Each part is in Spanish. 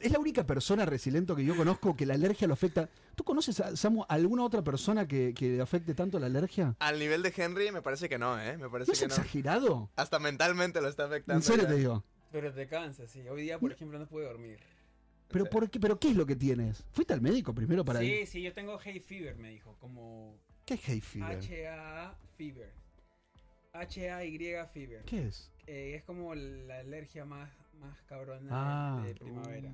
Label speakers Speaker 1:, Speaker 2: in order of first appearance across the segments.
Speaker 1: es la única persona resiliente que yo conozco que la alergia lo afecta. ¿Tú conoces, a, Samu, alguna otra persona que, que le afecte tanto la alergia?
Speaker 2: Al nivel de Henry me parece que no, ¿eh? Me parece
Speaker 1: ¿No es
Speaker 2: que no.
Speaker 1: exagerado?
Speaker 2: Hasta mentalmente lo está afectando.
Speaker 1: En serio
Speaker 2: ya.
Speaker 1: te digo.
Speaker 3: Pero te cansa, sí. Hoy día, por ejemplo, no pude dormir.
Speaker 1: ¿Pero,
Speaker 2: Sí.
Speaker 1: por qué, ¿Pero qué es lo que tienes? ¿Fuiste al médico primero para
Speaker 3: sí,
Speaker 1: ir?
Speaker 3: sí, yo tengo hay fever, me dijo. Como
Speaker 1: ¿Qué es hay fever?
Speaker 3: HA fever. HAY fever.
Speaker 1: ¿Qué es?
Speaker 3: Eh, es como la alergia más, más cabrona
Speaker 1: Ah.
Speaker 3: de primavera.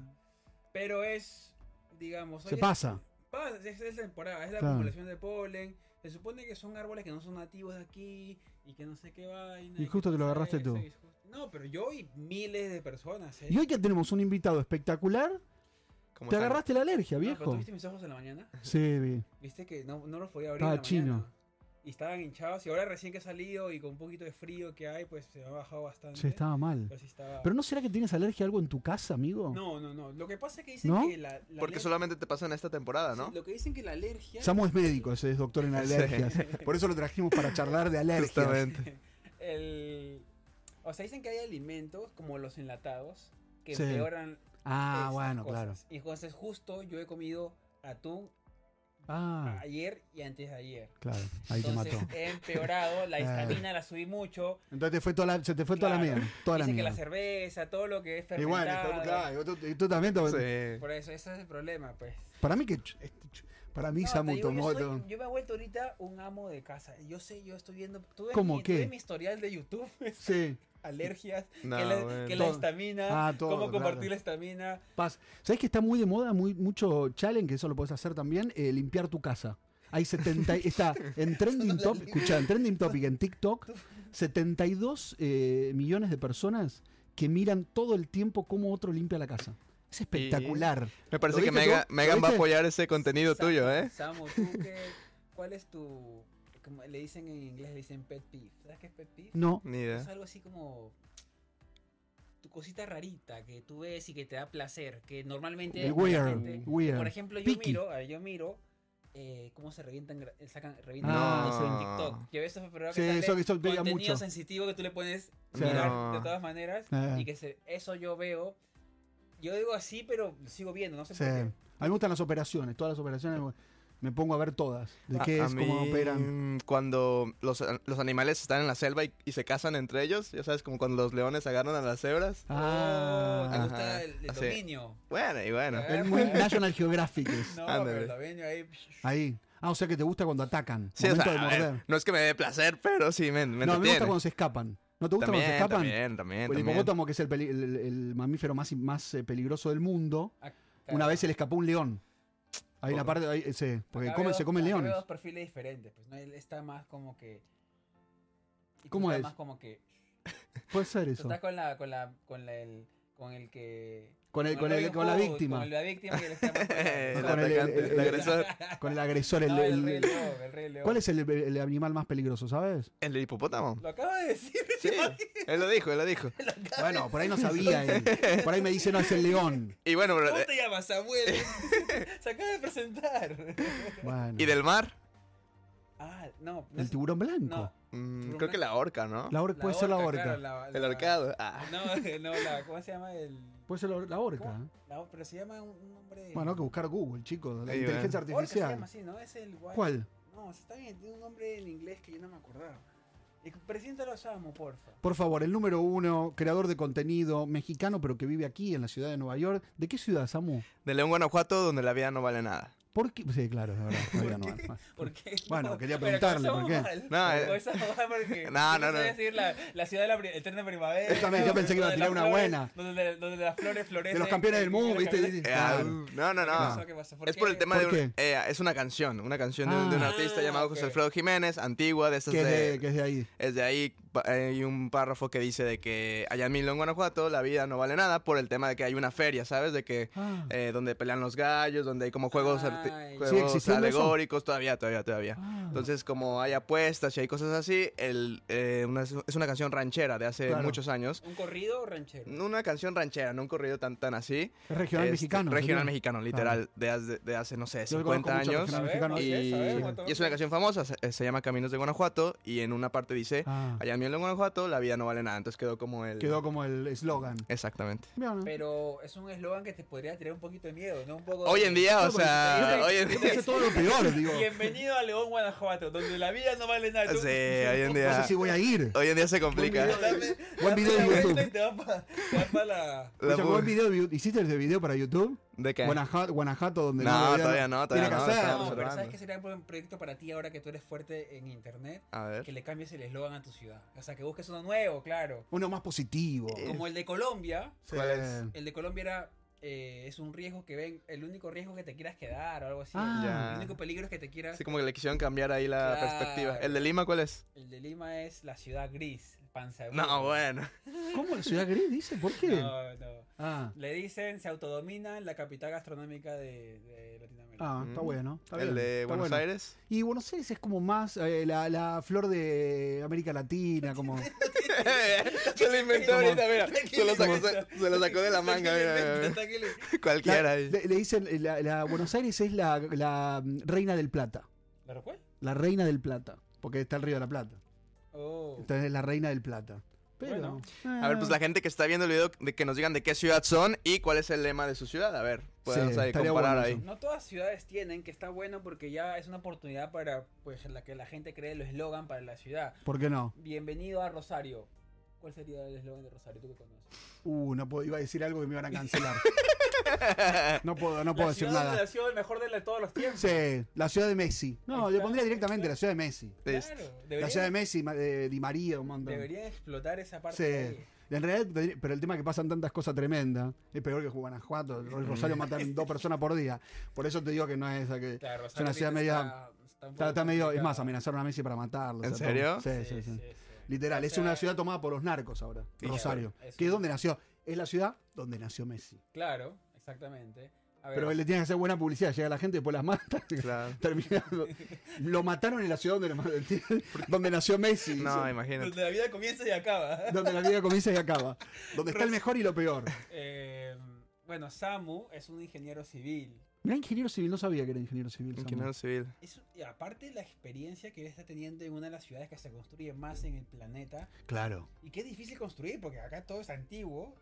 Speaker 3: Pero es, digamos...
Speaker 1: Se
Speaker 3: oye,
Speaker 1: pasa.
Speaker 3: pasa, es, es temporada, es la
Speaker 1: Claro.
Speaker 3: acumulación de polen. Se supone que son árboles que no son nativos de aquí y que no sé qué vaina.
Speaker 1: Y
Speaker 3: que
Speaker 1: justo
Speaker 3: no
Speaker 1: te lo
Speaker 3: sé
Speaker 1: agarraste
Speaker 3: eso,
Speaker 1: tú.
Speaker 3: y justo- No, pero yo y miles de personas. ¿eh?
Speaker 1: Y hoy que tenemos un invitado espectacular,
Speaker 2: Como
Speaker 1: te
Speaker 2: tan-
Speaker 1: agarraste la alergia,
Speaker 2: Ah,
Speaker 3: No, pero
Speaker 1: viejo.
Speaker 3: ¿tú viste mis ojos en la mañana?
Speaker 1: Sí, vi.
Speaker 3: Viste que no, no los podía abrir.
Speaker 1: Estaba
Speaker 3: en la
Speaker 1: chino.
Speaker 3: mañana. Y estaban hinchados. Y ahora recién que he salido y con un poquito de frío que hay, pues se me ha bajado bastante.
Speaker 1: Sí, estaba mal.
Speaker 3: Pero sí estaba-
Speaker 1: ¿Pero no será que tienes alergia a algo en tu casa, amigo?
Speaker 3: No, no, no. Lo que pasa es que dicen
Speaker 1: ¿No?
Speaker 3: que la, la
Speaker 2: Porque
Speaker 3: aler-
Speaker 2: solamente te pasa en esta temporada, ¿no?
Speaker 3: sí, Lo que dicen que la alergia.
Speaker 1: Samu es médico, ese es doctor en
Speaker 2: Sí.
Speaker 1: alergias. Por eso lo trajimos para charlar de alergias.
Speaker 2: Justamente.
Speaker 3: el- O sea, dicen que hay alimentos como los enlatados que
Speaker 1: Sí.
Speaker 3: empeoran.
Speaker 1: Ah,
Speaker 3: esas
Speaker 1: bueno, claro.
Speaker 3: cosas. Y entonces, justo yo he comido atún
Speaker 1: Ah,
Speaker 3: ayer y antes de ayer.
Speaker 1: claro, ahí te mató.
Speaker 3: entonces, he empeorado. La
Speaker 1: Eh.
Speaker 3: histamina la subí mucho.
Speaker 1: Entonces te fue toda la, se te fue toda la
Speaker 3: Claro.
Speaker 1: mía. Toda la
Speaker 3: Dicen que
Speaker 1: mía.
Speaker 3: la cerveza, todo lo que es
Speaker 1: Y bueno,
Speaker 3: fermentado.
Speaker 1: tú, claro, y tú, y tú también. te-
Speaker 2: Sí.
Speaker 3: Por eso, ese es el problema, pues.
Speaker 1: Para mí que ch- este ch- para mí
Speaker 3: No,
Speaker 1: Samu
Speaker 3: te digo,
Speaker 1: tomó
Speaker 3: yo, soy-
Speaker 1: todo.
Speaker 3: yo me he vuelto ahorita un amo de casa. Yo sé, yo estoy viendo. Tú ves
Speaker 1: ¿Cómo
Speaker 3: mi, tú
Speaker 1: qué?
Speaker 3: ves mi historial de YouTube. es
Speaker 1: Sí,
Speaker 3: Alergias,
Speaker 2: No,
Speaker 3: que, la,
Speaker 2: bueno.
Speaker 3: que la
Speaker 1: Todo.
Speaker 3: histamina,
Speaker 1: Ah, todo,
Speaker 3: cómo compartir
Speaker 1: claro.
Speaker 3: la histamina.
Speaker 1: paz. ¿Sabés que está muy de moda, muy mucho challenge, que eso lo podés hacer también, eh, limpiar tu casa? Hay 70, y- está en trending
Speaker 3: la
Speaker 1: top,
Speaker 3: lim-
Speaker 1: escuchá, en trending topic en TikTok, 72 eh, millones de personas que miran todo el tiempo cómo otro limpia la casa. Es espectacular.
Speaker 2: Me parece
Speaker 1: ¿Lo
Speaker 2: que
Speaker 1: viste
Speaker 2: Mega-
Speaker 1: tú? ¿Lo
Speaker 2: Megan va a
Speaker 1: viste?
Speaker 2: apoyar ese contenido
Speaker 3: Samu,
Speaker 2: tuyo, ¿eh?
Speaker 3: Samu, ¿tú qué, ¿cuál es tu. Como le dicen en inglés, le dicen pet peeve. ¿Sabes qué es pet peeve?
Speaker 1: No,
Speaker 2: Ni
Speaker 3: Es
Speaker 2: idea.
Speaker 3: algo así como. Tu cosita rarita que tú ves y que te da placer. Que normalmente.
Speaker 1: el weird,
Speaker 3: normalmente-
Speaker 1: weird.
Speaker 3: Por ejemplo, yo
Speaker 1: Picky.
Speaker 3: miro, a ver, yo miro eh, cómo se revientan, gra- eh, sacan, revientan
Speaker 1: Ah,
Speaker 3: cosas en
Speaker 2: sí.
Speaker 3: TikTok. Yo veo esos programas
Speaker 1: Sí,
Speaker 3: que
Speaker 1: eso-
Speaker 3: sale
Speaker 1: eso veía
Speaker 3: contenido
Speaker 1: mucho.
Speaker 3: sensitivo que tú le pones
Speaker 1: Sí.
Speaker 3: mirar
Speaker 2: No.
Speaker 3: de todas maneras
Speaker 1: Eh.
Speaker 3: y que se- eso yo veo. Yo digo así, pero lo sigo viendo, no sé
Speaker 1: Sí.
Speaker 3: por
Speaker 1: A
Speaker 3: qué.
Speaker 1: mí me gustan las operaciones, todas las operaciones me- me pongo a ver todas, de
Speaker 2: A-
Speaker 1: qué
Speaker 2: Ah, a
Speaker 1: es, cómo
Speaker 2: mí,
Speaker 1: operan.
Speaker 2: Cuando los, los animales están en la selva y, y se casan entre ellos, ya sabes, como cuando los leones agarran a las cebras.
Speaker 3: Oh, ¿Te
Speaker 1: Ah,
Speaker 3: gusta
Speaker 2: Ajá.
Speaker 3: el, el
Speaker 2: Sí.
Speaker 3: dominio?
Speaker 2: Bueno, y bueno.
Speaker 3: Ah.
Speaker 1: es muy National Geographic. es.
Speaker 3: No,
Speaker 2: Ándale.
Speaker 3: pero el dominio ahí.
Speaker 1: Ahí. Ah, o sea que te gusta cuando atacan.
Speaker 2: Sí, o
Speaker 1: momento
Speaker 2: sea,
Speaker 1: de
Speaker 2: a ver,
Speaker 1: morder.
Speaker 2: no es que me dé placer, pero sí
Speaker 1: no,
Speaker 2: me, me
Speaker 1: a mí me
Speaker 2: entretiene.
Speaker 1: gusta cuando se escapan. ¿No te gusta
Speaker 2: también,
Speaker 1: cuando se escapan? Pues,
Speaker 2: también, también,
Speaker 1: el
Speaker 2: también.
Speaker 1: hipopótamo, que es el, peli- el- el mamífero más, más eh, peligroso del mundo, una vez se le escapó un león. Ahí en la parte, ahí, sí, porque come- se comen leones.
Speaker 3: dos perfiles diferentes. Pues no, él está más como que. y tú
Speaker 1: ¿Cómo
Speaker 3: estás
Speaker 1: es?
Speaker 3: Más como que.
Speaker 1: Puede ser
Speaker 3: Tú
Speaker 1: eso.
Speaker 3: estás con la, con la, con la- el, con el que.
Speaker 1: Con el- con el-
Speaker 3: Robin
Speaker 1: con la
Speaker 3: Hood,
Speaker 1: víctima.
Speaker 3: Con la víctima y el esquema con
Speaker 2: El
Speaker 1: Con el-
Speaker 2: atacante,
Speaker 1: el-
Speaker 2: el,
Speaker 1: el-
Speaker 2: agresor.
Speaker 1: Con el agresor. el-
Speaker 3: No, el,
Speaker 1: el-
Speaker 3: rey león, el rey león.
Speaker 1: ¿Cuál es el, el animal más peligroso, sabes?
Speaker 2: El hipopótamo.
Speaker 3: Lo acabo de decir.
Speaker 2: Sí, él lo dijo, él lo dijo.
Speaker 1: Bueno, por ahí no sabía él. Por ahí me dice, no, es el león.
Speaker 2: Y bueno, pero- eh,
Speaker 3: ¿Cómo te llamas, Samuel? Se acaba de presentar.
Speaker 1: Bueno.
Speaker 2: ¿y del mar?
Speaker 3: Ah, no. no
Speaker 1: El
Speaker 3: es-
Speaker 1: tiburón blanco.
Speaker 3: No.
Speaker 2: Mm, creo que la orca, ¿no?
Speaker 1: La orca- puede ser la orca.
Speaker 3: claro, la-
Speaker 2: El
Speaker 3: la-
Speaker 2: ahorcado. Ah.
Speaker 3: No, no, la, ¿cómo se llama el...?
Speaker 1: Puede ser la, la orca.
Speaker 3: ¿Cómo? La- pero se llama un, un nombre...
Speaker 1: Bueno, hay que buscar Google, chicos. La
Speaker 2: Sí,
Speaker 1: inteligencia
Speaker 3: Orca se
Speaker 1: artificial.
Speaker 3: llama así, ¿no? Es el... guay-
Speaker 1: ¿Cuál?
Speaker 3: No, está bien, tiene un nombre en inglés que yo no me acordaba. Y- Preséntalo a Samu, porfa.
Speaker 1: Por favor, el número uno, creador de contenido mexicano, pero que vive aquí en la ciudad de Nueva York. ¿De qué ciudad, Samu?
Speaker 2: De León, Guanajuato, donde la vida no vale nada.
Speaker 1: ¿Por qué? Sí, claro, de verdad. Nueva York, Nueva York.
Speaker 3: ¿Por qué?
Speaker 1: Bueno,
Speaker 3: No,
Speaker 1: quería
Speaker 3: pero
Speaker 1: preguntarle,
Speaker 3: con
Speaker 1: ¿por
Speaker 3: esa
Speaker 1: qué?
Speaker 3: voz mal,
Speaker 2: No, eh,
Speaker 3: con esa voz porque
Speaker 2: no, no,
Speaker 3: yo sabía
Speaker 2: no.
Speaker 3: decir la, la ciudad de la pri- eterna primavera.
Speaker 1: Yo también, yo pensé que iba a
Speaker 3: donde
Speaker 1: tirar
Speaker 3: las
Speaker 1: una
Speaker 3: flores-
Speaker 1: buena.
Speaker 3: Donde, donde las flores florecen.
Speaker 1: De los campeones del mundo,
Speaker 3: Los campeones-
Speaker 1: ¿viste?
Speaker 2: Eh, ah,
Speaker 1: Claro.
Speaker 2: no, no,
Speaker 3: ¿Qué pasó?
Speaker 2: no.
Speaker 3: ¿Qué pasó?
Speaker 2: Es por el tema de
Speaker 1: ¿Por
Speaker 2: un- eh, es una canción, una canción de, un- de un
Speaker 1: Ah.
Speaker 2: artista
Speaker 3: Ah,
Speaker 2: llamado
Speaker 3: ok.
Speaker 2: José Alfredo Jiménez, antigua, de esas
Speaker 1: Que es
Speaker 2: de-
Speaker 1: de, que es de ahí.
Speaker 2: Es de ahí, pa- hay un párrafo que dice de que allá en Milón, Guanajuato, la vida no vale nada por el tema de que hay una feria, ¿sabes? De que
Speaker 1: Ah.
Speaker 2: eh, donde pelean los gallos, donde hay como juegos, arti-
Speaker 3: Ay.
Speaker 2: juegos
Speaker 1: ¿Sigue existiendo eso?
Speaker 2: alegóricos, todavía, todavía, todavía.
Speaker 1: Ah.
Speaker 2: Entonces, como hay apuestas y hay cosas así, el, eh, una- es una canción ranchera de hace
Speaker 1: Claro.
Speaker 2: muchos años.
Speaker 3: ¿Un corrido o ranchero?
Speaker 2: Una canción ranchera, no un corrido tan, tan así.
Speaker 1: ah. Es regional
Speaker 2: Este,
Speaker 1: mexicano.
Speaker 2: Regional
Speaker 1: señor.
Speaker 2: mexicano, literal, de, hace- de hace, no sé,
Speaker 1: Yo le conozco
Speaker 2: 50
Speaker 1: mucho
Speaker 2: años.
Speaker 1: regional
Speaker 3: A ver,
Speaker 1: mexicano.
Speaker 3: no
Speaker 2: Y,
Speaker 3: sé, sabemos,
Speaker 2: y es una canción famosa, se, se llama Caminos de Guanajuato, y en una parte dice,
Speaker 1: Ah.
Speaker 2: allá en Millón, Guanajuato, la vida no vale nada. Entonces quedó como el.
Speaker 1: Quedó como el eslogan.
Speaker 2: Exactamente.
Speaker 1: Mira, ¿no?
Speaker 3: Pero es un eslogan que te podría tener un poquito de miedo, ¿no? Un poco
Speaker 2: Hoy
Speaker 3: de-
Speaker 2: en día,
Speaker 1: No,
Speaker 2: o
Speaker 1: pues, porque
Speaker 2: sea,
Speaker 1: dice-
Speaker 2: hoy en día.
Speaker 1: Dice todo lo peor, digo.
Speaker 3: Bienvenido a León, Guanajuato, donde la vida no vale nada.
Speaker 2: Sí, hoy
Speaker 3: Tú-
Speaker 2: en
Speaker 1: No sé
Speaker 2: día.
Speaker 1: si voy a ir.
Speaker 2: Hoy en día se complica.
Speaker 1: Buen
Speaker 3: Dame-
Speaker 1: Buen
Speaker 3: dame
Speaker 1: video
Speaker 3: la
Speaker 1: de
Speaker 3: vuelta
Speaker 1: YouTube.
Speaker 3: y Te va para la...
Speaker 2: La
Speaker 1: Escucha,
Speaker 2: bu-
Speaker 1: buen video, de- ¿Hiciste el video para YouTube?
Speaker 2: ¿De qué?
Speaker 1: Guanajato, Guanajato, donde
Speaker 2: No,
Speaker 1: había-
Speaker 2: todavía no,
Speaker 1: Tiene
Speaker 2: todavía
Speaker 1: que
Speaker 2: Ah, no,
Speaker 1: hacer.
Speaker 2: Claro,
Speaker 3: No, pero
Speaker 2: observando.
Speaker 3: ¿sabes qué sería un buen proyecto para ti ahora que tú eres fuerte en internet?
Speaker 2: A ver.
Speaker 3: Que le cambies el eslogan a tu ciudad. O sea, que busques uno nuevo, claro.
Speaker 1: Uno más positivo.
Speaker 3: Como el de Colombia.
Speaker 1: Sí.
Speaker 2: Eh, ¿Cuál es?
Speaker 3: El de Colombia era... eh, es un riesgo que ven... El único riesgo que te quieras quedar o algo así.
Speaker 1: Ah.
Speaker 2: Ya.
Speaker 3: El único peligro es que te quieras...
Speaker 2: Así como que le quisieron cambiar ahí la
Speaker 3: Claro.
Speaker 2: perspectiva. ¿El de Lima cuál es?
Speaker 3: El de Lima es la ciudad gris. Panza de
Speaker 2: No,
Speaker 3: burro.
Speaker 2: bueno.
Speaker 1: ¿Cómo la ciudad gris dice? ¿Por qué?
Speaker 3: No, no.
Speaker 1: Ah,
Speaker 3: Le dicen, se autodomina en la capital gastronómica de, de Latinoamérica.
Speaker 1: ah, está
Speaker 2: Mm.
Speaker 1: bueno. está
Speaker 2: ¿El
Speaker 1: bien,
Speaker 2: de
Speaker 1: está
Speaker 2: Buenos
Speaker 1: bueno.
Speaker 2: Aires?
Speaker 1: Y Buenos Aires es como más eh, la, la flor de América Latina, como...
Speaker 2: se lo inventó
Speaker 1: Como-
Speaker 2: ahorita, mira. Se lo, sacó, se, se lo sacó de la manga, mira. mira, mira. Cualquiera
Speaker 1: La-
Speaker 2: ahí.
Speaker 1: le, le dicen, eh, la, la Buenos Aires es la, la, mm, reina del plata.
Speaker 3: ¿La Rocuay?
Speaker 1: La reina del plata, porque está el río de la plata.
Speaker 3: Oh.
Speaker 1: Entonces es la reina del plata. Pero... eh,
Speaker 3: Bueno.
Speaker 2: A ver, pues la gente que está viendo el video, de que nos digan de qué ciudad son y cuál es el lema de su ciudad. A ver, podemos ahí
Speaker 1: estaría
Speaker 2: comparar
Speaker 1: bueno
Speaker 2: ahí.
Speaker 1: eso.
Speaker 3: No todas ciudades tienen, que está bueno porque ya es una oportunidad para pues la que la gente cree el eslogan para la ciudad.
Speaker 1: ¿Por qué no?
Speaker 3: Bienvenido a Rosario. ¿Cuál sería el eslogan de Rosario? ¿Tú que conoces?
Speaker 1: Uh, no puedo, iba a decir algo que me iban a cancelar. No puedo, no puedo
Speaker 3: la
Speaker 1: decir
Speaker 3: ciudad donde
Speaker 1: nada.
Speaker 3: ha sido el mejor de la- todos los tiempos.
Speaker 1: Sí, la ciudad de Messi. No,
Speaker 3: Ahí
Speaker 1: le
Speaker 3: está.
Speaker 1: pondría directamente la ciudad de Messi.
Speaker 2: Listo.
Speaker 3: Claro.
Speaker 1: Este, La ciudad de
Speaker 3: Deberían,
Speaker 1: Messi, Ma- eh, Di María, un montón.
Speaker 3: deberían explotar esa parte.
Speaker 1: Sí.
Speaker 3: ahí.
Speaker 1: En realidad, tendría- pero el tema es que pasan tantas cosas tremendas. Es peor que Guanajuato.
Speaker 3: Mm.
Speaker 1: El Rosario matan dos personas por día. Por eso te digo que no es esa que.
Speaker 3: Claro,
Speaker 1: Es una ciudad
Speaker 3: ahorita
Speaker 1: media-
Speaker 3: está- está un
Speaker 1: Está,
Speaker 3: poco
Speaker 1: está medio. Es
Speaker 3: complicada.
Speaker 1: más, amenazaron a Messi para matarlo. o
Speaker 2: ¿En
Speaker 1: sea,
Speaker 2: serio?
Speaker 1: todo. Sí, sí, sí.
Speaker 3: sí.
Speaker 1: Literal,
Speaker 3: O
Speaker 1: es
Speaker 3: sea,
Speaker 1: una ciudad tomada por los narcos ahora.
Speaker 2: Sí,
Speaker 1: Rosario.
Speaker 3: claro, eso.
Speaker 1: Que es donde nació. Es la ciudad donde nació Messi.
Speaker 3: Claro, exactamente. A ver,
Speaker 1: Pero le tienen que hacer buena publicidad. Llega la gente, después las mata.
Speaker 2: Claro.
Speaker 1: Terminando. Lo mataron en la ciudad donde, lo- donde nació Messi.
Speaker 2: No, imagínate.
Speaker 3: donde la vida comienza y acaba.
Speaker 1: donde la vida comienza y acaba. Donde está el mejor y lo peor.
Speaker 3: Eh, bueno, Samu es un ingeniero civil.
Speaker 1: Mirá, ingeniero civil, no sabía que era ingeniero civil. Samuel.
Speaker 2: Ingeniero civil.
Speaker 3: Es, un- y aparte la experiencia que él está teniendo en una de las ciudades que se construye más en el planeta.
Speaker 1: Claro.
Speaker 3: Y que es difícil construir porque acá todo es antiguo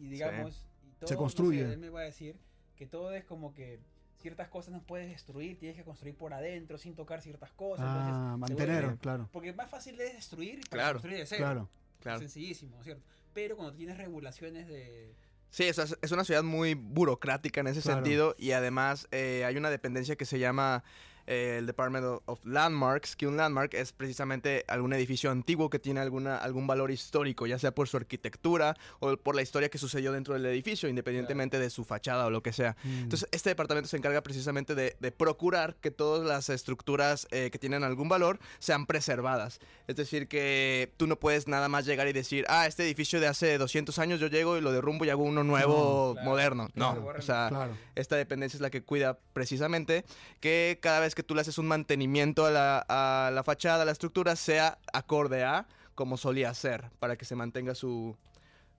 Speaker 3: y, y digamos... y todo,
Speaker 1: Se
Speaker 3: no
Speaker 1: construye.
Speaker 3: sé, él me va a decir que todo es como que ciertas cosas no puedes destruir, tienes que construir por adentro sin tocar ciertas
Speaker 2: pues,
Speaker 3: cosas. entonces,
Speaker 1: Ah,
Speaker 3: se
Speaker 1: mantener,
Speaker 3: vuelve-
Speaker 1: claro.
Speaker 3: Porque más fácil es destruir para
Speaker 2: Claro,
Speaker 3: construir de cero.
Speaker 1: Claro.
Speaker 2: Claro.
Speaker 3: Sencillísimo, ¿cierto? Pero cuando tienes regulaciones de...
Speaker 2: Sí, o sea, es una ciudad muy burocrática en ese
Speaker 1: Claro.
Speaker 2: sentido y además eh, hay una dependencia que se llama eh, el Department of- of Landmarks, que un landmark es precisamente algún edificio antiguo que tiene alguna, algún valor histórico, ya sea por su arquitectura o por la historia que sucedió dentro del edificio, independientemente de su fachada o lo que sea.
Speaker 1: Mm,
Speaker 2: Entonces, este departamento se encarga precisamente de, de procurar que todas las estructuras eh, que tienen algún valor sean preservadas. Es decir, que tú no puedes nada más llegar y decir, ah, este edificio de hace 200 años yo llego y lo derrumbo y hago uno nuevo,
Speaker 3: No, claro.
Speaker 2: moderno.
Speaker 1: Claro.
Speaker 2: no, o sea,
Speaker 1: claro.
Speaker 2: esta dependencia es la que cuida precisamente que cada vez que tú le haces un mantenimiento a la, a la fachada, a la estructura, sea acorde a como solía ser, para que se mantenga su,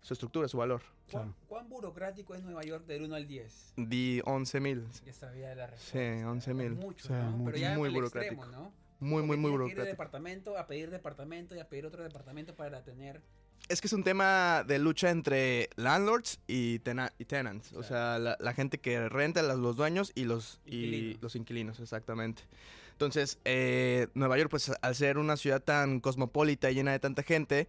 Speaker 2: su estructura, su valor.
Speaker 3: ¿cuán,
Speaker 1: Claro.
Speaker 3: cuán burocrático es Nueva York del 1 al 10?
Speaker 2: Di 11.000.
Speaker 3: Ya sabía la
Speaker 2: Sí,
Speaker 3: respuesta.
Speaker 2: 11.000.
Speaker 3: Mucho,
Speaker 1: Sí,
Speaker 3: ¿no?
Speaker 1: mucho.
Speaker 3: Pero ya
Speaker 2: Muy
Speaker 3: al
Speaker 2: burocrático.
Speaker 3: extremo, ¿no?
Speaker 2: Muy, muy, muy
Speaker 3: Porque tienes que ir de
Speaker 2: burocrático.
Speaker 3: departamento a pedir departamento y a pedir otro departamento para tener...
Speaker 2: Es que es un tema de lucha entre landlords y, tena- y tenants. O
Speaker 3: Claro.
Speaker 2: sea, la, la gente que renta, las- los dueños y los y
Speaker 3: Inquilinos.
Speaker 2: los inquilinos, exactamente. Entonces, eh, Nueva York, pues al ser una ciudad tan cosmopolita y llena de tanta gente,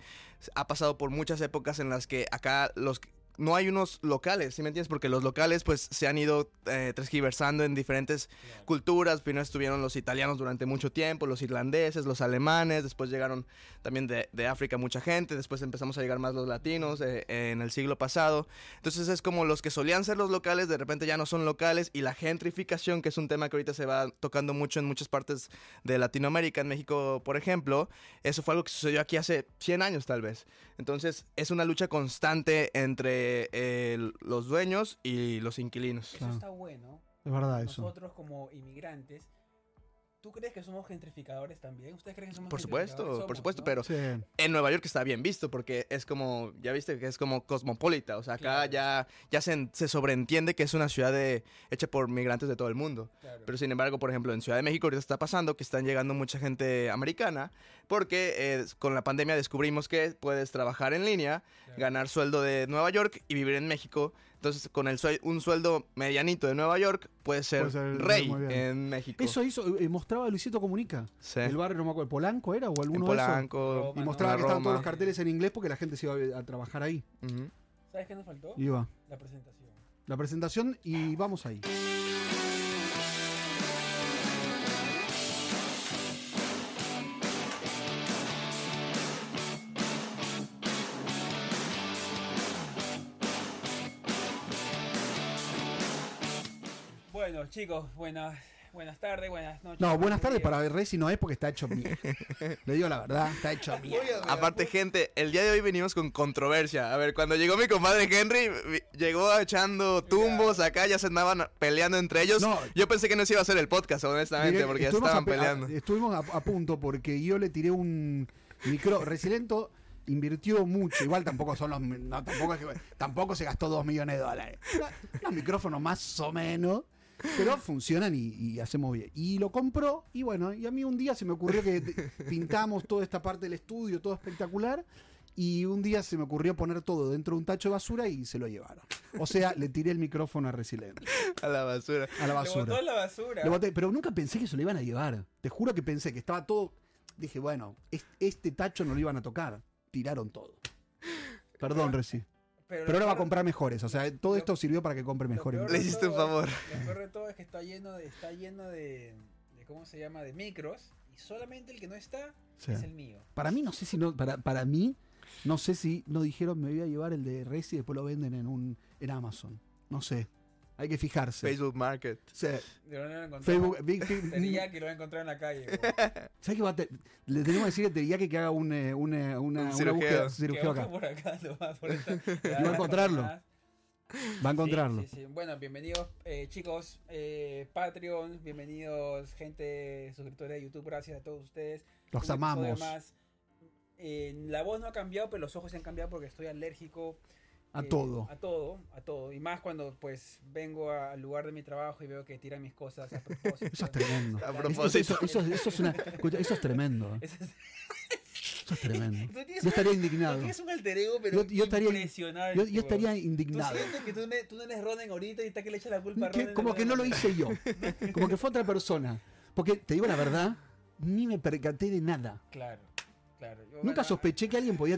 Speaker 2: ha pasado por muchas épocas en las que acá los no hay unos locales, ¿sí me entiendes? Porque los locales pues se han ido eh, transgiversando en diferentes culturas. Primero estuvieron los italianos durante mucho tiempo, los irlandeses, los alemanes, después llegaron también de, de África mucha gente, después empezamos a llegar más los latinos eh, en el siglo pasado. Entonces es como los que solían ser los locales, de repente ya no son locales y la gentrificación, que es un tema que ahorita se va tocando mucho en muchas partes de Latinoamérica, en México por ejemplo, eso fue algo que sucedió aquí hace 100 años tal vez. Entonces es una lucha constante entre eh, los dueños y los inquilinos.
Speaker 3: Eso
Speaker 1: Claro.
Speaker 3: está bueno.
Speaker 1: Es verdad eso.
Speaker 3: Nosotros como inmigrantes, ¿Tú crees que somos gentrificadores también? ¿Ustedes creen que somos
Speaker 2: Por supuesto,
Speaker 3: gentrificadores?
Speaker 2: por
Speaker 3: Somos,
Speaker 2: supuesto,
Speaker 3: ¿no?
Speaker 2: pero
Speaker 1: Sí.
Speaker 2: en Nueva York está bien visto porque es como, ya viste que es como cosmopolita, o sea, acá
Speaker 3: Claro.
Speaker 2: ya, ya se, en- se sobreentiende que es una ciudad de- hecha por migrantes de todo el mundo.
Speaker 3: Claro.
Speaker 2: Pero sin embargo, por ejemplo, en Ciudad de México ahorita está pasando que están llegando mucha gente americana porque eh, con la pandemia descubrimos que puedes trabajar en línea,
Speaker 3: Claro.
Speaker 2: ganar sueldo de Nueva York y vivir en México. Entonces, con el sue- un sueldo medianito de Nueva York, puedes ser,
Speaker 1: Puedes ser
Speaker 2: rey
Speaker 1: muy bien.
Speaker 2: en México.
Speaker 1: Eso hizo, eh, mostraba Luisito Comunica.
Speaker 2: Sí.
Speaker 1: El barrio, no me acuerdo, ¿Polanco era o
Speaker 2: en
Speaker 1: alguno de esos?
Speaker 2: Polanco.
Speaker 1: Y mostraba
Speaker 2: ¿no?
Speaker 3: Roma,
Speaker 1: que estaban
Speaker 2: Roma.
Speaker 1: todos los carteles en inglés porque la gente se iba a, a trabajar ahí.
Speaker 2: Ujú.
Speaker 3: ¿Sabes qué nos faltó?
Speaker 1: Iba.
Speaker 3: La presentación.
Speaker 1: La presentación y vamos ahí.
Speaker 3: Bueno, chicos, buenas, buenas tardes, buenas noches.
Speaker 1: No, buenas
Speaker 3: buenos
Speaker 1: tardes
Speaker 3: días.
Speaker 1: para Rey si no es porque está hecho mierda. Le digo la verdad, está hecho mierda.
Speaker 2: Aparte, gente, el día de hoy venimos con controversia. A ver, cuando llegó mi compadre Henry, vi- llegó echando tumbos acá, ya se andaban peleando entre ellos.
Speaker 1: No.
Speaker 2: Yo pensé que no se iba a hacer el podcast, honestamente,
Speaker 1: Direct-
Speaker 2: porque ya
Speaker 1: estuvimos
Speaker 2: estaban
Speaker 1: a pe- a-
Speaker 2: peleando.
Speaker 1: estuvimos a, a punto porque yo le tiré un micro. Resilento invirtió mucho. Igual tampoco son los. No, tampoco, es que- tampoco se gastó dos millones de dólares. Era Unos micrófonos más o menos. Pero funcionan y, y hacemos bien. Y lo compró. Y bueno, y a mí un día se me ocurrió que te- pintamos toda esta parte del estudio, todo espectacular. Y un día se me ocurrió poner todo dentro de un tacho de basura y se lo llevaron. O sea, le tiré el micrófono a Resilento,
Speaker 2: A la basura.
Speaker 1: a la
Speaker 3: Le botó
Speaker 1: basura.
Speaker 3: a la basura.
Speaker 1: Lo boté, pero nunca pensé que se lo iban a llevar. Te juro que pensé que estaba todo. Dije, bueno, es- este tacho no lo iban a tocar. Tiraron todo. Perdón, Reci. Pero
Speaker 3: lo
Speaker 1: ahora va a
Speaker 3: peor-
Speaker 1: comprar mejores. O sea, todo
Speaker 3: lo-
Speaker 1: esto sirvió para que compre
Speaker 3: lo
Speaker 1: mejores.
Speaker 3: peor
Speaker 2: Le
Speaker 3: de
Speaker 1: micrófonos.
Speaker 2: hiciste un
Speaker 3: todo-
Speaker 2: favor.
Speaker 3: Lo peor de todo es que está lleno de, está lleno de, de ¿cómo se llama? De micros. Y solamente el que no está
Speaker 1: Sí.
Speaker 3: es el mío.
Speaker 1: Para mí, no sé si no. Para, para mí, no sé si no dijeron me voy a llevar el de Reci y después lo venden en un en Amazon. No sé. Hay que fijarse.
Speaker 2: Facebook Market.
Speaker 1: Sí.
Speaker 3: De verdad no lo encontré.
Speaker 1: Facebook. Big- Big-
Speaker 3: Teriyaki lo he encontrado en la calle. güey.
Speaker 1: ¿Sabes qué va a te- Le tenemos que decir a Teriyaki que haga un, eh, una, una, una
Speaker 2: cirujeo.
Speaker 1: búsqueda
Speaker 3: Que
Speaker 1: cirugía
Speaker 3: baja
Speaker 1: acá.
Speaker 3: por acá, lo va por esta-
Speaker 1: a encontrarlo.
Speaker 3: Sí,
Speaker 1: Va a encontrarlo.
Speaker 3: sí, sí. Bueno, bienvenidos eh, chicos, eh, Patreon, bienvenidos gente suscriptores de YouTube, gracias a todos ustedes.
Speaker 1: Los
Speaker 3: Un episodio
Speaker 1: amamos.
Speaker 3: más. Eh, la voz no ha cambiado, pero los ojos se han cambiado porque estoy alérgico
Speaker 1: A
Speaker 3: eh,
Speaker 1: todo.
Speaker 3: A todo, a todo. Y más cuando pues vengo a- al lugar de mi trabajo y veo que tiran mis cosas a propósito.
Speaker 1: Eso es tremendo.
Speaker 2: A
Speaker 3: Eso-
Speaker 1: Eso,
Speaker 2: propósito.
Speaker 1: eso- eso- eso es una- escucha, eso es tremendo. ¿eh?
Speaker 3: Eso es-
Speaker 1: Eso es tremendo.
Speaker 3: Tú
Speaker 1: Yo
Speaker 3: tienes un-
Speaker 1: estaría
Speaker 3: tú
Speaker 1: indignado.
Speaker 3: tienes un alter ego, pero
Speaker 1: Yo- yo estaría-
Speaker 3: impresionante.
Speaker 1: Yo, yo
Speaker 3: weón.
Speaker 1: estaría
Speaker 3: Tú
Speaker 1: indignado.
Speaker 3: sientes que tú, ne- tú no eres Ronen ahorita y está que le echa la culpa a
Speaker 1: Que-
Speaker 3: Ronen. de
Speaker 1: como que no lo
Speaker 3: manera.
Speaker 1: hice yo. Como que fue otra persona. Porque te digo la verdad, ni me percaté de nada.
Speaker 3: Claro, claro. Yo,
Speaker 1: Nunca
Speaker 3: bueno,
Speaker 1: sospeché que alguien podía.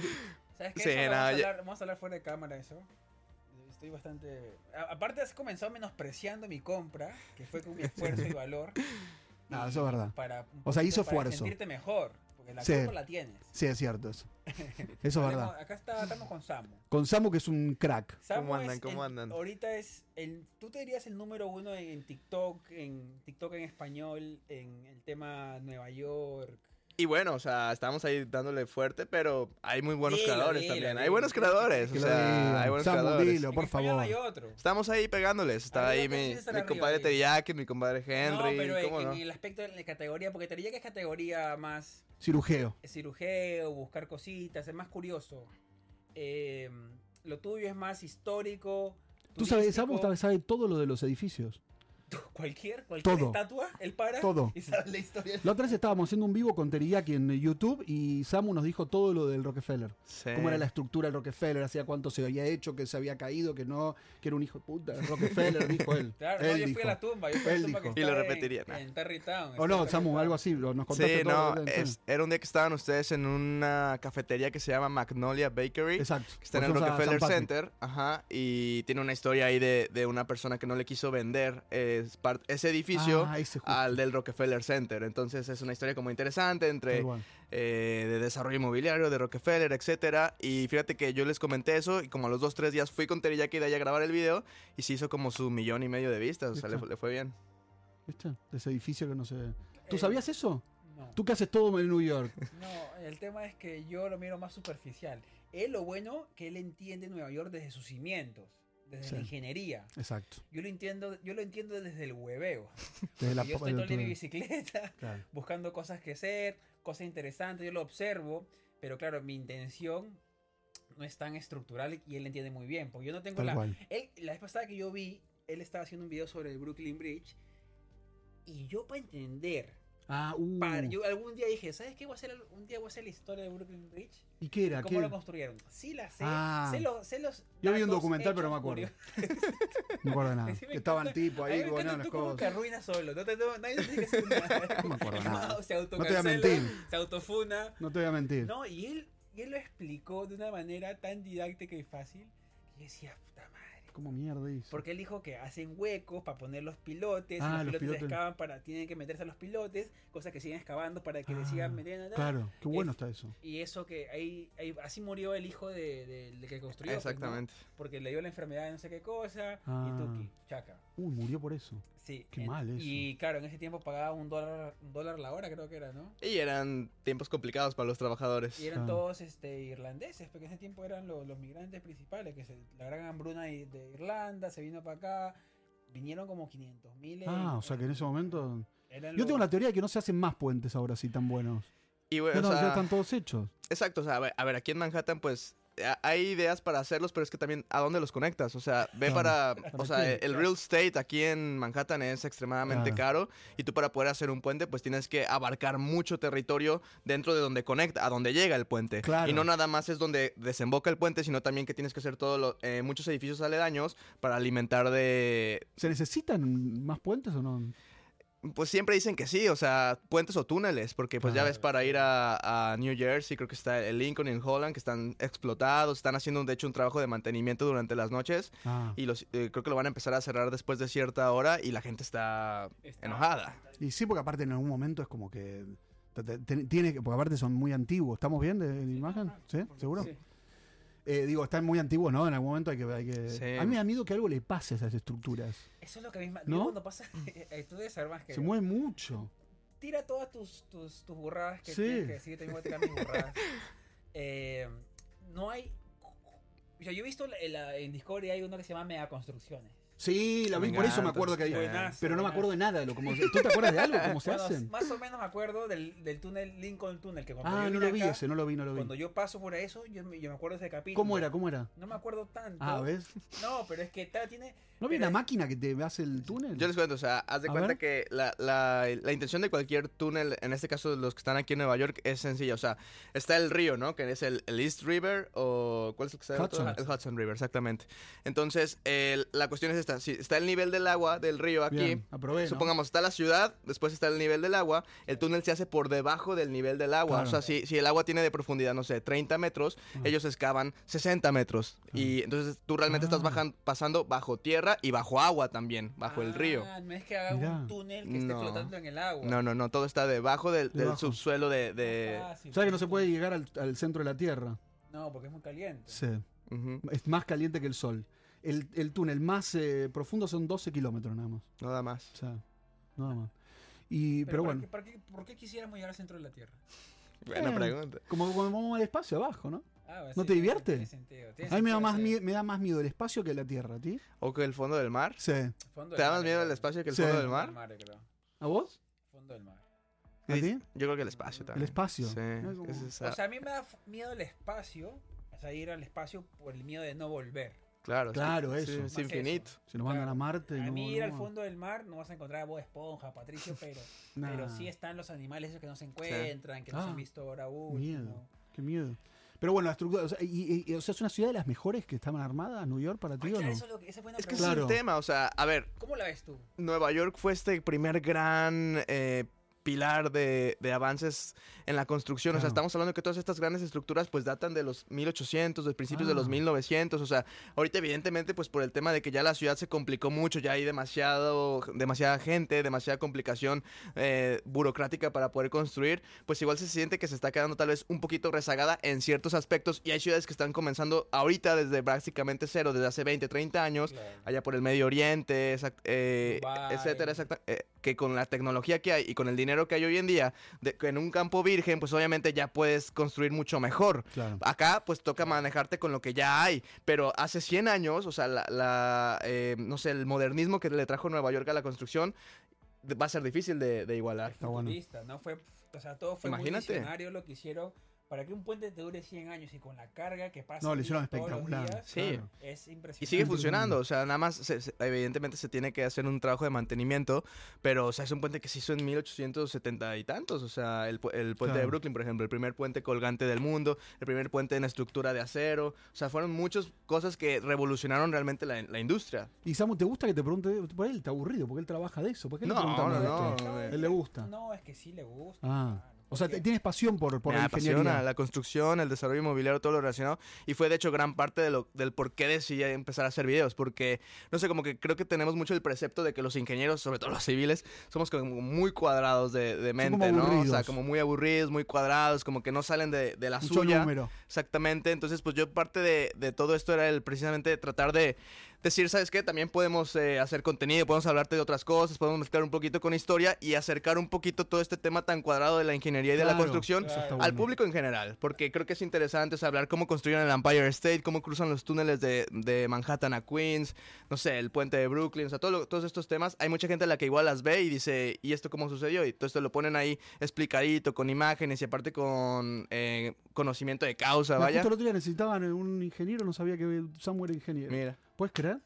Speaker 3: ¿Sabes qué?
Speaker 2: Sí,
Speaker 3: Eso lo
Speaker 2: no,
Speaker 3: vamos, a
Speaker 2: ya-
Speaker 3: hablar, vamos a hablar fuera de cámara de eso. Estoy bastante... a- aparte has comenzado menospreciando mi compra, que fue con mi esfuerzo y valor.
Speaker 1: No,
Speaker 3: y
Speaker 1: eso es verdad.
Speaker 3: Para, un
Speaker 1: O sea, hizo
Speaker 3: poquito para
Speaker 1: esfuerzo.
Speaker 3: sentirte mejor, porque la
Speaker 1: Sí.
Speaker 3: compra la tienes.
Speaker 1: Sí, es cierto eso. Eso es
Speaker 3: Hablemos-
Speaker 1: verdad.
Speaker 3: Acá está, estamos con Samu.
Speaker 1: Con Samu, que es un crack.
Speaker 3: Samu
Speaker 2: ¿Cómo
Speaker 3: es
Speaker 2: andan? ¿Cómo
Speaker 3: el-
Speaker 2: andan?
Speaker 3: Ahorita es el, tú te dirías el número uno en, en TikTok, en TikTok en español, en el tema Nueva York.
Speaker 2: Y bueno, o sea, estamos ahí dándole fuerte, pero hay muy buenos
Speaker 3: Dilo,
Speaker 2: creadores
Speaker 3: dilo,
Speaker 2: también. Hay
Speaker 3: dilo.
Speaker 2: buenos creadores, o
Speaker 1: Que lo
Speaker 2: sea,
Speaker 1: digan.
Speaker 2: hay buenos
Speaker 1: Samu,
Speaker 2: creadores.
Speaker 1: dilo,
Speaker 3: En
Speaker 1: por
Speaker 3: español
Speaker 1: favor.
Speaker 3: Hay otro.
Speaker 2: Estamos ahí pegándoles. Está
Speaker 3: Arriba,
Speaker 2: ahí mi,
Speaker 3: entonces,
Speaker 2: mi
Speaker 3: arriba,
Speaker 2: compadre
Speaker 3: arriba.
Speaker 2: Teriyaki, mi compadre Henry.
Speaker 3: no, pero en,
Speaker 2: ¿cómo
Speaker 3: en
Speaker 2: no?
Speaker 3: el aspecto de la categoría, porque te diría que es categoría más
Speaker 1: Cirujeo.
Speaker 3: cirujeo, buscar cositas, es más curioso. Eh, lo tuyo es más histórico.
Speaker 1: Tú sabes,
Speaker 3: turístico.
Speaker 1: Samu sabe todo lo de los edificios.
Speaker 3: Cualquier, cualquier
Speaker 1: Todo.
Speaker 3: estatua, él para
Speaker 1: Todo.
Speaker 3: y sabe la historia.
Speaker 1: La otra vez estábamos haciendo un vivo con Teriyaki en eh, YouTube y Samu nos dijo todo lo del Rockefeller.
Speaker 2: Sí.
Speaker 1: cómo era la estructura del Rockefeller, hacía cuánto se había hecho, que se había caído, que no, que era un hijo de puta. Rockefeller, dijo él.
Speaker 3: Claro, no,
Speaker 1: Él
Speaker 3: yo
Speaker 1: dijo.
Speaker 3: fui a la tumba, yo fui a
Speaker 1: Él
Speaker 3: la tumba
Speaker 1: dijo.
Speaker 3: que
Speaker 2: Y lo
Speaker 3: está en-
Speaker 2: repetiría, nah.
Speaker 3: En Terry Town. está
Speaker 1: O
Speaker 3: en
Speaker 1: no,
Speaker 3: Terry Town.
Speaker 1: Samu, algo así, lo- nos contaste
Speaker 2: Sí,
Speaker 1: todo
Speaker 2: no,
Speaker 1: lo que-
Speaker 2: es- era un día que estaban ustedes en una cafetería que se llama Magnolia Bakery.
Speaker 1: Exacto.
Speaker 2: Que está en el
Speaker 1: Fuimos a San
Speaker 2: Rockefeller
Speaker 1: Patrick.
Speaker 2: Center, ajá, y tiene una historia ahí de, de una persona que no le quiso vender eh, es par- ese edificio
Speaker 1: Ah, ese justo,
Speaker 2: al del Rockefeller Center. Entonces es una historia como interesante
Speaker 1: tal
Speaker 2: entre
Speaker 1: cual.
Speaker 2: eh, de desarrollo inmobiliario, de Rockefeller, etcétera. Y fíjate que yo les comenté eso y como a los dos, tres días fui con Teriyaki de ahí a grabar el video y se hizo como su millón y medio de vistas, o sea, le,
Speaker 1: Listo.
Speaker 2: le fue bien.
Speaker 1: ¿Viste? De ese edificio que no se ve. ¿Tú
Speaker 3: Eh,
Speaker 1: sabías eso?
Speaker 3: No.
Speaker 1: Tú que haces todo en New York.
Speaker 3: No, el tema es que yo lo miro más superficial. Él lo bueno que él entiende Nueva York desde sus cimientos. desde
Speaker 1: Sí.
Speaker 3: la ingeniería.
Speaker 1: Exacto.
Speaker 3: Yo lo entiendo, yo lo entiendo desde el hueveo.
Speaker 1: Desde la
Speaker 3: yo
Speaker 1: po-
Speaker 3: estoy
Speaker 1: del
Speaker 3: todo el día en mi
Speaker 1: túnel.
Speaker 3: bicicleta,
Speaker 1: Claro.
Speaker 3: buscando cosas que hacer, cosas interesantes, yo lo observo, pero claro, mi intención no es tan estructural y él entiende muy bien, porque yo no tengo
Speaker 1: Tal
Speaker 3: la...
Speaker 1: cual.
Speaker 3: Él, la vez pasada que yo vi, él estaba haciendo un video sobre el Brooklyn Bridge y yo para entender,
Speaker 1: Ah, uh.
Speaker 3: para- yo algún día dije, ¿sabes qué? Voy a hacer, al- un día voy a hacer la historia del Brooklyn Bridge.
Speaker 1: ¿Y qué era?
Speaker 3: ¿Cómo
Speaker 1: ¿Qué?
Speaker 3: lo construyeron? Sí la sé,
Speaker 1: Ah.
Speaker 3: sé, lo- sé los
Speaker 1: Yo vi un
Speaker 3: datos,
Speaker 1: documental, pero no
Speaker 3: hechos,
Speaker 1: me acuerdo.
Speaker 3: curiosos.
Speaker 1: No recuerdo nada.
Speaker 3: Sí, me
Speaker 1: Estaban
Speaker 3: encanta.
Speaker 1: tipo
Speaker 3: A mí
Speaker 1: ahí
Speaker 3: me
Speaker 1: con
Speaker 3: encanta
Speaker 1: las
Speaker 3: tú como te
Speaker 1: cosas.
Speaker 3: arruinas solo. No te, no, nadie te tiene que hacer nada.
Speaker 1: No me acuerdo nada.
Speaker 3: Se
Speaker 1: No te voy a
Speaker 3: autocancela,
Speaker 1: mentir.
Speaker 3: se autofuna.
Speaker 1: No te voy a mentir.
Speaker 3: No, y él, y él lo explicó de una manera tan didáctica y fácil que yo decía, puta madre.
Speaker 1: ¿Cómo mierda hizo?
Speaker 3: Porque él dijo que hacen huecos para poner los pilotes, y
Speaker 1: Ah,
Speaker 3: los,
Speaker 1: los
Speaker 3: pilotes,
Speaker 1: pilotes.
Speaker 3: excavan para, tienen que meterse a los pilotes, cosa que siguen excavando para que le
Speaker 1: Ah,
Speaker 3: sigan metiendo.
Speaker 1: Claro, qué bueno
Speaker 3: Es-
Speaker 1: está eso.
Speaker 3: Y eso que ahí, ahí- así murió el hijo de, de- del que construyó. pues, ¿no?
Speaker 2: Exactamente.
Speaker 3: Porque le dio la enfermedad de no sé qué cosa.
Speaker 1: Ah.
Speaker 3: Y Tuki, chaca.
Speaker 1: Uy, murió por eso.
Speaker 3: Sí.
Speaker 1: Qué mal eso.
Speaker 3: Y claro, en ese tiempo pagaba un dólar, un dólar la hora, creo que era, ¿no?
Speaker 2: Y eran tiempos complicados para los trabajadores.
Speaker 3: Y eran
Speaker 1: Ah.
Speaker 3: todos este, irlandeses, porque en ese tiempo eran lo- los migrantes principales, que se, la gran hambruna de, de Irlanda se vino para acá. Vinieron como 500 mil.
Speaker 1: Ah, o sea que en ese momento. Yo tengo la teoría de que no se hacen más puentes ahora sí tan buenos.
Speaker 2: Y bueno,
Speaker 1: No, no,
Speaker 2: o sea,
Speaker 1: ya están todos hechos.
Speaker 2: Exacto, o sea, a ver, a ver, aquí en Manhattan, pues a- hay ideas para hacerlos, pero es que también, ¿a dónde los conectas? O sea, ve
Speaker 1: Claro,
Speaker 2: para.
Speaker 1: ¿para
Speaker 2: O sea,
Speaker 1: qué?
Speaker 2: el real estate aquí en Manhattan es extremadamente caro y tú para poder hacer un puente, pues tienes que abarcar mucho territorio dentro de donde conecta, a donde llega el puente.
Speaker 1: Claro.
Speaker 2: Y no nada más es donde desemboca el puente, sino también que tienes que hacer todo lo- eh, muchos edificios aledaños para alimentar de,
Speaker 1: ¿Se necesitan más puentes o no?
Speaker 2: pues siempre dicen que sí, o sea, puentes o túneles, porque pues ya
Speaker 1: Claro.
Speaker 2: ves para ir a, a New Jersey, creo que está el Lincoln y el Holland, que están explotados, están haciendo de hecho un trabajo de mantenimiento durante las noches
Speaker 1: Ah.
Speaker 2: y los, eh, creo que lo van a empezar a cerrar después de cierta hora y la gente está enojada.
Speaker 1: Y sí, porque aparte en algún momento es como que. te- te- te- Tiene que, porque aparte son muy antiguos. ¿Estamos bien de, de imagen? ¿Sí? ¿Seguro? Eh, digo, están muy antiguos, ¿no? En algún momento hay que. hay que-
Speaker 2: Sí.
Speaker 1: A mí me da miedo que algo le pase a esas estructuras.
Speaker 3: Eso es lo que a mí me-
Speaker 1: ¿No?
Speaker 3: yo cuando pasa. eh, tú debes saber más que.
Speaker 1: Se
Speaker 3: yo.
Speaker 1: mueve mucho.
Speaker 3: Tira todas tus, tus, tus burradas que
Speaker 1: Sí.
Speaker 3: tienes que decir. También voy a tirar mis burradas. Eh, no hay. O sea, yo he visto la- en, la- en Discord y hay uno que se llama Mega Construcciones.
Speaker 1: Sí, la vi,
Speaker 2: Me
Speaker 1: por eso me
Speaker 2: encanta.
Speaker 1: acuerdo que hay.
Speaker 3: Buenazo,
Speaker 1: Pero no me
Speaker 3: buenazo.
Speaker 1: acuerdo de nada de lo como. ¿Tú te acuerdas de algo? ¿Cómo se
Speaker 3: Bueno,
Speaker 1: hacen?
Speaker 3: Más o menos me acuerdo del, del túnel Lincoln Tunnel. Que cuando
Speaker 1: Ah, no
Speaker 3: yo vine
Speaker 1: lo vi
Speaker 3: acá,
Speaker 1: ese, no lo vi, no lo
Speaker 3: Cuando
Speaker 1: vi.
Speaker 3: yo paso por eso, yo me, yo me acuerdo de ese capítulo.
Speaker 1: ¿Cómo era? ¿Cómo era?
Speaker 3: No me acuerdo tanto.
Speaker 1: Ah, ¿ves?
Speaker 3: No, pero es que ta- tiene.
Speaker 1: ¿No había
Speaker 3: Pero-
Speaker 1: una máquina que te hace el túnel?
Speaker 2: Yo les cuento, o sea, haz de
Speaker 1: A
Speaker 2: cuenta
Speaker 1: ver.
Speaker 2: que la, la- la intención de cualquier túnel, en este caso de los que están aquí en Nueva York, es sencilla. O sea, está el río, ¿no? Que es el, el East River o... ¿Cuál es el que está el otro?
Speaker 1: Hudson.
Speaker 2: El Hudson River, exactamente. Entonces, el- la cuestión es esta. Si está el nivel del agua del río aquí,
Speaker 1: Bien, aprobé, ¿no?
Speaker 2: supongamos, está la ciudad, después está el nivel del agua, el túnel se hace por debajo del nivel del agua.
Speaker 1: Claro.
Speaker 2: O sea, si, si el agua tiene de profundidad, no sé, 30 metros,
Speaker 1: Ah.
Speaker 2: ellos excavan 60 metros. Y entonces tú realmente estás
Speaker 1: Ah.
Speaker 2: bajan- pasando bajo tierra y bajo agua también, bajo el río.
Speaker 3: Ah, no es que haga
Speaker 1: Mirá.
Speaker 3: un túnel que esté
Speaker 2: No.
Speaker 3: flotando en el agua.
Speaker 2: No, no, no, todo está debajo del, del
Speaker 1: Debajo.
Speaker 2: subsuelo de... de-
Speaker 3: Ah, sí,
Speaker 1: ¿Sabes que no se
Speaker 3: justo.
Speaker 1: puede llegar al, al centro de la Tierra?
Speaker 3: No, porque es muy caliente.
Speaker 1: Sí.
Speaker 2: Ujú,
Speaker 1: Es más caliente que el Sol. El, el túnel más eh, profundo son 12 kilómetros nada más.
Speaker 2: nada más.
Speaker 1: O sea, nada más. Y, pero,
Speaker 3: ¿para
Speaker 1: bueno,
Speaker 3: qué- para qué- ¿Por qué quisiéramos llegar al centro de la Tierra?
Speaker 2: Buena
Speaker 1: Eh,
Speaker 2: pregunta.
Speaker 1: como cuando vamos al espacio abajo, ¿no?
Speaker 3: Ah,
Speaker 1: ¿No
Speaker 3: sí,
Speaker 1: te divierte?
Speaker 3: Tiene sentido. tiene
Speaker 1: A mí me da,
Speaker 3: sentido
Speaker 1: más
Speaker 3: ese-
Speaker 1: mie- me da más miedo el espacio que la Tierra, ¿a ti?
Speaker 2: ¿O que el fondo del mar?
Speaker 1: Sí.
Speaker 3: fondo
Speaker 2: ¿Te
Speaker 3: del
Speaker 2: da
Speaker 3: mar,
Speaker 2: más miedo
Speaker 3: yo
Speaker 2: el
Speaker 3: creo.
Speaker 2: espacio que el
Speaker 1: Sí.
Speaker 2: fondo del
Speaker 3: Fondo del
Speaker 2: mar?
Speaker 3: mar, yo creo.
Speaker 1: ¿A vos?
Speaker 3: Fondo del mar.
Speaker 1: ¿A ti?
Speaker 2: Yo creo que el espacio también.
Speaker 1: El espacio.
Speaker 2: Sí.
Speaker 1: Es como-
Speaker 2: es esa-
Speaker 3: O sea, a mí me da f- miedo el espacio, o sea, ir al espacio por el miedo de no volver.
Speaker 2: claro, es que-
Speaker 1: Claro,
Speaker 2: sí,
Speaker 1: eso.
Speaker 2: Es
Speaker 3: Más
Speaker 2: infinito.
Speaker 3: eso.
Speaker 1: Si nos mandan
Speaker 3: Claro.
Speaker 1: a Marte.
Speaker 3: a
Speaker 1: no-
Speaker 3: mí ir al
Speaker 1: no-
Speaker 3: fondo del mar no vas a encontrar a Bob Esponja, Patricio, pero,
Speaker 1: nah,
Speaker 3: pero sí están los animales esos que no se encuentran, que no se
Speaker 1: Ah,
Speaker 3: han visto ahora
Speaker 1: miedo.
Speaker 3: último.
Speaker 1: Qué miedo. Pero bueno, la estructura. O sea, y- y- y- o sea, ¿es una ciudad de las mejores que estaban armadas, New York, para ti
Speaker 3: Ay,
Speaker 1: o
Speaker 3: claro,
Speaker 1: no?
Speaker 3: eso es lo que- esa es buena
Speaker 2: Es que
Speaker 3: pregunta.
Speaker 1: Claro.
Speaker 2: es un tema, o sea, a ver,
Speaker 3: ¿Cómo la ves tú?
Speaker 2: Nueva York fue este primer gran eh, pilar de, de avances en la construcción. O sea,
Speaker 1: Claro.
Speaker 2: estamos hablando que todas estas grandes estructuras pues datan de los 1800, de principios de los
Speaker 1: Ah.
Speaker 2: 1900. O sea, ahorita evidentemente pues por el tema de que ya la ciudad se complicó mucho, ya hay demasiado, demasiada gente, demasiada complicación eh, burocrática para poder construir, pues igual se siente que se está quedando tal vez un poquito rezagada en ciertos aspectos. Y hay ciudades que están comenzando ahorita desde prácticamente cero, desde hace 20, 30
Speaker 1: Pues,
Speaker 2: años
Speaker 3: Claro.
Speaker 2: allá por el Medio Oriente, exact- eh,
Speaker 3: Dubái.
Speaker 2: etcétera, exacta- eh, que con la tecnología que hay y con el dinero dinero que hay hoy en día, de- en un campo virgen, pues obviamente ya puedes construir mucho mejor.
Speaker 1: Claro.
Speaker 2: Acá, pues toca manejarte con lo que ya hay. Pero hace 100 años, o sea, la, la, eh, no sé, el modernismo que le trajo Nueva York a la construcción de- va a ser difícil de, de igualar.
Speaker 1: Está bueno.
Speaker 4: futurista, ¿no? Fue, o sea, todo fue
Speaker 2: Imagínate.
Speaker 4: muy visionario lo que hicieron para que un puente te dure 100 años y con la carga que pasa
Speaker 1: No, lo
Speaker 4: hoy
Speaker 1: hicieron
Speaker 4: todos los
Speaker 1: espectacular.
Speaker 4: días,
Speaker 2: Sí.
Speaker 1: claro.
Speaker 4: es impresionante.
Speaker 2: Y sigue funcionando, o sea, nada más, se- se- evidentemente se tiene que hacer un trabajo de mantenimiento, pero, o sea, es un puente que se hizo en 1870 y tantos, o sea, el, pu- el puente de
Speaker 1: Claro.
Speaker 2: Brooklyn, por ejemplo, el primer puente colgante del mundo, el primer puente en estructura de acero, o sea, fueron muchas cosas que revolucionaron realmente la, la industria.
Speaker 1: Y Samu, ¿te gusta que te pregunte por él? Está aburrido porque él trabaja de eso. ¿Por qué le
Speaker 2: No,
Speaker 1: preguntamos
Speaker 2: no,
Speaker 1: de
Speaker 2: no,
Speaker 1: esto?
Speaker 2: no,
Speaker 1: Él le gusta.
Speaker 4: No, es que sí le gusta.
Speaker 1: Ah.
Speaker 4: mano,
Speaker 1: O sea,
Speaker 4: porque-
Speaker 1: t- tienes pasión por, por
Speaker 2: Me
Speaker 1: la
Speaker 2: apasiona
Speaker 1: ingeniería.
Speaker 2: la construcción, el desarrollo inmobiliario, todo lo relacionado. Y fue de hecho gran parte de lo, del por qué decidí empezar a hacer videos. Porque, no sé, como que creo que tenemos mucho el precepto de que los ingenieros, sobre todo los civiles, somos como muy cuadrados de, de
Speaker 1: como
Speaker 2: mente, ¿no? O sea,
Speaker 1: aburridos.
Speaker 2: como muy aburridos, muy cuadrados, como que no salen de, de la
Speaker 1: Mucho
Speaker 2: suya.
Speaker 1: número.
Speaker 2: Exactamente. Entonces, pues yo parte de, de todo esto era el precisamente tratar de decir, ¿sabes qué? También podemos eh, hacer contenido, podemos hablarte de otras cosas, podemos mezclar un poquito con historia y acercar un poquito todo este tema tan cuadrado de la ingeniería y de la
Speaker 1: Claro,
Speaker 2: construcción
Speaker 1: eso está
Speaker 4: al
Speaker 2: al
Speaker 1: bueno.
Speaker 2: público en general, porque creo que es interesante o sea, hablar cómo construyeron el Empire State, cómo cruzan los túneles de, de Manhattan a Queens, no sé, el puente de Brooklyn, o sea, todo lo- todos estos temas. Hay mucha gente a la que igual las ve y dice, ¿y esto cómo sucedió? Y todo esto lo ponen ahí explicadito, con imágenes y aparte con eh, conocimiento de causa,
Speaker 1: Pero
Speaker 2: vaya.
Speaker 1: Justo el otro día necesitaban un ingeniero, no sabía que Samu era ingeniero.
Speaker 2: Mira,
Speaker 1: ¿Puedes creer?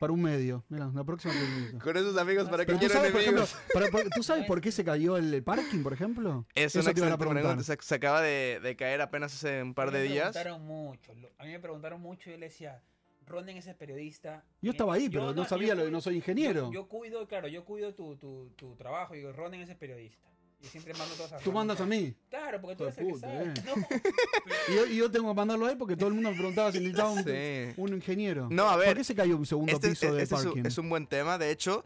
Speaker 1: Para un medio. Mira, la próxima te invito.
Speaker 2: con esos amigos, ¿para qué
Speaker 1: Pero tú
Speaker 2: quiero
Speaker 1: sabes, por ejemplo,
Speaker 2: enemigos?
Speaker 1: para- por- ¿tú sabes por qué se cayó el parking, por ejemplo?
Speaker 2: Es
Speaker 1: Eso te
Speaker 2: una
Speaker 1: iban a
Speaker 2: excelente pregunta,
Speaker 1: preguntar.
Speaker 2: se, se acaba de, de caer apenas hace un par
Speaker 4: A
Speaker 2: de
Speaker 4: mí me
Speaker 2: días.
Speaker 4: preguntaron mucho. lo- A mí me preguntaron mucho y yo le decía, Ronen ese periodista.
Speaker 1: Yo
Speaker 4: me-
Speaker 1: estaba ahí,
Speaker 4: yo
Speaker 1: pero no sabía
Speaker 4: yo
Speaker 1: lo de
Speaker 4: cu-
Speaker 1: no soy
Speaker 4: yo-
Speaker 1: ingeniero.
Speaker 4: Yo, cuido, claro, yo cuido tu, tu, tu trabajo. Y digo, Ronen ese periodista. Y siempre mando todas a
Speaker 1: Tú
Speaker 4: Ronen,
Speaker 1: mandas a
Speaker 4: claro.
Speaker 1: mí.
Speaker 4: Claro, porque tú
Speaker 1: Hijo
Speaker 4: eres
Speaker 1: de
Speaker 4: el que
Speaker 1: puta,
Speaker 4: sabe.
Speaker 1: eh.
Speaker 4: No,
Speaker 1: Y yo, y yo tengo que mandarlo a él porque todo el mundo me preguntaba si necesitaba un,
Speaker 2: Sí.
Speaker 1: un ingeniero.
Speaker 2: No, a ver,
Speaker 1: ¿Por qué se cayó un segundo
Speaker 2: Este,
Speaker 1: piso de
Speaker 2: este es, un-
Speaker 1: parking?
Speaker 2: es un buen tema, de hecho.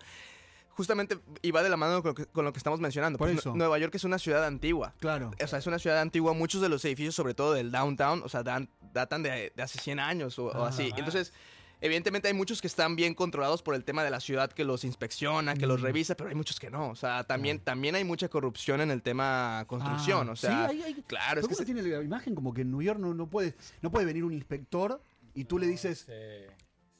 Speaker 2: Justamente, y va de la mano con lo que, con lo que estamos mencionando.
Speaker 1: Por
Speaker 2: Pues,
Speaker 1: eso.
Speaker 2: Nue- Nueva York es una ciudad antigua.
Speaker 1: Claro.
Speaker 2: O sea, es una ciudad antigua. Muchos de los edificios, sobre todo del downtown, o sea, dan- datan de, de hace 100 años o, o
Speaker 1: Ah.
Speaker 2: así.
Speaker 4: Más.
Speaker 2: Entonces, evidentemente hay muchos que están bien controlados por el tema de la ciudad, que los inspecciona, que los
Speaker 1: Mm.
Speaker 2: revisa, pero hay muchos que no. O sea, también,
Speaker 1: Ah.
Speaker 2: también hay mucha corrupción en el tema construcción.
Speaker 1: Ah,
Speaker 2: o sea,
Speaker 1: sí, hay- hay-
Speaker 2: claro, es
Speaker 1: Pero
Speaker 2: que
Speaker 1: ¿cómo
Speaker 2: se-
Speaker 1: tiene la imagen como que en New York no, no, puede, no puede venir un inspector y tú le dices,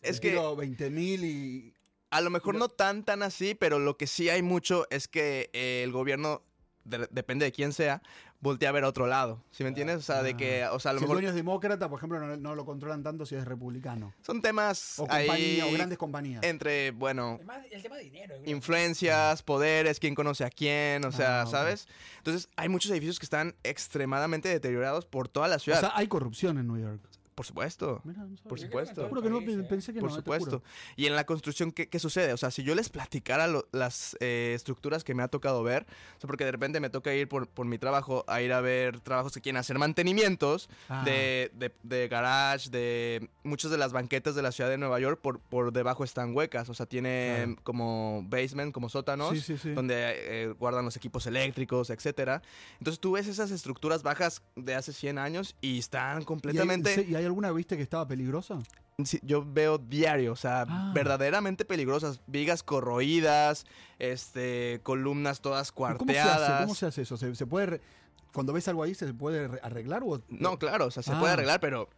Speaker 2: Es
Speaker 1: "Te
Speaker 2: que-
Speaker 1: tiro 20 mil y...
Speaker 2: A lo mejor
Speaker 1: Yo-
Speaker 2: no tan tan así, pero lo que sí hay mucho es que eh, el gobierno, de- depende de quién sea, voltea a ver a otro lado. ¿Sí me entiendes? O sea, de que, o sea, a
Speaker 1: Ah.
Speaker 2: lo
Speaker 1: si el
Speaker 2: mejor
Speaker 1: dueño es demócrata, por ejemplo, no, no lo controlan tanto si es republicano.
Speaker 2: son temas
Speaker 1: O
Speaker 2: ahí
Speaker 1: compañía, o grandes compañías.
Speaker 2: entre, bueno,
Speaker 4: Además, el tema de dinero. yo creo.
Speaker 2: influencias, poderes, quién conoce a quién, o sea,
Speaker 1: Ah, ok.
Speaker 2: ¿sabes? Entonces, hay muchos edificios que están extremadamente deteriorados por toda la
Speaker 1: O
Speaker 2: ciudad.
Speaker 1: sea, hay corrupción en New York.
Speaker 2: por supuesto.
Speaker 1: Mirá,
Speaker 4: Yo
Speaker 1: no sabía.
Speaker 2: Por
Speaker 4: creo que en todo
Speaker 2: supuesto.
Speaker 1: Te
Speaker 4: el
Speaker 1: juro que no
Speaker 4: país,
Speaker 1: pe-
Speaker 4: ¿eh?
Speaker 1: pensé que
Speaker 2: Por
Speaker 1: no. te
Speaker 2: supuesto.
Speaker 1: juro.
Speaker 2: Y en la construcción, ¿qué, qué sucede? O sea, si yo les platicara lo- las eh, estructuras que me ha tocado ver, o sea, porque de repente me toca ir por, por mi trabajo a ir a ver trabajos que quieren hacer mantenimientos
Speaker 1: Ah,
Speaker 2: de, de- de garage, de muchas de las banquetas de la ciudad de Nueva York, por, por debajo están huecas. O sea, tiene
Speaker 1: Claro.
Speaker 2: em, como basement, como sótanos
Speaker 1: sí, sí, sí.
Speaker 2: donde eh, guardan los equipos eléctricos, etcétera. Entonces tú ves esas estructuras bajas de hace 100 años y están
Speaker 1: ¿Y hay-
Speaker 2: completamente
Speaker 1: se- ¿Y hay alguna viste que estaba peligrosa?
Speaker 2: sí, yo veo diario, o sea,
Speaker 1: Ah.
Speaker 2: verdaderamente peligrosas, vigas corroídas, este, columnas todas
Speaker 1: ¿Y ¿Cómo se hace?
Speaker 2: cuarteadas.
Speaker 1: ¿Cómo se hace eso? ¿Se, se puede re- cuando ves algo ahí se puede re- arreglar o
Speaker 2: No, claro, o sea, se
Speaker 1: Ah.
Speaker 2: puede arreglar, pero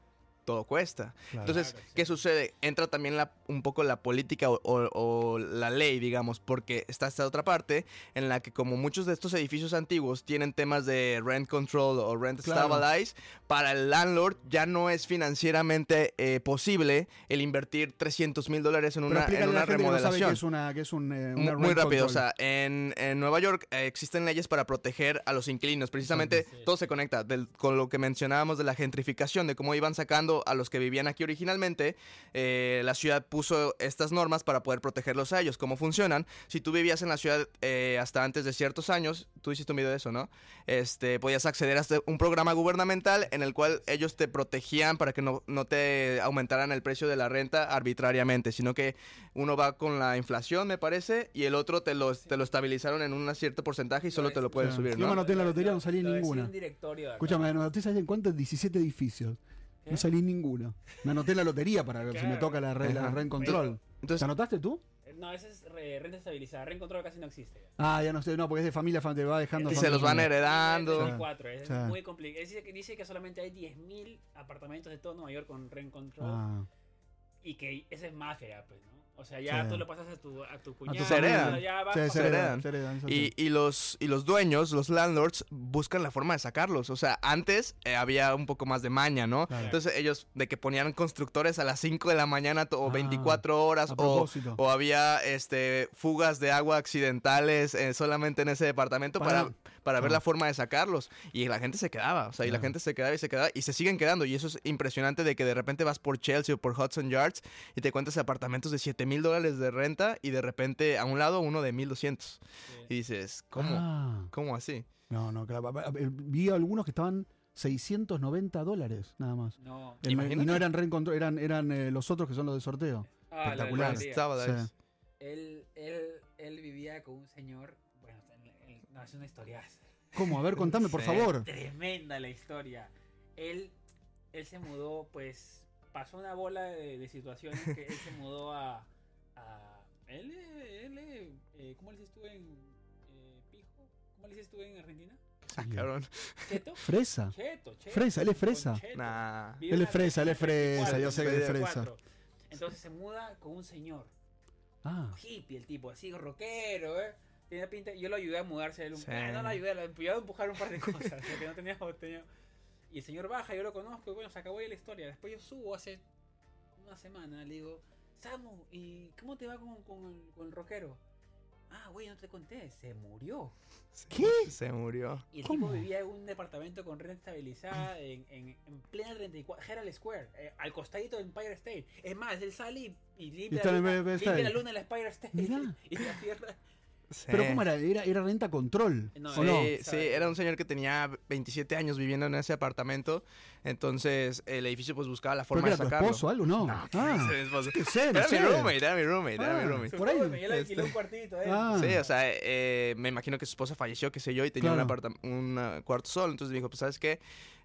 Speaker 2: todo cuesta.
Speaker 1: Claro.
Speaker 2: Entonces,
Speaker 4: Claro, sí.
Speaker 2: ¿qué sucede? Entra también la- un poco la política o, o- o la ley, digamos, porque está esta otra parte en la que como muchos de estos edificios antiguos tienen temas de rent control o rent
Speaker 1: Claro.
Speaker 2: stabilize, para el landlord ya no es financieramente eh, posible el invertir 300 mil dólares en
Speaker 1: Pero
Speaker 2: una,
Speaker 1: explícale
Speaker 2: en
Speaker 1: a la
Speaker 2: una
Speaker 1: gente que no sabe
Speaker 2: remodelación.
Speaker 1: que es una que es un eh,
Speaker 2: Mu-
Speaker 1: una
Speaker 2: Muy
Speaker 1: rent
Speaker 2: rápido, o
Speaker 1: control.
Speaker 2: sea, en, en Nueva York eh, existen leyes para proteger a los inquilinos. Precisamente
Speaker 4: Exacto. Sí,
Speaker 2: todo
Speaker 4: sí.
Speaker 2: se conecta del- con lo que mencionábamos de la gentrificación, de cómo iban sacando a los que vivían aquí originalmente. Eh, la ciudad puso estas normas para poder protegerlos a ellos. ¿Cómo funcionan? Si tú vivías en la ciudad eh, hasta antes de ciertos años, tú hiciste un video de eso, ¿no? Este, podías acceder a un programa gubernamental en el cual ellos te protegían para que no, no te aumentaran el precio de la renta arbitrariamente, sino que uno va con la inflación, me parece, y el otro te lo, te lo estabilizaron en un cierto porcentaje y solo te lo pueden
Speaker 1: Sí.
Speaker 2: subir,
Speaker 1: Yo me
Speaker 2: ¿no?
Speaker 1: anoté en la lotería, no salí en
Speaker 4: Lo decía
Speaker 1: ninguna.
Speaker 4: un directorio de acá.
Speaker 1: Escúchame, no, ¿ustedes saben cuántos? 17 edificios. No
Speaker 4: ¿Qué?
Speaker 1: salí en ninguno. Me anoté en la lotería para ver si me
Speaker 4: Claro.
Speaker 1: toca la, re- la
Speaker 2: Ajá.
Speaker 1: rent control. ¿Te
Speaker 2: Entonces,
Speaker 1: anotaste tú?
Speaker 4: Eh,
Speaker 3: No, ese es re- renta estabilizada. Reencontrado casi no existe. ya.
Speaker 1: Ah, ya no sé, no, porque es de familia, fam- te va dejando.
Speaker 2: Y
Speaker 3: Los
Speaker 2: se los van
Speaker 1: familia.
Speaker 3: Es
Speaker 2: heredando.
Speaker 3: 24, es
Speaker 1: Claro.
Speaker 3: muy complicado. Dice que, dice que solamente hay 10.000 apartamentos de todo Nueva York con reencontró.
Speaker 1: Ah,
Speaker 3: Y que esa es mafia, ya, pues, ¿no? O sea, ya
Speaker 1: Sí.
Speaker 3: tú lo pasas a tu, a tu
Speaker 1: a
Speaker 3: cuñado.
Speaker 1: tu
Speaker 2: Se heredan.
Speaker 3: ya- Ya va
Speaker 1: Sí,
Speaker 3: pasando.
Speaker 1: se heredan.
Speaker 2: heredan.
Speaker 1: se heredan, eso
Speaker 2: Y,
Speaker 1: sí.
Speaker 2: y los, y los dueños, los landlords, buscan la forma de sacarlos. O sea, antes eh, había un poco más de maña, ¿no?
Speaker 1: Claro.
Speaker 2: Entonces ellos, de que ponían constructores a las 5 de la mañana to- o
Speaker 1: Ah,
Speaker 2: 24 horas,
Speaker 1: A
Speaker 2: o,
Speaker 1: propósito.
Speaker 2: o había este fugas de agua accidentales eh, solamente en ese departamento para,
Speaker 1: Para-
Speaker 2: para ver
Speaker 1: Ah.
Speaker 2: la forma de sacarlos. Y la gente se quedaba, o sea, y la
Speaker 1: Claro.
Speaker 2: gente se quedaba y se quedaba, y se siguen quedando. Y eso es impresionante de que de repente vas por Chelsea o por Hudson Yards y te cuentas apartamentos de 7 mil dólares de renta y de repente a un lado uno de 1200. Y
Speaker 3: Sí.
Speaker 2: dices, ¿cómo?
Speaker 1: Ah,
Speaker 2: ¿Cómo así?
Speaker 1: no, no, claro. pa- pa- Vi algunos que estaban 690 dólares, nada más.
Speaker 3: No.
Speaker 1: El- y
Speaker 2: Imagínate.
Speaker 1: no eran reencontro, eran, eran eh, los otros que son los de sorteo.
Speaker 3: Ah, la
Speaker 1: Espectacular.
Speaker 3: alcaldía.
Speaker 2: Sábado
Speaker 1: Sí.
Speaker 2: es.
Speaker 3: Él, él, él vivía con un señor. Bueno, él- él- no, es una historia
Speaker 1: ¿Cómo? A ver, contame, por
Speaker 2: Sí.
Speaker 1: favor.
Speaker 3: Tremenda la historia. Él, él se mudó, pues pasó una bola de, de situaciones que él se mudó a. a- él, eh, él, eh, eh, ¿Cómo le dices tú en eh, Pijo? ¿Cómo le dices tú en Argentina?
Speaker 2: Ah, cabrón.
Speaker 3: ¿Cheto?
Speaker 1: Fresa.
Speaker 3: Cheto, cheto.
Speaker 1: Fresa, él es
Speaker 3: con
Speaker 1: fresa.
Speaker 3: cheto.
Speaker 2: Nah.
Speaker 3: Vive
Speaker 1: Él es
Speaker 3: en
Speaker 1: fresa, él es
Speaker 3: Argentina,
Speaker 1: fresa,
Speaker 2: yo sé que es
Speaker 3: 34. Entonces se muda con un señor.
Speaker 1: Ah,
Speaker 3: hippie el tipo, así rockero, ¿eh? Tenía pinta, yo lo ayudé a mudarse, él un-
Speaker 2: Sí.
Speaker 3: Ah, no lo ayudé, lo ayudé a empujar un par de cosas, porque no tenía, tenía- Y el señor baja, yo lo conozco, y bueno, se acabó ahí la historia. Después yo subo hace una semana, le digo, Samu, ¿y cómo te va con, con, el- con el rockero? Ah, güey, no te conté, se murió.
Speaker 1: ¿Qué?
Speaker 2: Se murió.
Speaker 3: Y el
Speaker 1: ¿Cómo?
Speaker 3: tipo vivía en un departamento con renta estabilizada en, en, en plena 34, Herald Square, eh, al costadito de Empire State. Es más, él sale y, y limpia,
Speaker 1: está
Speaker 3: la
Speaker 1: en
Speaker 3: luna,
Speaker 1: Empire
Speaker 3: limpia
Speaker 1: State.
Speaker 3: la luna en la Empire State
Speaker 1: Mirá.
Speaker 3: y la tierra.
Speaker 1: Pero
Speaker 2: Sí. eh,
Speaker 1: ¿cómo era? Era, era renta control.
Speaker 3: No,
Speaker 1: ¿o
Speaker 2: Sí,
Speaker 1: no?
Speaker 3: ¿sabes?
Speaker 2: sí, era un señor que tenía 27 años viviendo en ese apartamento. Entonces el edificio pues buscaba la
Speaker 1: ¿Pero
Speaker 2: forma
Speaker 1: que
Speaker 2: de
Speaker 1: era tu
Speaker 2: sacarlo.
Speaker 1: esposo o algo? No.
Speaker 2: No, ¿qué
Speaker 1: ah,
Speaker 2: dice mi esposo?
Speaker 1: qué sé, no
Speaker 2: Era mi
Speaker 1: sé.
Speaker 2: roommate, era mi roommate, era mi
Speaker 1: Ah.
Speaker 2: roommate.
Speaker 1: Por ahí,
Speaker 3: Supongo que él alquiló un cuartito, ¿eh?
Speaker 1: Ah.
Speaker 2: Sí, o sea, eh, eh, me imagino que su esposa falleció, qué sé yo, y tenía un,
Speaker 1: Claro.
Speaker 2: apartam- un ah, cuarto solo. Entonces dijo, pues, ¿sabes qué?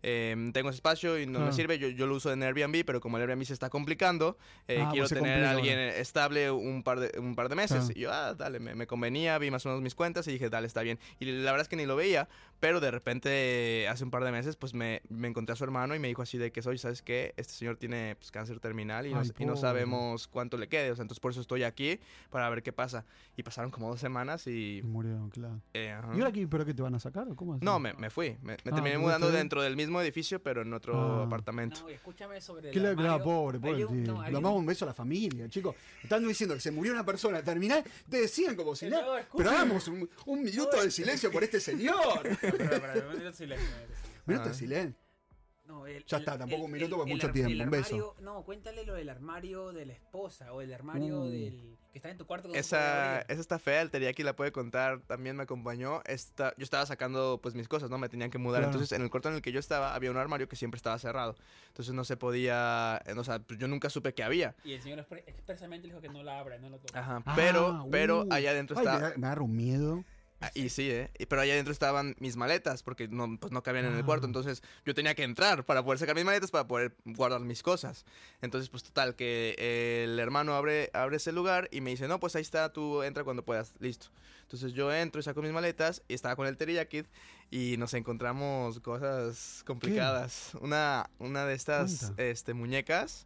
Speaker 2: Eh, tengo ese espacio y no
Speaker 1: Claro.
Speaker 2: me sirve, yo, yo lo uso en Airbnb, pero como el Airbnb se está complicando, eh,
Speaker 1: Ah,
Speaker 2: quiero
Speaker 1: pues se
Speaker 2: tener
Speaker 1: complica
Speaker 2: a alguien estable un par de, un par de meses.
Speaker 1: Claro.
Speaker 2: Y yo, ah, dale, me, me convenía, vi más o menos mis cuentas y dije, dale, está bien. Y la verdad es que ni lo veía, pero de repente, hace un par de meses, pues me, me encontré a su hermano y me dijo así de que soy, ¿sabes qué? Este señor tiene pues, cáncer terminal y, no-
Speaker 1: Ay,
Speaker 2: y no
Speaker 1: pobre.
Speaker 2: sabemos cuánto le quede. O sea, entonces por eso estoy aquí para ver qué pasa. Y pasaron como dos semanas y...
Speaker 1: Y Murió, claro.
Speaker 2: eh, ajá.
Speaker 1: ¿Y ahora qué? ¿Pero qué te van a sacar? o ¿Cómo así?
Speaker 2: No, me, me fui. Me, me
Speaker 1: Ah,
Speaker 2: terminé
Speaker 1: ¿te
Speaker 2: mudando
Speaker 1: fuiste de-
Speaker 2: dentro del mismo edificio, pero en otro
Speaker 1: Ah.
Speaker 2: apartamento.
Speaker 3: No, y escúchame sobre
Speaker 1: ¿Qué
Speaker 3: el
Speaker 1: le ah,
Speaker 3: armario.
Speaker 1: pobre, pobre.
Speaker 3: Había un-
Speaker 1: tío.
Speaker 3: no,
Speaker 1: Le
Speaker 3: había
Speaker 1: damos
Speaker 3: un-
Speaker 1: un beso a la familia, chicos. Están diciendo que se murió una persona. Terminá, te decían como si
Speaker 3: Eh,
Speaker 1: nada.
Speaker 3: no, escucha.
Speaker 1: Pero hagamos un, un minuto de silencio por este señor.
Speaker 3: Pero, pero, pero, un minuto de silencio, un minuto de silencio.
Speaker 1: Minuto de
Speaker 2: Ah.
Speaker 1: silencio.
Speaker 3: No, el-
Speaker 1: Ya
Speaker 3: el-
Speaker 1: está, tampoco un
Speaker 3: el-
Speaker 1: minuto,
Speaker 3: el-
Speaker 1: porque
Speaker 3: el
Speaker 1: mucho
Speaker 3: ar-
Speaker 1: tiempo,
Speaker 3: el
Speaker 1: un beso.
Speaker 3: armario- No, cuéntale lo del armario de la esposa o el armario
Speaker 1: Uh.
Speaker 3: del que está en tu cuarto. que no se puede
Speaker 2: Esa,
Speaker 3: abrir.
Speaker 2: esa está fea, el Teriyaki la puede contar, también me acompañó. Esta, yo estaba sacando pues mis cosas, ¿no? Me tenían que mudar.
Speaker 1: Claro.
Speaker 2: Entonces, en el cuarto en el que yo estaba, había un armario que siempre estaba cerrado. Entonces no se podía, eh, o sea, pues, yo nunca supe que había.
Speaker 3: Y el señor expre- expresamente dijo que no la abra, no la toque.
Speaker 2: Ajá,
Speaker 1: Ah,
Speaker 2: pero, pero
Speaker 1: uh.
Speaker 2: allá adentro
Speaker 1: Ay, me,
Speaker 2: estaba...
Speaker 1: da- me agarra un miedo.
Speaker 2: Ah, Y sí, ¿eh? Y- Pero allá adentro estaban mis maletas, porque no, pues no cabían en el
Speaker 1: Ah.
Speaker 2: cuarto. Entonces yo tenía que entrar para poder sacar mis maletas, para poder guardar mis cosas. Entonces, pues total, que eh, el hermano abre, abre ese lugar y me dice, no, pues ahí está, tú entra cuando puedas, listo. Entonces yo entro y saco mis maletas y estaba con el Teriyaki y nos encontramos cosas complicadas. Una, una de estas
Speaker 1: Cuenta.
Speaker 2: este, muñecas.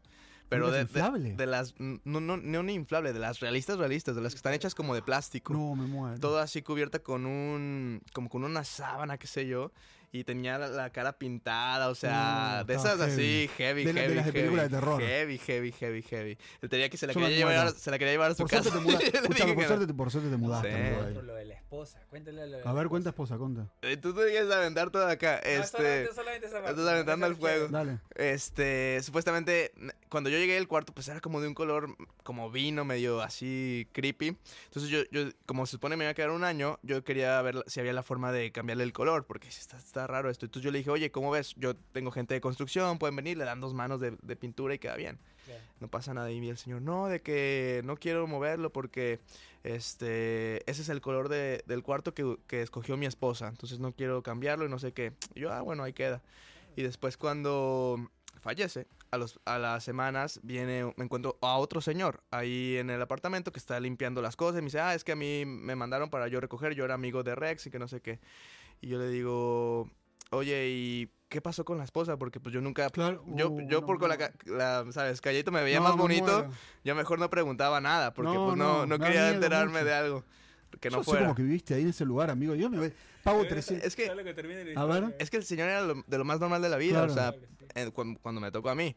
Speaker 2: Pero
Speaker 1: ¿Muñecas
Speaker 2: de, de-
Speaker 1: inflable?
Speaker 2: de las. No, no, no, ni inflable, de las realistas, realistas, de las que están hechas como de plástico
Speaker 1: No, me muero.
Speaker 2: toda así cubierta con un como con una sábana qué sé yo y tenía la, la cara pintada o sea
Speaker 1: Mm,
Speaker 2: de
Speaker 1: estaba
Speaker 2: esas así heavy
Speaker 1: De la- de
Speaker 2: heavy
Speaker 1: las de
Speaker 2: heavy,
Speaker 1: película de terror.
Speaker 2: heavy heavy heavy heavy el tenía que se la
Speaker 1: Yo me
Speaker 2: quería llevar
Speaker 1: muero.
Speaker 2: se la quería llevar a su
Speaker 1: por
Speaker 2: casa
Speaker 1: suerte te mudaste.
Speaker 2: Le dije
Speaker 1: Escúchame, por
Speaker 2: que no.
Speaker 1: suerte, por suerte te mudaste.
Speaker 2: Sí.
Speaker 1: amigo, eh.
Speaker 3: Otro,
Speaker 1: ahí.
Speaker 3: lo de la esposa. Cuéntale lo de la
Speaker 1: A ver,
Speaker 3: esposa.
Speaker 1: cuenta esposa, cuenta.
Speaker 2: Eh, tú te llegas a aventar todo acá
Speaker 3: No,
Speaker 2: este
Speaker 3: solamente- solamente esa parte,
Speaker 2: estás aventando
Speaker 3: esa
Speaker 2: el fuego.
Speaker 3: izquierda.
Speaker 1: Dale.
Speaker 2: Este, supuestamente, n- cuando yo llegué al cuarto, pues era como de un color como vino, medio así creepy. Entonces yo, yo como se supone me iba a quedar un año, yo quería ver la- si había la forma de cambiarle el color, porque sí está, está raro esto. Entonces yo le dije, oye, ¿cómo ves? Yo tengo gente de construcción, pueden venir, le dan dos manos de, de pintura y queda bien.
Speaker 3: Claro.
Speaker 2: No pasa nada. Y el señor, no, de que no quiero moverlo porque este, ese es el color de- del cuarto que, que escogió mi esposa. Entonces no quiero cambiarlo y no sé qué. Y yo, ah, bueno, ahí queda. Y después cuando fallece. A, los, a las semanas viene, me encuentro a otro señor ahí en el apartamento que está limpiando las cosas y me dice, ah, es que a mí me mandaron para yo recoger, yo era amigo de Rex y que no sé qué. Y yo le digo, oye, ¿y qué pasó con la esposa? Porque pues yo nunca...
Speaker 1: Claro.
Speaker 2: Yo,
Speaker 1: Uh,
Speaker 2: yo
Speaker 1: no,
Speaker 2: por con la,
Speaker 1: no.
Speaker 2: ca- la, ¿sabes? Callito me veía
Speaker 1: No,
Speaker 2: más
Speaker 1: me
Speaker 2: bonito,
Speaker 1: muero.
Speaker 2: yo mejor no preguntaba nada, porque
Speaker 1: No,
Speaker 2: pues no,
Speaker 1: no,
Speaker 2: no
Speaker 1: da
Speaker 2: quería
Speaker 1: miedo
Speaker 2: enterarme
Speaker 1: mucho.
Speaker 2: de algo que no
Speaker 1: Yo sé
Speaker 2: fuera. Eh,
Speaker 1: como que viviste ahí en ese lugar, amigo. Yo me voy- pago 300.
Speaker 2: Es que-
Speaker 3: Solo que termine la
Speaker 1: A ver.
Speaker 3: historia.
Speaker 2: Es que el señor era lo- de lo más normal de la vida,
Speaker 1: Claro.
Speaker 2: o sea,
Speaker 3: Vale, sí.
Speaker 2: eh, cuan- cuando me tocó a mí.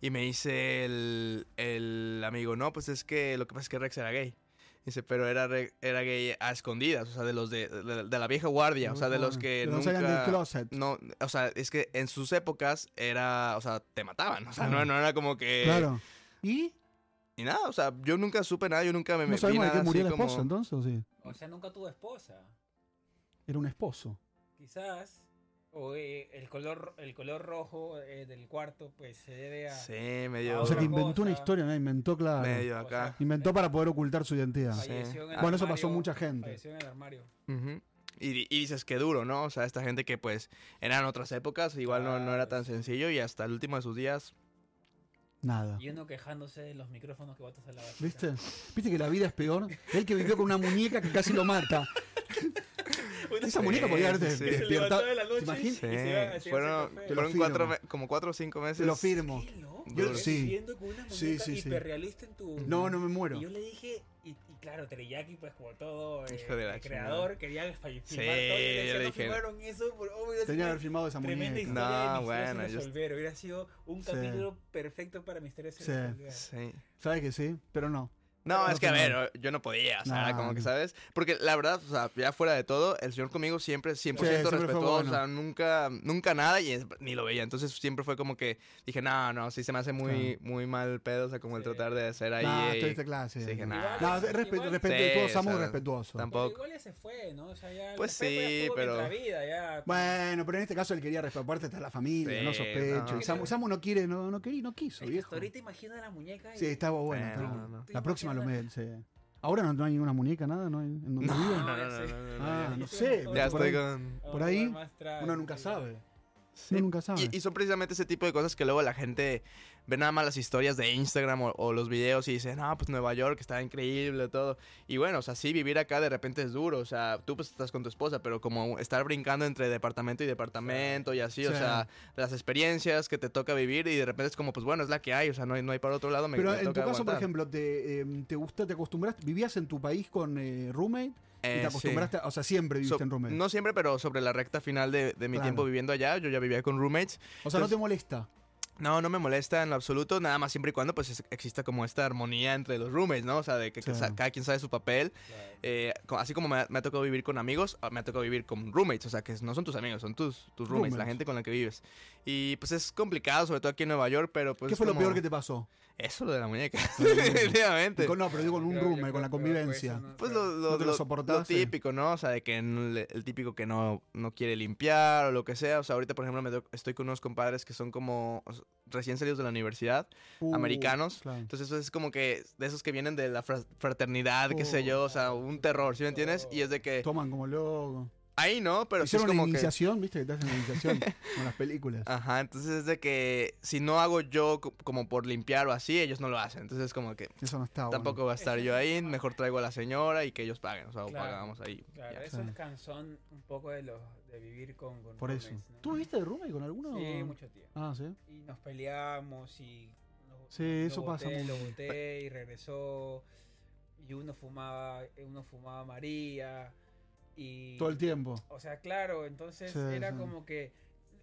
Speaker 2: Y me dice el, el amigo, no, pues es que lo que pasa es que Rex era gay. Dice, pero era, re- era gay a escondidas, o sea, de los de, de- de la vieja guardia, o sea, de los que
Speaker 1: no salgan del
Speaker 2: nunca...
Speaker 1: closet.
Speaker 2: No, o sea, es que en sus épocas era, o sea, te mataban, o sea, no,
Speaker 1: Claro.
Speaker 2: no era como que...
Speaker 1: claro. ¿Y?
Speaker 2: Y nada, o sea, yo nunca supe nada, yo nunca me
Speaker 1: ¿No
Speaker 2: me vi
Speaker 1: sabemos de
Speaker 2: nada
Speaker 1: qué murió la
Speaker 2: así como-
Speaker 1: esposa entonces? ¿o sí?
Speaker 3: O sea, nunca tuvo esposa.
Speaker 1: Era un esposo.
Speaker 3: Quizás. O eh, el color el color rojo eh, del cuarto pues se debe a...
Speaker 2: Sí, medio...
Speaker 1: Ah, O sea que
Speaker 3: Otra
Speaker 1: inventó una
Speaker 3: cosa.
Speaker 1: historia, ¿no? Inventó, claro.
Speaker 2: medio
Speaker 3: O
Speaker 2: acá.
Speaker 3: sea,
Speaker 1: Inventó para poder ocultar su identidad.
Speaker 2: Sí.
Speaker 3: falleció en el
Speaker 1: Bueno, eso pasó
Speaker 3: armario,
Speaker 1: mucha gente.
Speaker 3: Falleció en el armario.
Speaker 2: Ujú. y, di- y dices que duro, ¿no? O sea, esta gente que pues eran otras épocas, igual no, no era tan sencillo y hasta el último de sus días.
Speaker 1: Nada.
Speaker 3: Y uno quejándose de los micrófonos que botas a la basura.
Speaker 1: Ah. ¿Viste? ¿Viste que la vida es peor? Él que vivió con una muñeca que casi lo mata. Esa muñeca podía haber
Speaker 2: Sí, sí, sí.
Speaker 3: Se levantó
Speaker 1: despiertado.
Speaker 3: de la noche
Speaker 1: imaginas?
Speaker 3: y se iba a
Speaker 2: Sí,
Speaker 3: hacer
Speaker 2: fueron
Speaker 3: café.
Speaker 1: Te lo
Speaker 2: fueron cuatro,
Speaker 1: firmo.
Speaker 2: me- como cuatro o cinco meses.
Speaker 1: Te lo firmo.
Speaker 3: Qué loco,
Speaker 2: Yo-
Speaker 3: estás
Speaker 1: sí.
Speaker 3: viviendo con una
Speaker 1: Sí,
Speaker 3: muñeca
Speaker 1: sí, sí.
Speaker 3: hiperrealista en tu...
Speaker 1: No, no me muero.
Speaker 3: Y yo le dije, y, y claro, Teriyaki, pues como todo eh,
Speaker 2: Hijo de la
Speaker 3: el creador, quería fa- filmar
Speaker 2: Sí,
Speaker 3: todo. Y
Speaker 2: yo
Speaker 3: le
Speaker 2: le
Speaker 3: decía, no
Speaker 2: dije-
Speaker 3: filmaron eso, por obvio.
Speaker 1: Tenía que haber filmado esa
Speaker 3: Tremenda
Speaker 1: muñeca.
Speaker 3: historia de
Speaker 2: No,
Speaker 3: Misterios
Speaker 2: bueno,
Speaker 3: sin
Speaker 2: yo-
Speaker 3: resolver. Hubiera sido un
Speaker 1: Sí.
Speaker 3: capítulo perfecto para Misterios sin
Speaker 1: Sí.
Speaker 3: resolver.
Speaker 2: Sí.
Speaker 1: ¿Sabes que sí? Pero no.
Speaker 2: No,
Speaker 1: Pero
Speaker 2: es que a
Speaker 1: no.
Speaker 2: ver, yo no podía, o sea, era
Speaker 1: No,
Speaker 2: como que,
Speaker 1: no.
Speaker 2: ¿sabes? Porque la verdad, o sea, ya fuera de todo, el señor conmigo siempre 100%
Speaker 1: Sí, siempre fue
Speaker 2: respetuoso,
Speaker 1: bueno.
Speaker 2: o sea, nunca, nunca nada y es- ni lo veía. Entonces siempre fue como que dije, no, no, sí se me hace muy, muy mal pedo, o sea, como el
Speaker 3: Sí.
Speaker 2: tratar de hacer ahí.
Speaker 1: Nah,
Speaker 2: eh,
Speaker 1: estoy de esta clase.
Speaker 2: sí, que
Speaker 1: no,
Speaker 2: nah.
Speaker 3: Igual-
Speaker 1: respeto,
Speaker 3: Ah, igual-
Speaker 1: respeto
Speaker 2: Sí,
Speaker 1: y todo está muy
Speaker 2: o sea,
Speaker 1: respetuoso.
Speaker 2: tampoco-
Speaker 3: Pero
Speaker 2: Tampoco.
Speaker 3: igual ese fue, ¿no? O sea, ya...
Speaker 2: Pues
Speaker 3: después,
Speaker 2: sí,
Speaker 3: estuvo
Speaker 2: pero-
Speaker 3: otra vida, ya...
Speaker 1: Bueno, pero en este caso él quería respetar. Aparte está la familia,
Speaker 2: Sí,
Speaker 1: no sospecho.
Speaker 2: no.
Speaker 1: Y Samu, Samu no quiere, no, no quería y no quiso,
Speaker 3: Es que
Speaker 1: viejo.
Speaker 3: hasta ahorita imagina la muñeca y...
Speaker 1: Sí, estaba bueno.
Speaker 2: Eh,
Speaker 1: estaba
Speaker 2: no,
Speaker 1: bueno.
Speaker 2: no, no.
Speaker 1: La próxima lo meten, sí. Ahora no, no hay ninguna muñeca, nada, no hay en donde
Speaker 2: No,
Speaker 1: vive.
Speaker 2: no, no, no,
Speaker 3: sí.
Speaker 2: no, no,
Speaker 1: Ah,
Speaker 2: ya-
Speaker 1: no sé.
Speaker 3: no,
Speaker 2: Ya
Speaker 1: por ahí
Speaker 2: estoy con...
Speaker 3: Vamos
Speaker 1: por
Speaker 3: a
Speaker 1: ahí,
Speaker 3: ver más trago,
Speaker 1: Uno nunca
Speaker 3: sí.
Speaker 1: sabe.
Speaker 2: Sí.
Speaker 1: Uno nunca sabe.
Speaker 2: Y, y son precisamente ese tipo de cosas que luego la gente ve nada más las historias de Instagram o, o los videos y dice, no, pues Nueva York está increíble, todo. Y bueno, o sea, sí, vivir acá de repente es duro. O sea, tú pues estás con tu esposa, pero como estar brincando entre departamento y departamento y así, o
Speaker 1: Sí.
Speaker 2: sea, las experiencias que te toca vivir y de repente es como, pues bueno, es la que hay, o sea, no hay, no hay para otro lado. Me,
Speaker 1: Pero
Speaker 2: me
Speaker 1: en tu
Speaker 2: toca
Speaker 1: caso, por
Speaker 2: aguantar.
Speaker 1: ejemplo, te, eh, te gusta, te acostumbraste, vivías en tu país con eh, roommate y
Speaker 2: Eh,
Speaker 1: te
Speaker 2: sí.
Speaker 1: acostumbraste, a- o sea, siempre viviste
Speaker 2: So-
Speaker 1: en roommate.
Speaker 2: no siempre, pero sobre la recta final de, de mi
Speaker 1: Claro.
Speaker 2: tiempo viviendo allá, yo ya vivía con roommates.
Speaker 1: o sea, no te molesta.
Speaker 2: No, no me molesta en lo absoluto, nada más siempre y cuando pues es- exista como esta armonía entre los roommates, ¿no? O sea, de que, que
Speaker 1: Sí.
Speaker 2: sa- cada quien sabe su papel.
Speaker 3: Claro.
Speaker 2: Eh, co- así como me ha, me ha tocado vivir con amigos, ah, me ha tocado vivir con roommates, o sea, que no son tus amigos, son tus, tus roommates, la
Speaker 1: Roommates.
Speaker 2: gente con la que vives. Y pues es complicado, sobre todo aquí en Nueva York, pero pues...
Speaker 1: ¿Qué
Speaker 2: es
Speaker 1: fue lo
Speaker 2: como-
Speaker 1: peor que te Ah, pasó?
Speaker 2: Eso lo de la muñeca,
Speaker 1: Lo de la muñeca.
Speaker 2: definitivamente.
Speaker 1: Con- no, pero digo con un
Speaker 3: Yo- yo
Speaker 1: roommate,
Speaker 3: creo
Speaker 1: con la
Speaker 3: que fue
Speaker 1: convivencia.
Speaker 3: eso, ¿no?
Speaker 2: Pues
Speaker 3: Pero-
Speaker 2: lo, lo-
Speaker 1: ¿No te lo
Speaker 2: lo-
Speaker 1: soportaste?
Speaker 2: lo típico, ¿no? O sea, de que no le- el típico que no, no quiere limpiar o lo que sea. O sea, ahorita, por ejemplo, me to- estoy con unos compadres que son como o sea, recién salidos de la universidad.
Speaker 1: Uh,
Speaker 2: Americanos.
Speaker 1: claro.
Speaker 2: Entonces eso es como que de esos que vienen de la fra- fraternidad, qué sé
Speaker 1: Oh.
Speaker 2: yo, o sea, un terror, ¿sí me entiendes? Y es de que
Speaker 1: Toman como loco.
Speaker 2: ahí no, pero sí es
Speaker 1: Hicieron
Speaker 2: como
Speaker 1: una
Speaker 2: que Ah,
Speaker 1: iniciación, viste que te hacen una iniciación con las películas.
Speaker 2: Ajá, entonces es de que si no hago yo co- como por limpiar o así, ellos no lo hacen. Entonces es como que
Speaker 1: Eso no está Ah, bueno.
Speaker 2: tampoco va a estar yo ahí, mejor traigo a la señora y que ellos paguen, o sea, o
Speaker 3: Claro.
Speaker 2: pagamos ahí.
Speaker 3: Claro,
Speaker 2: ya.
Speaker 3: eso
Speaker 1: Claro.
Speaker 3: es canzón un poco de los de vivir con, con
Speaker 1: Por eso.
Speaker 3: roommates, ¿no?
Speaker 1: ¿Tú viviste de roommate con alguno?
Speaker 3: Sí, mucho tiempo.
Speaker 1: Ah, sí.
Speaker 3: Y nos peleamos y lo-
Speaker 1: Sí,
Speaker 3: lo
Speaker 1: eso pasa
Speaker 3: boté,
Speaker 1: mucho.
Speaker 3: Lo boté y regresó y uno fumaba, eh, uno fumaba María y
Speaker 1: Todo el tiempo.
Speaker 3: O sea, claro, entonces
Speaker 1: Sí,
Speaker 3: era
Speaker 1: sí.
Speaker 3: como que.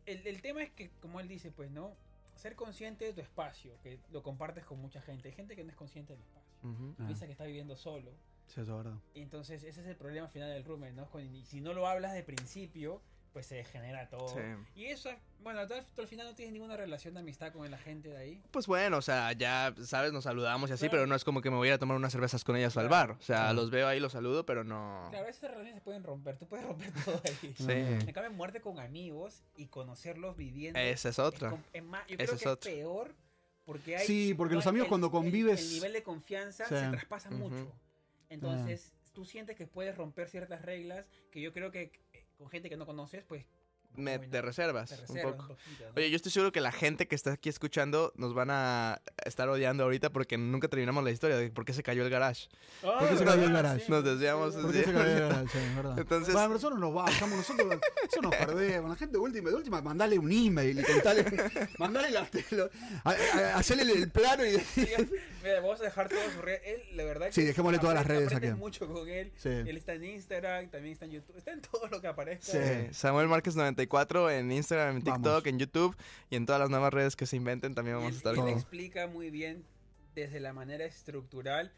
Speaker 3: El, el tema es que, como él dice, pues, ¿no? Ser consciente de tu espacio, que lo compartes con mucha gente. Hay gente que no es consciente del espacio.
Speaker 2: Ujú.
Speaker 1: Ah.
Speaker 3: Piensa que está viviendo solo.
Speaker 1: Sí, eso es verdad.
Speaker 3: Y entonces ese es el problema final del roommate, ¿no? Con- y si no lo hablas de principio, pues se degenera todo.
Speaker 2: Sí.
Speaker 3: Y eso, bueno, tú al, tú al final no tienes ninguna relación de amistad con la gente de ahí.
Speaker 2: Pues bueno, o sea, ya sabes, nos saludamos y así,
Speaker 3: Claro.
Speaker 2: pero no es como que me voy a ir a tomar unas cervezas con ellas al bar. O sea,
Speaker 1: Claro.
Speaker 2: los veo ahí, los saludo, pero no.
Speaker 3: Claro, esas relaciones se pueden romper, tú puedes romper todo ahí.
Speaker 2: Sí.
Speaker 3: Me cambia muerte con amigos y conocerlos viviendo.
Speaker 2: Esa es
Speaker 3: Es
Speaker 2: otra.
Speaker 3: com- es más, yo
Speaker 2: Esa
Speaker 3: creo
Speaker 2: es
Speaker 3: que es
Speaker 2: otra.
Speaker 3: peor porque hay.
Speaker 1: Sí, porque los
Speaker 3: hay-
Speaker 1: amigos
Speaker 3: el-
Speaker 1: cuando
Speaker 3: el-
Speaker 1: convives-
Speaker 3: El, nivel de confianza
Speaker 1: Sí.
Speaker 3: se traspasa
Speaker 2: Ujú. Ah.
Speaker 3: mucho. Entonces, tú sientes que puedes romper ciertas reglas que yo creo que eh, con gente que no conoces, pues
Speaker 2: me-
Speaker 3: Bueno,
Speaker 2: te reservas
Speaker 3: Te
Speaker 2: un
Speaker 3: reservas
Speaker 2: poco.
Speaker 3: un poquito, ¿no?
Speaker 2: Oye, yo estoy seguro que la gente que está aquí escuchando nos van a estar odiando ahorita porque nunca terminamos la historia de por qué se cayó el garage. pues,
Speaker 3: Ah,
Speaker 1: ¿por qué se
Speaker 3: ¿verdad?
Speaker 1: cayó el garage?
Speaker 3: Sí,
Speaker 2: Nos
Speaker 3: sí,
Speaker 2: desviamos.
Speaker 3: sí,
Speaker 1: ¿Por
Speaker 2: sí.
Speaker 1: qué se cayó el garage? Sí, es verdad.
Speaker 2: Entonces,
Speaker 1: bueno, pero nosotros nos bajamos, nosotros eso nos perdemos. La gente de última, de última, mandale un email y contale, mandale la tela, hacerle el, el plano y
Speaker 3: sí, Mira, vamos a dejar todas sus redes. Él, la verdad que
Speaker 1: Sí, dejémosle todas las redes
Speaker 3: aprendes
Speaker 1: aquí.
Speaker 3: mucho con él.
Speaker 1: Sí.
Speaker 3: Él está en Instagram, también está en YouTube, está en todo lo que aparezca.
Speaker 1: Sí.
Speaker 2: eh, Samuel Márquez 94 en Instagram, en TikTok,
Speaker 1: Vamos.
Speaker 2: en YouTube y en todas las nuevas redes que se inventen
Speaker 3: Y
Speaker 2: también vamos
Speaker 3: él,
Speaker 2: a estar.
Speaker 3: y él
Speaker 1: Todo.
Speaker 3: explica muy bien desde la manera estructural,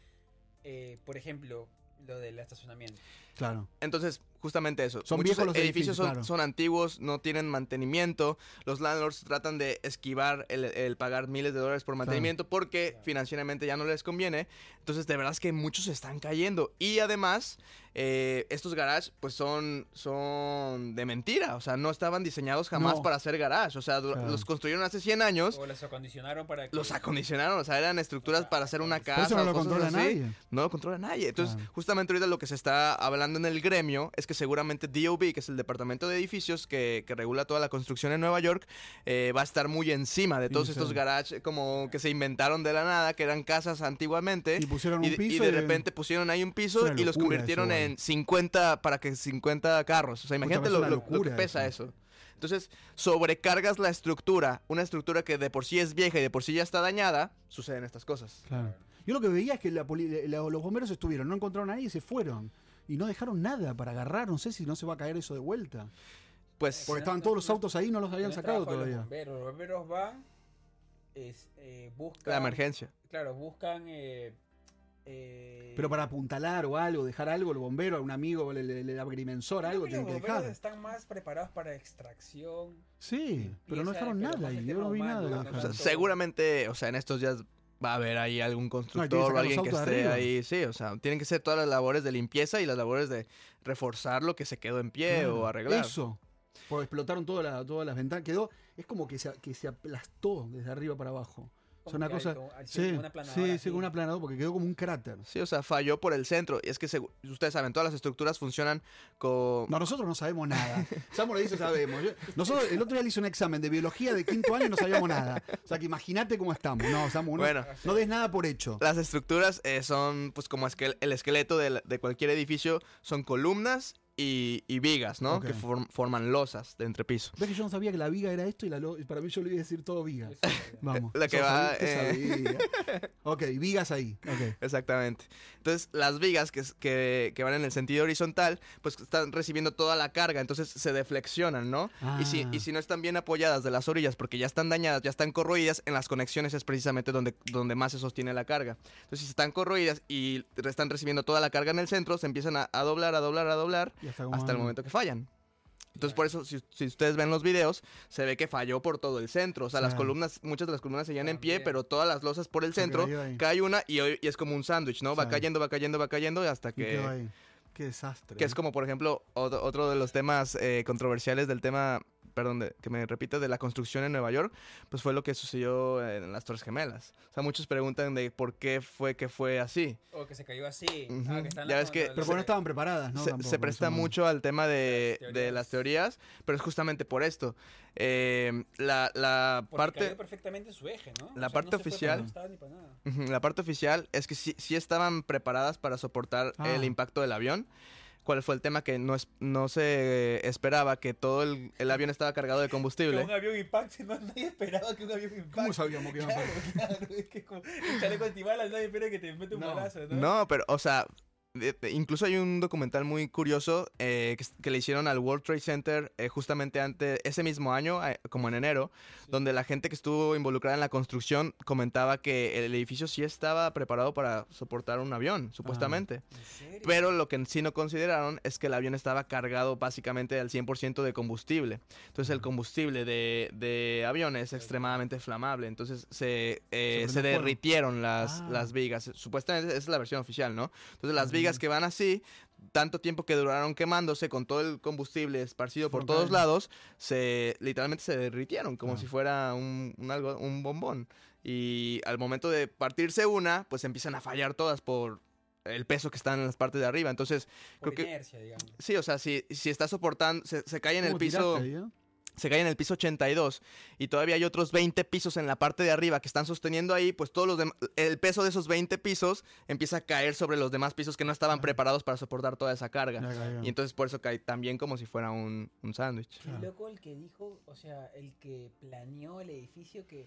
Speaker 3: eh, por ejemplo, lo del estacionamiento.
Speaker 1: Claro.
Speaker 2: Entonces, justamente eso.
Speaker 1: Son
Speaker 2: Muchos
Speaker 1: viejos los edificios,
Speaker 2: son,
Speaker 1: claro.
Speaker 2: son antiguos, no tienen mantenimiento. Los landlords tratan de esquivar el, el pagar miles de dólares por mantenimiento porque
Speaker 3: Claro.
Speaker 2: financieramente ya no les conviene. Entonces, de verdad es que muchos están cayendo. Y además, eh, estos garages pues son, son de mentira. O sea, no estaban diseñados jamás
Speaker 1: No.
Speaker 2: para hacer garage. O sea, du-
Speaker 1: Claro.
Speaker 2: los construyeron hace 100 años.
Speaker 3: O los acondicionaron para que.
Speaker 2: Los acondicionaron, o sea, eran estructuras para hacer una
Speaker 1: Pero
Speaker 2: casa.
Speaker 1: eso no
Speaker 2: o
Speaker 1: lo
Speaker 2: Ah, cosas
Speaker 1: controla
Speaker 2: así
Speaker 1: nadie.
Speaker 2: no lo controla nadie. Entonces,
Speaker 1: Claro.
Speaker 2: justamente ahorita lo que se está hablando en el gremio es que seguramente DOB, que es el Departamento de Edificios que, que regula toda la construcción en Nueva York, eh, va a estar muy encima de
Speaker 1: Sí,
Speaker 2: todos
Speaker 1: sí.
Speaker 2: estos garages como que se inventaron de la nada, que eran casas antiguamente.
Speaker 1: Y pusieron
Speaker 2: Y,
Speaker 1: un
Speaker 2: de- y
Speaker 1: piso.
Speaker 2: de repente pusieron ahí un piso
Speaker 1: Es una
Speaker 2: y los
Speaker 1: locura
Speaker 2: convirtieron
Speaker 1: eso, güey.
Speaker 2: en 50 para que 50 carros. O sea, imagínate
Speaker 1: es
Speaker 2: lo,
Speaker 1: una
Speaker 2: lo- lo que
Speaker 1: locura
Speaker 2: pesa
Speaker 1: eso.
Speaker 2: eso. Entonces, sobrecargas la estructura, una estructura que de por sí es vieja y de por sí ya está dañada, suceden estas cosas.
Speaker 1: Claro. Yo lo que veía es que la poli- la- los bomberos estuvieron, no encontraron a nadie y se fueron. Y no dejaron nada para agarrar. No sé si no se va a caer eso de vuelta.
Speaker 2: Pues
Speaker 1: Porque
Speaker 3: Sí,
Speaker 1: estaban
Speaker 3: no,
Speaker 1: todos los
Speaker 3: no,
Speaker 1: autos ahí y no los
Speaker 3: No
Speaker 1: habían
Speaker 3: es
Speaker 1: sacado
Speaker 3: trabajo de Los
Speaker 1: todavía.
Speaker 3: bomberos, los bomberos van, es, eh, buscan.
Speaker 2: la emergencia.
Speaker 3: Claro, buscan. eh, eh,
Speaker 1: Pero para apuntalar o algo, dejar algo, el bombero, a un amigo, el, el, el agrimensor,
Speaker 3: Creo
Speaker 1: algo
Speaker 3: que
Speaker 1: tienen
Speaker 3: los
Speaker 1: que
Speaker 3: bomberos
Speaker 1: dejar.
Speaker 3: están más preparados para extracción.
Speaker 1: Sí, pero
Speaker 3: Y
Speaker 1: no
Speaker 3: esa-
Speaker 1: dejaron
Speaker 3: pero
Speaker 1: nada
Speaker 3: más
Speaker 1: ahí.
Speaker 3: el
Speaker 1: Yo
Speaker 3: tema
Speaker 1: no vi
Speaker 3: humano,
Speaker 1: nada.
Speaker 2: O
Speaker 3: ¿no?
Speaker 2: sea,
Speaker 1: dejaron.
Speaker 3: Exacto.
Speaker 2: seguramente, o sea, en estos días va a haber ahí algún constructor o
Speaker 1: sacar los
Speaker 2: alguien que
Speaker 1: autos de
Speaker 2: esté
Speaker 1: arriba.
Speaker 2: ahí, sí, o sea, tienen que ser todas las labores de limpieza y las labores de reforzar lo que se quedó en pie
Speaker 1: Claro,
Speaker 2: o arreglar.
Speaker 1: Eso. Porque explotaron toda la- todas las ventanas. Quedó. Es como que se, que se aplastó desde arriba para abajo.
Speaker 3: como
Speaker 1: una
Speaker 3: que hay
Speaker 1: cosa-
Speaker 3: como- así
Speaker 1: Sí,
Speaker 3: como una planadora
Speaker 1: sí,
Speaker 3: así.
Speaker 1: sí, con un aplanado porque quedó como un cráter.
Speaker 2: Sí, o sea, falló por el centro. Y es que segu- ustedes saben, todas las estructuras funcionan con...
Speaker 1: No, nosotros no sabemos nada. Samu le dice sabemos. Yo- nosotros el otro día le hice un examen de biología de quinto año y no sabíamos nada. O sea que imagínate cómo estamos. No, Samu, no,
Speaker 2: Bueno.
Speaker 1: no des nada por hecho.
Speaker 2: Las estructuras eh, son, pues, como esquel- el esqueleto de, la- de cualquier edificio, son columnas y, y vigas, ¿no?
Speaker 1: Ok.
Speaker 2: Que form- forman losas de entrepiso.
Speaker 1: ¿Ves que yo no sabía que la viga era esto y la lo- y para mí yo le iba a decir todo viga?
Speaker 3: Sí, sí, sí.
Speaker 1: Vamos.
Speaker 2: La que
Speaker 1: Yo
Speaker 2: va,
Speaker 1: sabía- yo
Speaker 2: eh.
Speaker 1: sabía. Ok, vigas ahí. Ok.
Speaker 2: Exactamente. Entonces, las vigas que, es- que, que van en el sentido horizontal, pues están recibiendo toda la carga, entonces se deflexionan, ¿no? Y, si,
Speaker 1: Ah.
Speaker 2: y si no están bien apoyadas de las orillas, porque ya están dañadas, ya están corroídas, en las conexiones es precisamente donde, donde más se sostiene la carga. Entonces, si están corroídas y re- están recibiendo toda la carga en el centro, se empiezan a, a doblar, a doblar, a doblar,
Speaker 1: Y Ah. como-
Speaker 2: hasta el momento que fallan. Entonces, por eso, si, si ustedes ven los videos, se ve que falló por todo el centro. O sea, las
Speaker 1: Claro.
Speaker 2: columnas, muchas de las columnas seguían en pie,
Speaker 3: También.
Speaker 2: pero todas las losas por el
Speaker 1: Se
Speaker 2: centro
Speaker 1: cayó ahí.
Speaker 2: cae una y, hoy- y es como un sándwich, ¿no? Va
Speaker 1: Sí.
Speaker 2: cayendo, va cayendo, va cayendo hasta
Speaker 1: Y quedó
Speaker 2: que...
Speaker 1: ahí. Qué desastre.
Speaker 2: Que es como, por ejemplo, otro, otro de los temas eh, controversiales del tema, perdón, de- que me repite, de la construcción en Nueva York, pues fue lo que sucedió en las Torres Gemelas. O sea, muchos preguntan de por qué fue que fue así.
Speaker 3: O que se cayó así.
Speaker 2: Ujú.
Speaker 3: ah, que están
Speaker 2: Ya
Speaker 3: las
Speaker 2: ves que-
Speaker 1: Pero
Speaker 3: contra-
Speaker 1: porque no
Speaker 3: las-
Speaker 1: estaban preparadas, ¿no?
Speaker 2: se,
Speaker 1: Tampoco, este
Speaker 2: se presta
Speaker 1: eso no.
Speaker 2: mucho al tema de,
Speaker 3: De las
Speaker 2: de las teorías, pero es justamente por esto. Eh, la la
Speaker 3: porque
Speaker 2: parte...
Speaker 3: cayó perfectamente su eje, ¿no?
Speaker 2: la
Speaker 3: no
Speaker 2: parte
Speaker 3: se fue para
Speaker 2: oficial-
Speaker 3: ningún estado ni para nada.
Speaker 2: Ujú, La parte oficial es que sí, sí estaban preparadas para soportar
Speaker 1: Ah.
Speaker 2: el impacto del avión. ¿Cuál fue el tema que no, es- no se esperaba? Que todo el, el avión estaba cargado de
Speaker 3: Que
Speaker 2: combustible.
Speaker 3: un avión impacte, no nadie esperaba que un avión impacte.
Speaker 1: ¿Cómo sabíamos que iban a
Speaker 3: Claro, claro, es que es como el chaleco antibalas, nadie espera que te mete un
Speaker 1: No.
Speaker 3: balazo, ¿no?
Speaker 2: No, pero, o sea, de- de- incluso hay un documental muy curioso eh, que, s- que le hicieron al World Trade Center eh, justamente antes, ese mismo año, eh, como en enero,
Speaker 3: Sí.
Speaker 2: donde la gente que estuvo involucrada en la construcción comentaba que el edificio sí estaba preparado para soportar un avión, supuestamente.
Speaker 3: ¿En serio?
Speaker 2: Pero lo que en sí no consideraron es que el avión estaba cargado básicamente al 100% de combustible. Entonces el combustible de, de avión es extremadamente flamable. Entonces se, eh,
Speaker 1: Se prende
Speaker 2: se
Speaker 1: fuego.
Speaker 2: derritieron las,
Speaker 1: Ah.
Speaker 2: las vigas. Supuestamente esa es la versión oficial, ¿no? Entonces las vigas que van así, tanto tiempo que duraron quemándose con todo el combustible esparcido por
Speaker 1: Fueron
Speaker 2: todos
Speaker 1: cayendo.
Speaker 2: lados, se literalmente se derritieron como
Speaker 1: Ah.
Speaker 2: si fuera un, un algo, un bombón. Y al momento de partirse una, pues empiezan a fallar todas por el peso que están en las partes de arriba. Entonces, creo
Speaker 3: Por
Speaker 2: que-
Speaker 3: inercia, digamos.
Speaker 2: sí, o sea, si, si está soportando, se, se cae en el
Speaker 1: ¿Cómo tiraste
Speaker 2: piso.
Speaker 1: ahí, eh?
Speaker 2: se cae en el piso 82 y todavía hay otros 20 pisos en la parte de arriba que están sosteniendo ahí, pues todos los dem- el peso de esos 20 pisos empieza a caer sobre los demás pisos que no estaban preparados para soportar toda esa carga. Y entonces por eso cae también como si fuera un, un sándwich.
Speaker 1: Claro.
Speaker 3: Qué loco el que dijo, o sea, el que planeó el edificio que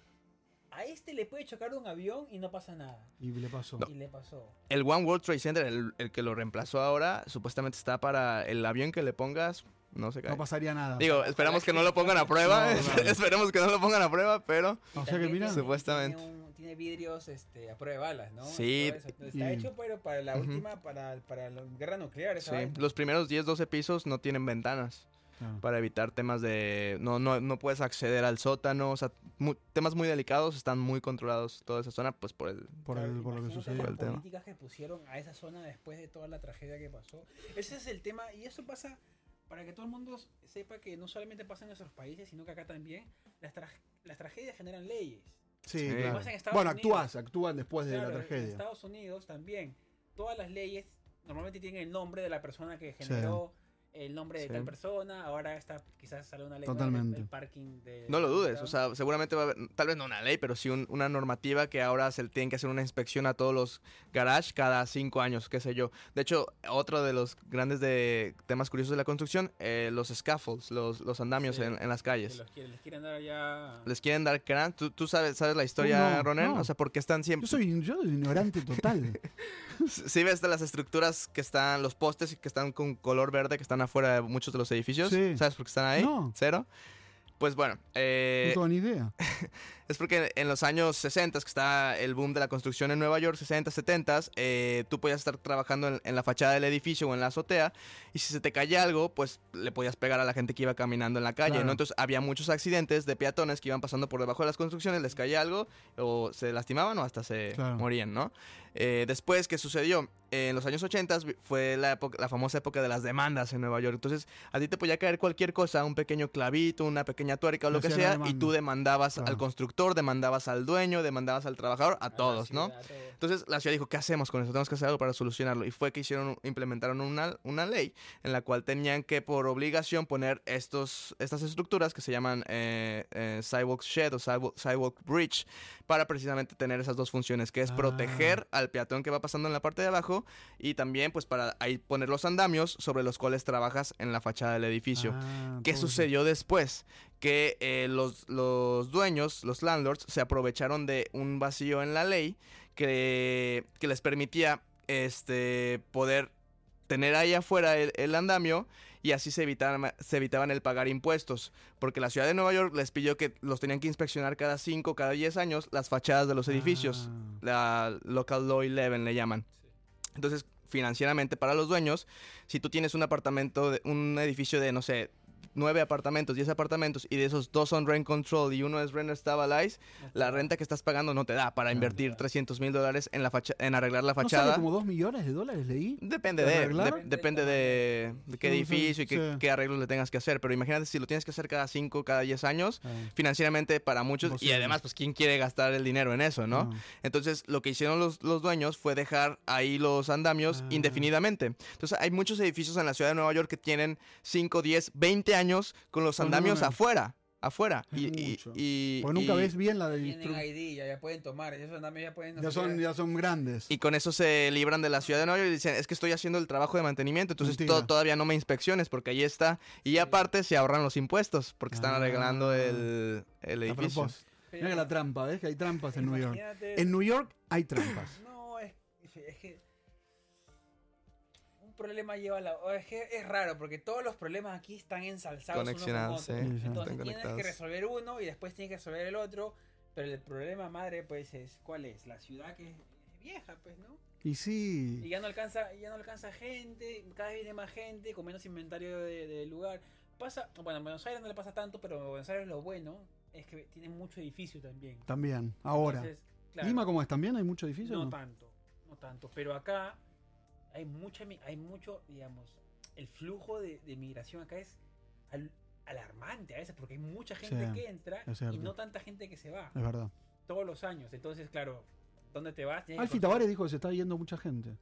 Speaker 3: a este le puede chocar un avión y no pasa nada.
Speaker 1: Y le pasó.
Speaker 3: Y le pasó.
Speaker 2: El One World Trade Center, el, el que lo reemplazó ahora, supuestamente está para el avión que le pongas, no se cae.
Speaker 1: No pasaría nada.
Speaker 2: Digo, esperamos que no lo pongan a prueba,
Speaker 1: No, claro.
Speaker 2: esperemos que no lo pongan a prueba, pero...
Speaker 1: o sea que
Speaker 3: También
Speaker 1: mira,
Speaker 3: tiene-
Speaker 2: Supuestamente.
Speaker 3: Tiene, un- tiene vidrios este, a prueba de balas, ¿no?
Speaker 2: Sí.
Speaker 3: Todo eso. Entonces, Está
Speaker 1: Y-
Speaker 3: hecho, pero para la
Speaker 2: Ujú.
Speaker 3: última, para, para la guerra nuclear.
Speaker 1: Pues,
Speaker 3: Esa
Speaker 2: Sí,
Speaker 3: vaina.
Speaker 2: los primeros 10, 12 pisos no tienen ventanas
Speaker 1: Claro.
Speaker 2: para evitar temas de... No, no, no puedes acceder al sótano, o sea, mu- temas muy delicados, están muy controlados toda esa zona, pues por el...
Speaker 1: por, el- por lo que
Speaker 3: Imagínate
Speaker 1: sucedió.
Speaker 2: Por el
Speaker 3: Las
Speaker 2: tema.
Speaker 3: políticas que pusieron a esa zona después de toda la tragedia que pasó. Ese es el tema, y eso pasa para que todo el mundo sepa que no solamente pasa en nuestros países, sino que acá también las, tra- las tragedias generan leyes.
Speaker 1: Sí,
Speaker 2: Sí.
Speaker 1: claro.
Speaker 3: Más en Estados
Speaker 1: Bueno,
Speaker 3: Unidos.
Speaker 1: actúas, actúan después de
Speaker 3: Claro,
Speaker 1: la
Speaker 3: En
Speaker 1: tragedia.
Speaker 3: Estados Unidos también, todas las leyes normalmente tienen el nombre de la persona que generó. El nombre de
Speaker 2: Sí.
Speaker 3: tal persona, ahora está, quizás sale una ley nueva,
Speaker 1: Totalmente.
Speaker 3: El, el parking de.
Speaker 2: No lo dudes,
Speaker 3: downtown.
Speaker 2: o sea, seguramente va a haber, tal vez no una ley, pero sí un- una normativa que ahora se tienen que hacer una inspección a todos los garages cada cinco años, qué sé yo. De hecho, otro de los grandes de temas curiosos de la construcción, eh, los scaffolds, los, los andamios
Speaker 3: Sí.
Speaker 2: en, en las
Speaker 3: Que
Speaker 2: calles.
Speaker 3: los quieren- les quieren dar ya.
Speaker 2: Les quieren dar crán. ¿Tú, tú sabes, sabes la historia,
Speaker 1: no,
Speaker 2: Ronen?
Speaker 1: no.
Speaker 2: O sea, porque están siempre...
Speaker 1: Yo soy yo soy ignorante total.
Speaker 2: Si ves de las estructuras que están, los postes que están con color verde, que están afuera de muchos de los edificios,
Speaker 1: Sí.
Speaker 2: ¿sabes por qué están ahí?
Speaker 1: No.
Speaker 2: Cero. Pues bueno, eh,
Speaker 1: no tengo ni idea.
Speaker 2: Es porque en los años 60, que está el boom de la construcción en Nueva York, 60, 70, eh, tú podías estar trabajando en, en la fachada del edificio o en la azotea, y si se te caía algo, pues le podías pegar a la gente que iba caminando en la calle,
Speaker 1: Claro.
Speaker 2: ¿no? Entonces había muchos accidentes de peatones que iban pasando por debajo de las construcciones, les caía algo, o se lastimaban o hasta se
Speaker 1: Claro.
Speaker 2: morían, ¿no? Eh, después, ¿qué sucedió? Eh, en los años 80 fue la, época- la famosa época de las demandas en Nueva York. Entonces, a ti te podía caer cualquier cosa, un pequeño clavito, una pequeña tuerca o
Speaker 1: Le
Speaker 2: lo que
Speaker 1: hacían la
Speaker 2: sea, y
Speaker 1: demanda.
Speaker 2: tú demandabas
Speaker 1: Claro.
Speaker 2: al constructor, demandabas al dueño, demandabas al trabajador, a
Speaker 3: la
Speaker 2: todos, ¿no?
Speaker 3: ciudad, a todos.
Speaker 2: Entonces la ciudad dijo, ¿qué hacemos con eso? Tenemos que hacer algo para solucionarlo. Y fue que hicieron, implementaron una, una ley en la cual tenían que por obligación poner estos, estas estructuras que se llaman eh, eh, sidewalk shed o sidewalk, sidewalk bridge para precisamente tener esas dos funciones, que es
Speaker 1: Ah.
Speaker 2: proteger al peatón que va pasando en la parte de abajo y también pues para ahí poner los andamios sobre los cuales trabajas en la fachada del edificio.
Speaker 1: Ah,
Speaker 2: ¿Qué
Speaker 1: todo eso.
Speaker 2: sucedió después? Que eh, los, los dueños, los landlords, se aprovecharon de un vacío en la ley que, que les permitía este, poder tener ahí afuera el, el andamio y así se evitaban, se evitaban el pagar impuestos. Porque la ciudad de Nueva York les pidió que los tenían que inspeccionar cada 5, cada 10 años las fachadas de los edificios.
Speaker 1: Ah.
Speaker 2: La Local Law 11 le llaman. Entonces, financieramente para los dueños, si tú tienes un apartamento, de- un edificio de, no sé, nueve apartamentos, 10 apartamentos, y de esos dos son rent control y uno es rent stabilized, la renta que estás pagando no te da para
Speaker 1: Claro.
Speaker 2: invertir 300 mil dólares en, la facha- en arreglar la
Speaker 1: ¿No sale
Speaker 2: fachada.
Speaker 1: como 2 millones de dólares leí?
Speaker 2: Depende
Speaker 1: ¿Lo
Speaker 2: de,
Speaker 1: arreglaron?
Speaker 2: de- depende de, de qué
Speaker 1: Sí, sí,
Speaker 2: edificio y qué,
Speaker 1: sí.
Speaker 2: qué arreglos le tengas que hacer. Pero imagínate si lo tienes que hacer cada 5, cada 10 años,
Speaker 1: Ah,
Speaker 2: financieramente para muchos. Y
Speaker 1: Imposible.
Speaker 2: además, pues, ¿quién quiere gastar el dinero en eso, no? Entonces, lo que hicieron los, los dueños fue dejar ahí los andamios
Speaker 1: Ah.
Speaker 2: indefinidamente. Entonces, hay muchos edificios en la ciudad de Nueva York que tienen 5, 10, 20 años con los
Speaker 1: No, no,
Speaker 2: andamios
Speaker 1: no.
Speaker 2: afuera. Afuera.
Speaker 1: Es
Speaker 2: Y, y-
Speaker 1: mucho.
Speaker 2: y-
Speaker 1: Porque nunca
Speaker 2: y-
Speaker 1: ves bien la del
Speaker 3: Tienen
Speaker 1: tru-
Speaker 3: ID, ya, ya pueden tomar. Esos andamios ya pueden.
Speaker 1: ya son, ya son grandes.
Speaker 2: y con eso se libran de la ciudad de Nueva York y dicen, es que estoy haciendo el trabajo de mantenimiento, entonces to-
Speaker 1: Mentira.
Speaker 2: todavía no me inspecciones porque ahí está. Y aparte se ahorran los impuestos porque están
Speaker 1: Ah.
Speaker 2: arreglando el, el
Speaker 1: A
Speaker 2: edificio.
Speaker 1: propósito. Mira que la trampa, ¿ves? Que hay trampas en New York.
Speaker 3: Imagínate-
Speaker 1: En New York hay trampas.
Speaker 3: No, es, es que. Un problema lleva a la. o Es que es raro, porque todos los problemas aquí están ensalzados. uno con
Speaker 2: Conexionados,
Speaker 3: otro.
Speaker 2: sí,
Speaker 1: están
Speaker 3: Entonces tienes
Speaker 2: conectados.
Speaker 3: que resolver uno y después tienes que resolver el otro. Pero el problema madre, pues, es cuál es? La ciudad que es vieja, pues, ¿no?
Speaker 1: Y
Speaker 3: Y
Speaker 1: sí.
Speaker 3: ya no alcanza, ya no alcanza gente, cada vez viene más gente, con menos inventario de, de lugar. Pasa, bueno, en Buenos Aires no le pasa tanto, pero en Buenos Aires lo bueno es que tiene mucho edificio también.
Speaker 1: También, ahora.
Speaker 3: Entonces, claro,
Speaker 1: ¿Lima cómo es? ¿También hay mucho edificio?
Speaker 3: no
Speaker 1: no?
Speaker 3: tanto, no tanto. Pero acá hay mucha, mi- hay mucho, digamos, el flujo de, de migración acá es al- alarmante a veces, porque hay mucha gente
Speaker 1: Sí,
Speaker 3: que entra
Speaker 1: es cierto. Eh.
Speaker 3: y no tanta gente que se va
Speaker 1: Es verdad.
Speaker 3: todos los años. Entonces, claro, ¿dónde te vas? Tienes que
Speaker 1: Alfie
Speaker 3: encontrar-
Speaker 1: Tavares dijo que se está yendo mucha gente.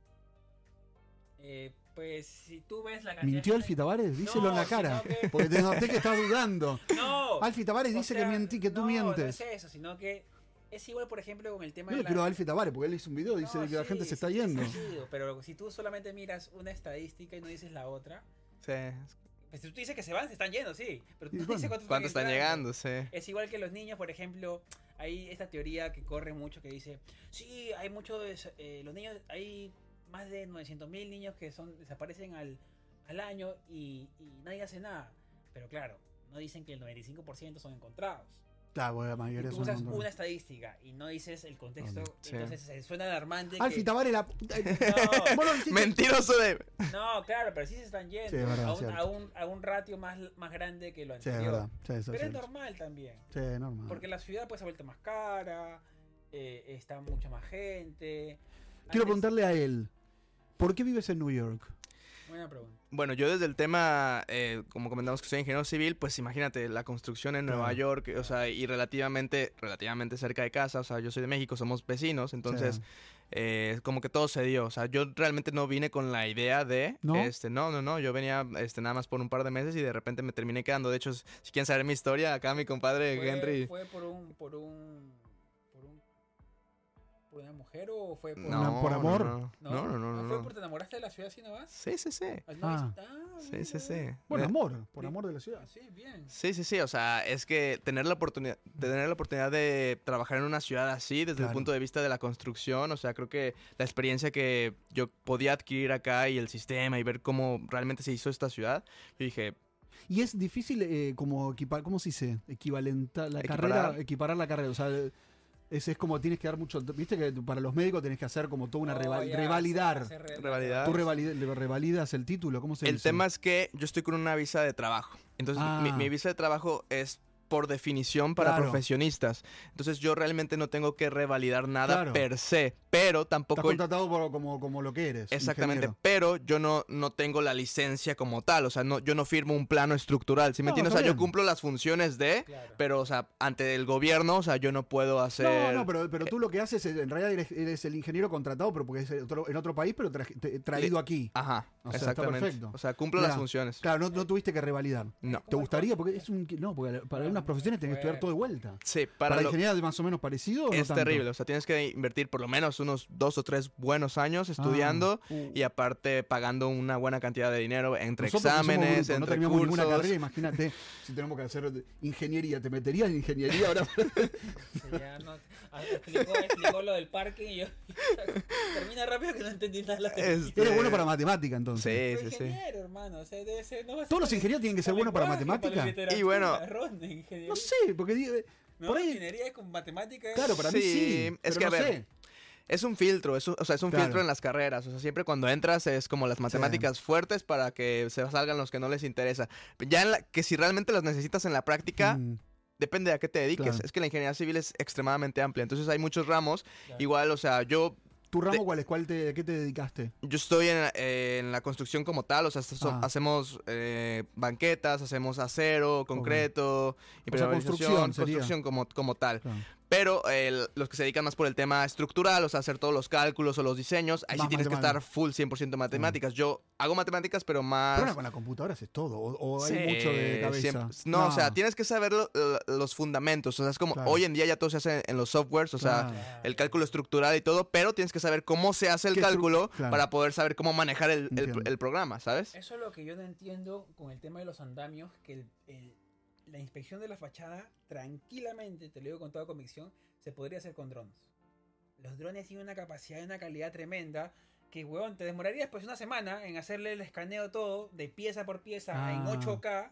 Speaker 3: Eh, Pues si tú ves la cantidad.
Speaker 1: ¿Mintió
Speaker 3: de
Speaker 1: Alfie
Speaker 3: gente-
Speaker 1: Tavares? Díselo en la
Speaker 3: No,
Speaker 1: cara.
Speaker 3: sino que-
Speaker 1: Porque te noté que estás dudando.
Speaker 3: No.
Speaker 1: Alfie Tavares
Speaker 3: o
Speaker 1: dice
Speaker 3: sea,
Speaker 1: que, mienti- que tú
Speaker 3: no, No
Speaker 1: mientes.
Speaker 3: es eso, sino que es igual, por ejemplo, con el tema
Speaker 1: Yo le
Speaker 3: de la-
Speaker 1: creo a Alfie Tavares porque él hizo un video y dice
Speaker 3: No,
Speaker 1: que la
Speaker 3: sí,
Speaker 1: gente se
Speaker 3: sí,
Speaker 1: está
Speaker 3: sí,
Speaker 1: yendo.
Speaker 3: sí, sí, pero si tú solamente miras una estadística y no dices la otra,
Speaker 2: Sí.
Speaker 3: pues si tú dices que se van, se están yendo, sí. Pero tú
Speaker 1: ¿Y
Speaker 3: no
Speaker 1: cuándo?
Speaker 3: dices cuántos
Speaker 2: ¿Cuántos están
Speaker 3: entrando.
Speaker 2: llegando? Sí.
Speaker 3: Es igual que los niños, por ejemplo, hay esta teoría que corre mucho que dice, sí, hay muchos, eh, los niños, hay más de 900.000 niños que son desaparecen al, al año y, y nadie hace nada. Pero claro, no dicen que el 95% son encontrados.
Speaker 1: Claro, porque la
Speaker 3: Y
Speaker 1: mayoría
Speaker 3: tú
Speaker 1: son
Speaker 3: usas
Speaker 1: un montón.
Speaker 3: una estadística y no dices el contexto,
Speaker 2: Bueno, sí.
Speaker 3: entonces eh, suena alarmante. que-
Speaker 1: Alfie Tavares, la puta.
Speaker 3: No.
Speaker 1: Vos lo hiciste.
Speaker 2: Mentiroso de.
Speaker 3: No, claro, pero sí se están yendo.
Speaker 1: Sí, es verdad,
Speaker 3: a, un,
Speaker 1: cierto.
Speaker 3: a, un, a un ratio más, más grande que lo
Speaker 1: Sí, es
Speaker 3: anterior.
Speaker 1: verdad. Sí, eso
Speaker 3: pero
Speaker 1: es
Speaker 3: es
Speaker 1: cierto.
Speaker 3: normal también.
Speaker 2: Ah.
Speaker 1: Sí, es normal.
Speaker 3: Porque la ciudad pues se ha vuelto más cara, eh, está mucha más gente.
Speaker 1: Quiero
Speaker 3: Antes-
Speaker 1: preguntarle a él, ¿por qué vives en New York?
Speaker 3: Buena pregunta.
Speaker 2: Bueno, yo desde el tema, eh, como comentamos que soy ingeniero civil, pues imagínate la construcción en Nueva
Speaker 1: Claro.
Speaker 2: York, o sea, y relativamente, relativamente cerca de casa, o sea, yo soy de México, somos vecinos, entonces
Speaker 1: Sí.
Speaker 2: eh, como que todo se dio, o sea, yo realmente no vine con la idea de,
Speaker 1: ¿No?
Speaker 2: este, no, no, no, yo venía, este, nada más por un par de meses y de repente me terminé quedando. De hecho, si quieren saber mi historia, acá mi compadre
Speaker 3: ¿Fue,
Speaker 2: Eh, Henry.
Speaker 3: fue por un por un por un por una mujer o fue por
Speaker 2: No,
Speaker 1: ¿Por
Speaker 2: no,
Speaker 1: amor?
Speaker 2: No, no, no, no,
Speaker 3: fue
Speaker 2: no.
Speaker 3: porque te enamoraste de la ciudad si no vas?
Speaker 2: Sí, sí, sí.
Speaker 3: Ah, no,
Speaker 1: Ah.
Speaker 3: está,
Speaker 2: Sí,
Speaker 3: mira.
Speaker 2: sí, sí.
Speaker 1: Por
Speaker 2: Eh,
Speaker 1: amor, por amor de la ciudad.
Speaker 3: Sí, bien.
Speaker 2: Sí, sí, sí, o sea, es que tener la oportunidad tener la oportunidad de trabajar en una ciudad así desde
Speaker 1: Claro.
Speaker 2: el punto de vista de la construcción, o sea, creo que la experiencia que yo podía adquirir acá y el sistema y ver cómo realmente se hizo esta ciudad, yo dije,
Speaker 1: Y es difícil eh, como equipar, ¿cómo se dice? Equivalentar la
Speaker 2: Equiparar.
Speaker 1: carrera, equiparar la carrera, o sea, es, es como tienes que dar mucho, viste que para los médicos tenés que hacer como toda una
Speaker 3: Oh,
Speaker 1: reval-
Speaker 3: ya,
Speaker 1: revalidar.
Speaker 3: se- se re-
Speaker 2: Revalidar.
Speaker 1: Tú revalid- le revalidas el título, ¿cómo se
Speaker 2: el
Speaker 1: dice?
Speaker 2: tema es que yo estoy con una visa de trabajo. Entonces,
Speaker 1: Ah.
Speaker 2: mi, mi visa de trabajo es por definición para
Speaker 1: Claro.
Speaker 2: profesionistas. Entonces, yo realmente no tengo que revalidar nada
Speaker 1: Claro.
Speaker 2: per se, pero
Speaker 1: Estás
Speaker 2: tampoco
Speaker 1: contratado por- como, como lo que eres.
Speaker 2: Exactamente,
Speaker 1: ingeniero.
Speaker 2: pero yo no, no tengo la licencia como tal, o sea, no, yo no firmo un plano estructural, ¿sí me
Speaker 1: No,
Speaker 2: entiendes? O
Speaker 1: está
Speaker 2: sea, yo
Speaker 1: bien.
Speaker 2: cumplo las funciones de,
Speaker 3: Claro.
Speaker 2: pero, o sea, ante el gobierno, o sea, yo no puedo hacer...
Speaker 1: No, no, pero,
Speaker 2: Eh,
Speaker 1: pero tú lo que haces, es, en realidad eres, eres el ingeniero contratado, pero porque es otro- en otro país, pero tra- te- traído aquí.
Speaker 2: Ajá,
Speaker 1: O sea, está
Speaker 2: exactamente.
Speaker 1: perfecto.
Speaker 2: O sea, cumplo
Speaker 1: Mira.
Speaker 2: las funciones.
Speaker 1: Claro, no, no tuviste que revalidar.
Speaker 2: No.
Speaker 1: ¿Te gustaría? Porque es un... No, porque para algunas profesiones tenés que estudiar todo de vuelta.
Speaker 2: Sí,
Speaker 1: Para,
Speaker 2: para,
Speaker 1: la
Speaker 2: lo-
Speaker 1: ingeniería es más o menos parecido. ¿o no
Speaker 2: es
Speaker 1: tanto?
Speaker 2: terrible, o sea, tienes que invertir por lo menos unos dos o tres buenos años estudiando
Speaker 1: Ah, uh.
Speaker 2: y aparte pagando una buena cantidad de dinero entre
Speaker 1: Nosotros que somos
Speaker 2: exámenes,
Speaker 1: brutos, no
Speaker 2: entre
Speaker 1: terminamos
Speaker 2: cursos.
Speaker 1: ninguna carrera, imagínate si tenemos que hacer de- ingeniería, te meterías en ingeniería ahora.
Speaker 3: Sí, ya no- ah, explicó, explicó lo del parking y yo termina rápido que no entendí nada. de lo que-
Speaker 2: Este,
Speaker 1: Eres bueno para matemática entonces.
Speaker 2: Sí,
Speaker 3: Pero
Speaker 2: sí, sí.
Speaker 3: ingeniero, hermano, o sea, debe ser- no va a ser
Speaker 1: Todos los
Speaker 3: para-
Speaker 1: ingenieros tienen que ser buenos para
Speaker 3: lenguaje,
Speaker 1: matemática.
Speaker 3: literatura,
Speaker 2: Y bueno,
Speaker 3: ronda, ingeniería.
Speaker 1: No sé, porque di-
Speaker 3: No,
Speaker 1: por ahí-
Speaker 3: ingeniería con matemáticas. Ah.
Speaker 1: claro, para mí
Speaker 2: Sí,
Speaker 1: sí.
Speaker 2: es
Speaker 1: pero
Speaker 2: que, a
Speaker 1: no
Speaker 2: ver,
Speaker 1: sé.
Speaker 2: Es un filtro, es un- o sea, es un
Speaker 1: Claro.
Speaker 2: filtro en las carreras. O sea, siempre cuando entras es como las matemáticas fuertes para que se salgan los que no les interesa. Ya en la- que si realmente las necesitas en la práctica,
Speaker 1: Mm,
Speaker 2: depende de a qué te dediques.
Speaker 1: Claro.
Speaker 2: Es que la ingeniería civil es extremadamente amplia, entonces hay muchos ramos.
Speaker 3: Claro.
Speaker 2: Igual, o sea, yo,
Speaker 1: ¿Tu ramo
Speaker 2: de-
Speaker 1: cuál es? ¿Cuál te, ¿A qué te dedicaste?
Speaker 2: yo estoy en, eh, en la construcción como tal, o sea, so-
Speaker 1: Ah.
Speaker 2: hacemos eh, banquetas, hacemos acero, concreto, impermeabilización,
Speaker 1: construcción sería.
Speaker 2: construcción como, como tal.
Speaker 1: Claro.
Speaker 2: Pero el- los que se dedican más por el tema estructural, o sea, hacer todos los cálculos o los diseños, ahí
Speaker 1: Más
Speaker 2: sí tienes que
Speaker 1: matemática. Ah.
Speaker 2: estar full 100% matemáticas. Yo hago matemáticas, pero más...
Speaker 1: Pero ahora con la computadora haces todo, o, o hay
Speaker 2: Sí,
Speaker 1: mucho de cabeza.
Speaker 2: siempre- no, o sea, tienes que saber lo- lo- los fundamentos. O sea, es como
Speaker 1: Claro.
Speaker 2: hoy en día ya todo se hace en los softwares, o sea,
Speaker 1: Claro.
Speaker 2: el cálculo estructural y todo, pero tienes que saber cómo se hace el
Speaker 1: ¿Qué estru-
Speaker 2: cálculo
Speaker 1: claro.
Speaker 2: para poder saber cómo manejar el, el-
Speaker 1: Entiendo.
Speaker 2: el programa, ¿sabes?
Speaker 3: Eso es lo que yo no entiendo con el tema de los andamios, que el- el- la inspección de la fachada, tranquilamente, te lo digo con toda convicción, se podría hacer con drones. Los drones tienen una capacidad y una calidad tremenda que, weón, te demorarías pues una semana en hacerle el escaneo todo, de pieza por pieza, en
Speaker 1: Ah.
Speaker 3: 8K,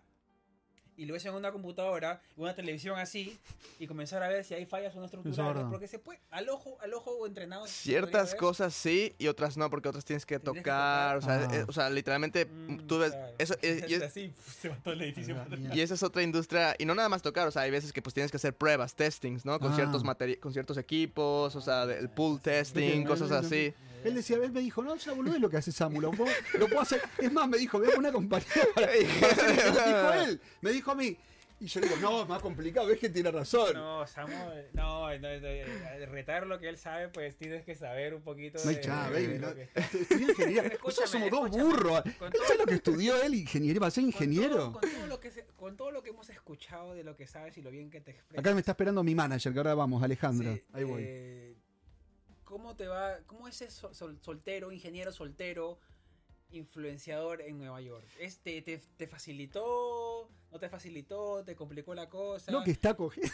Speaker 3: y lo ves en una computadora, en una televisión así, y comenzar a ver si hay fallas o no estructurales,
Speaker 1: verdad.
Speaker 3: porque se puede, al ojo, al ojo entrenado. se
Speaker 2: Ciertas
Speaker 3: podría ver.
Speaker 2: cosas sí y otras no, porque otras tienes que
Speaker 3: Tienes que
Speaker 2: tocar, o sea,
Speaker 1: tocar.
Speaker 2: eh, o sea, literalmente
Speaker 3: Mm,
Speaker 2: tú ves...
Speaker 3: claro.
Speaker 2: Eso, eh, y es-
Speaker 3: así, se va todo el edificio.
Speaker 1: Ah, mira.
Speaker 2: Y esa es otra industria, y no nada más tocar, o sea, hay veces que pues tienes que hacer pruebas, testings, ¿no? Con
Speaker 1: Ah.
Speaker 2: ciertos materi- con ciertos equipos, o sea, de- el pool testing,
Speaker 1: Ok,
Speaker 2: cosas
Speaker 1: ok, ok.
Speaker 2: así.
Speaker 1: Él decía, él me dijo, no, es una boludez lo que hace Samu, lo puedo, lo puedo hacer. Es más, me dijo, voy a poner una compañía para, para hacer esto". Me dijo él, me dijo a mí, Y yo le digo, no, es más complicado, ves que tiene razón. No,
Speaker 3: No, Samuel, no, no, no, eh, al retar lo que él sabe, pues tienes que saber un poquito
Speaker 1: hay
Speaker 3: de-
Speaker 1: chava,
Speaker 3: de
Speaker 1: baby.
Speaker 3: eh, lo
Speaker 1: No.
Speaker 3: que está-
Speaker 1: Estudié ingeniería.
Speaker 3: Pero
Speaker 1: Nosotros somos
Speaker 3: escúchame,
Speaker 1: dos
Speaker 3: escúchame.
Speaker 1: burros.
Speaker 3: Con todo-
Speaker 1: ¿Sabes lo que estudió él? Ingeniería, va a ser
Speaker 3: con todo-
Speaker 1: ingeniero.
Speaker 3: Con todo, lo que se- con todo lo que hemos escuchado de lo que sabes y lo bien que te expresas.
Speaker 1: Acá me está esperando mi manager, que ahora vamos, Alejandra.
Speaker 3: Sí,
Speaker 1: Ahí voy.
Speaker 3: eh, ¿Cómo te va? ¿Cómo es ese sol- sol- soltero, ingeniero soltero, influenciador en Nueva York? Este, te, te facilitó? ¿No te facilitó? ¿Te complicó la cosa?
Speaker 1: lo que está cogiendo.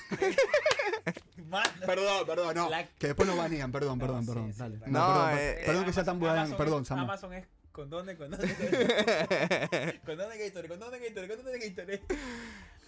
Speaker 1: perdón, perdón, no.
Speaker 3: La-
Speaker 1: Que después nos banean, perdón,
Speaker 3: No,
Speaker 1: perdón,
Speaker 3: sí,
Speaker 1: perdón.
Speaker 3: sí,
Speaker 1: dale.
Speaker 3: la-
Speaker 1: No,
Speaker 2: No,
Speaker 1: perdón,
Speaker 2: eh,
Speaker 1: perdón que sea tan
Speaker 3: Amazon-
Speaker 1: buena, perdón,
Speaker 3: Amazon,
Speaker 1: Samu.
Speaker 3: Amazon es condone, condone, condone. condone Gatorade, condone Gatorade, condone Gatorade.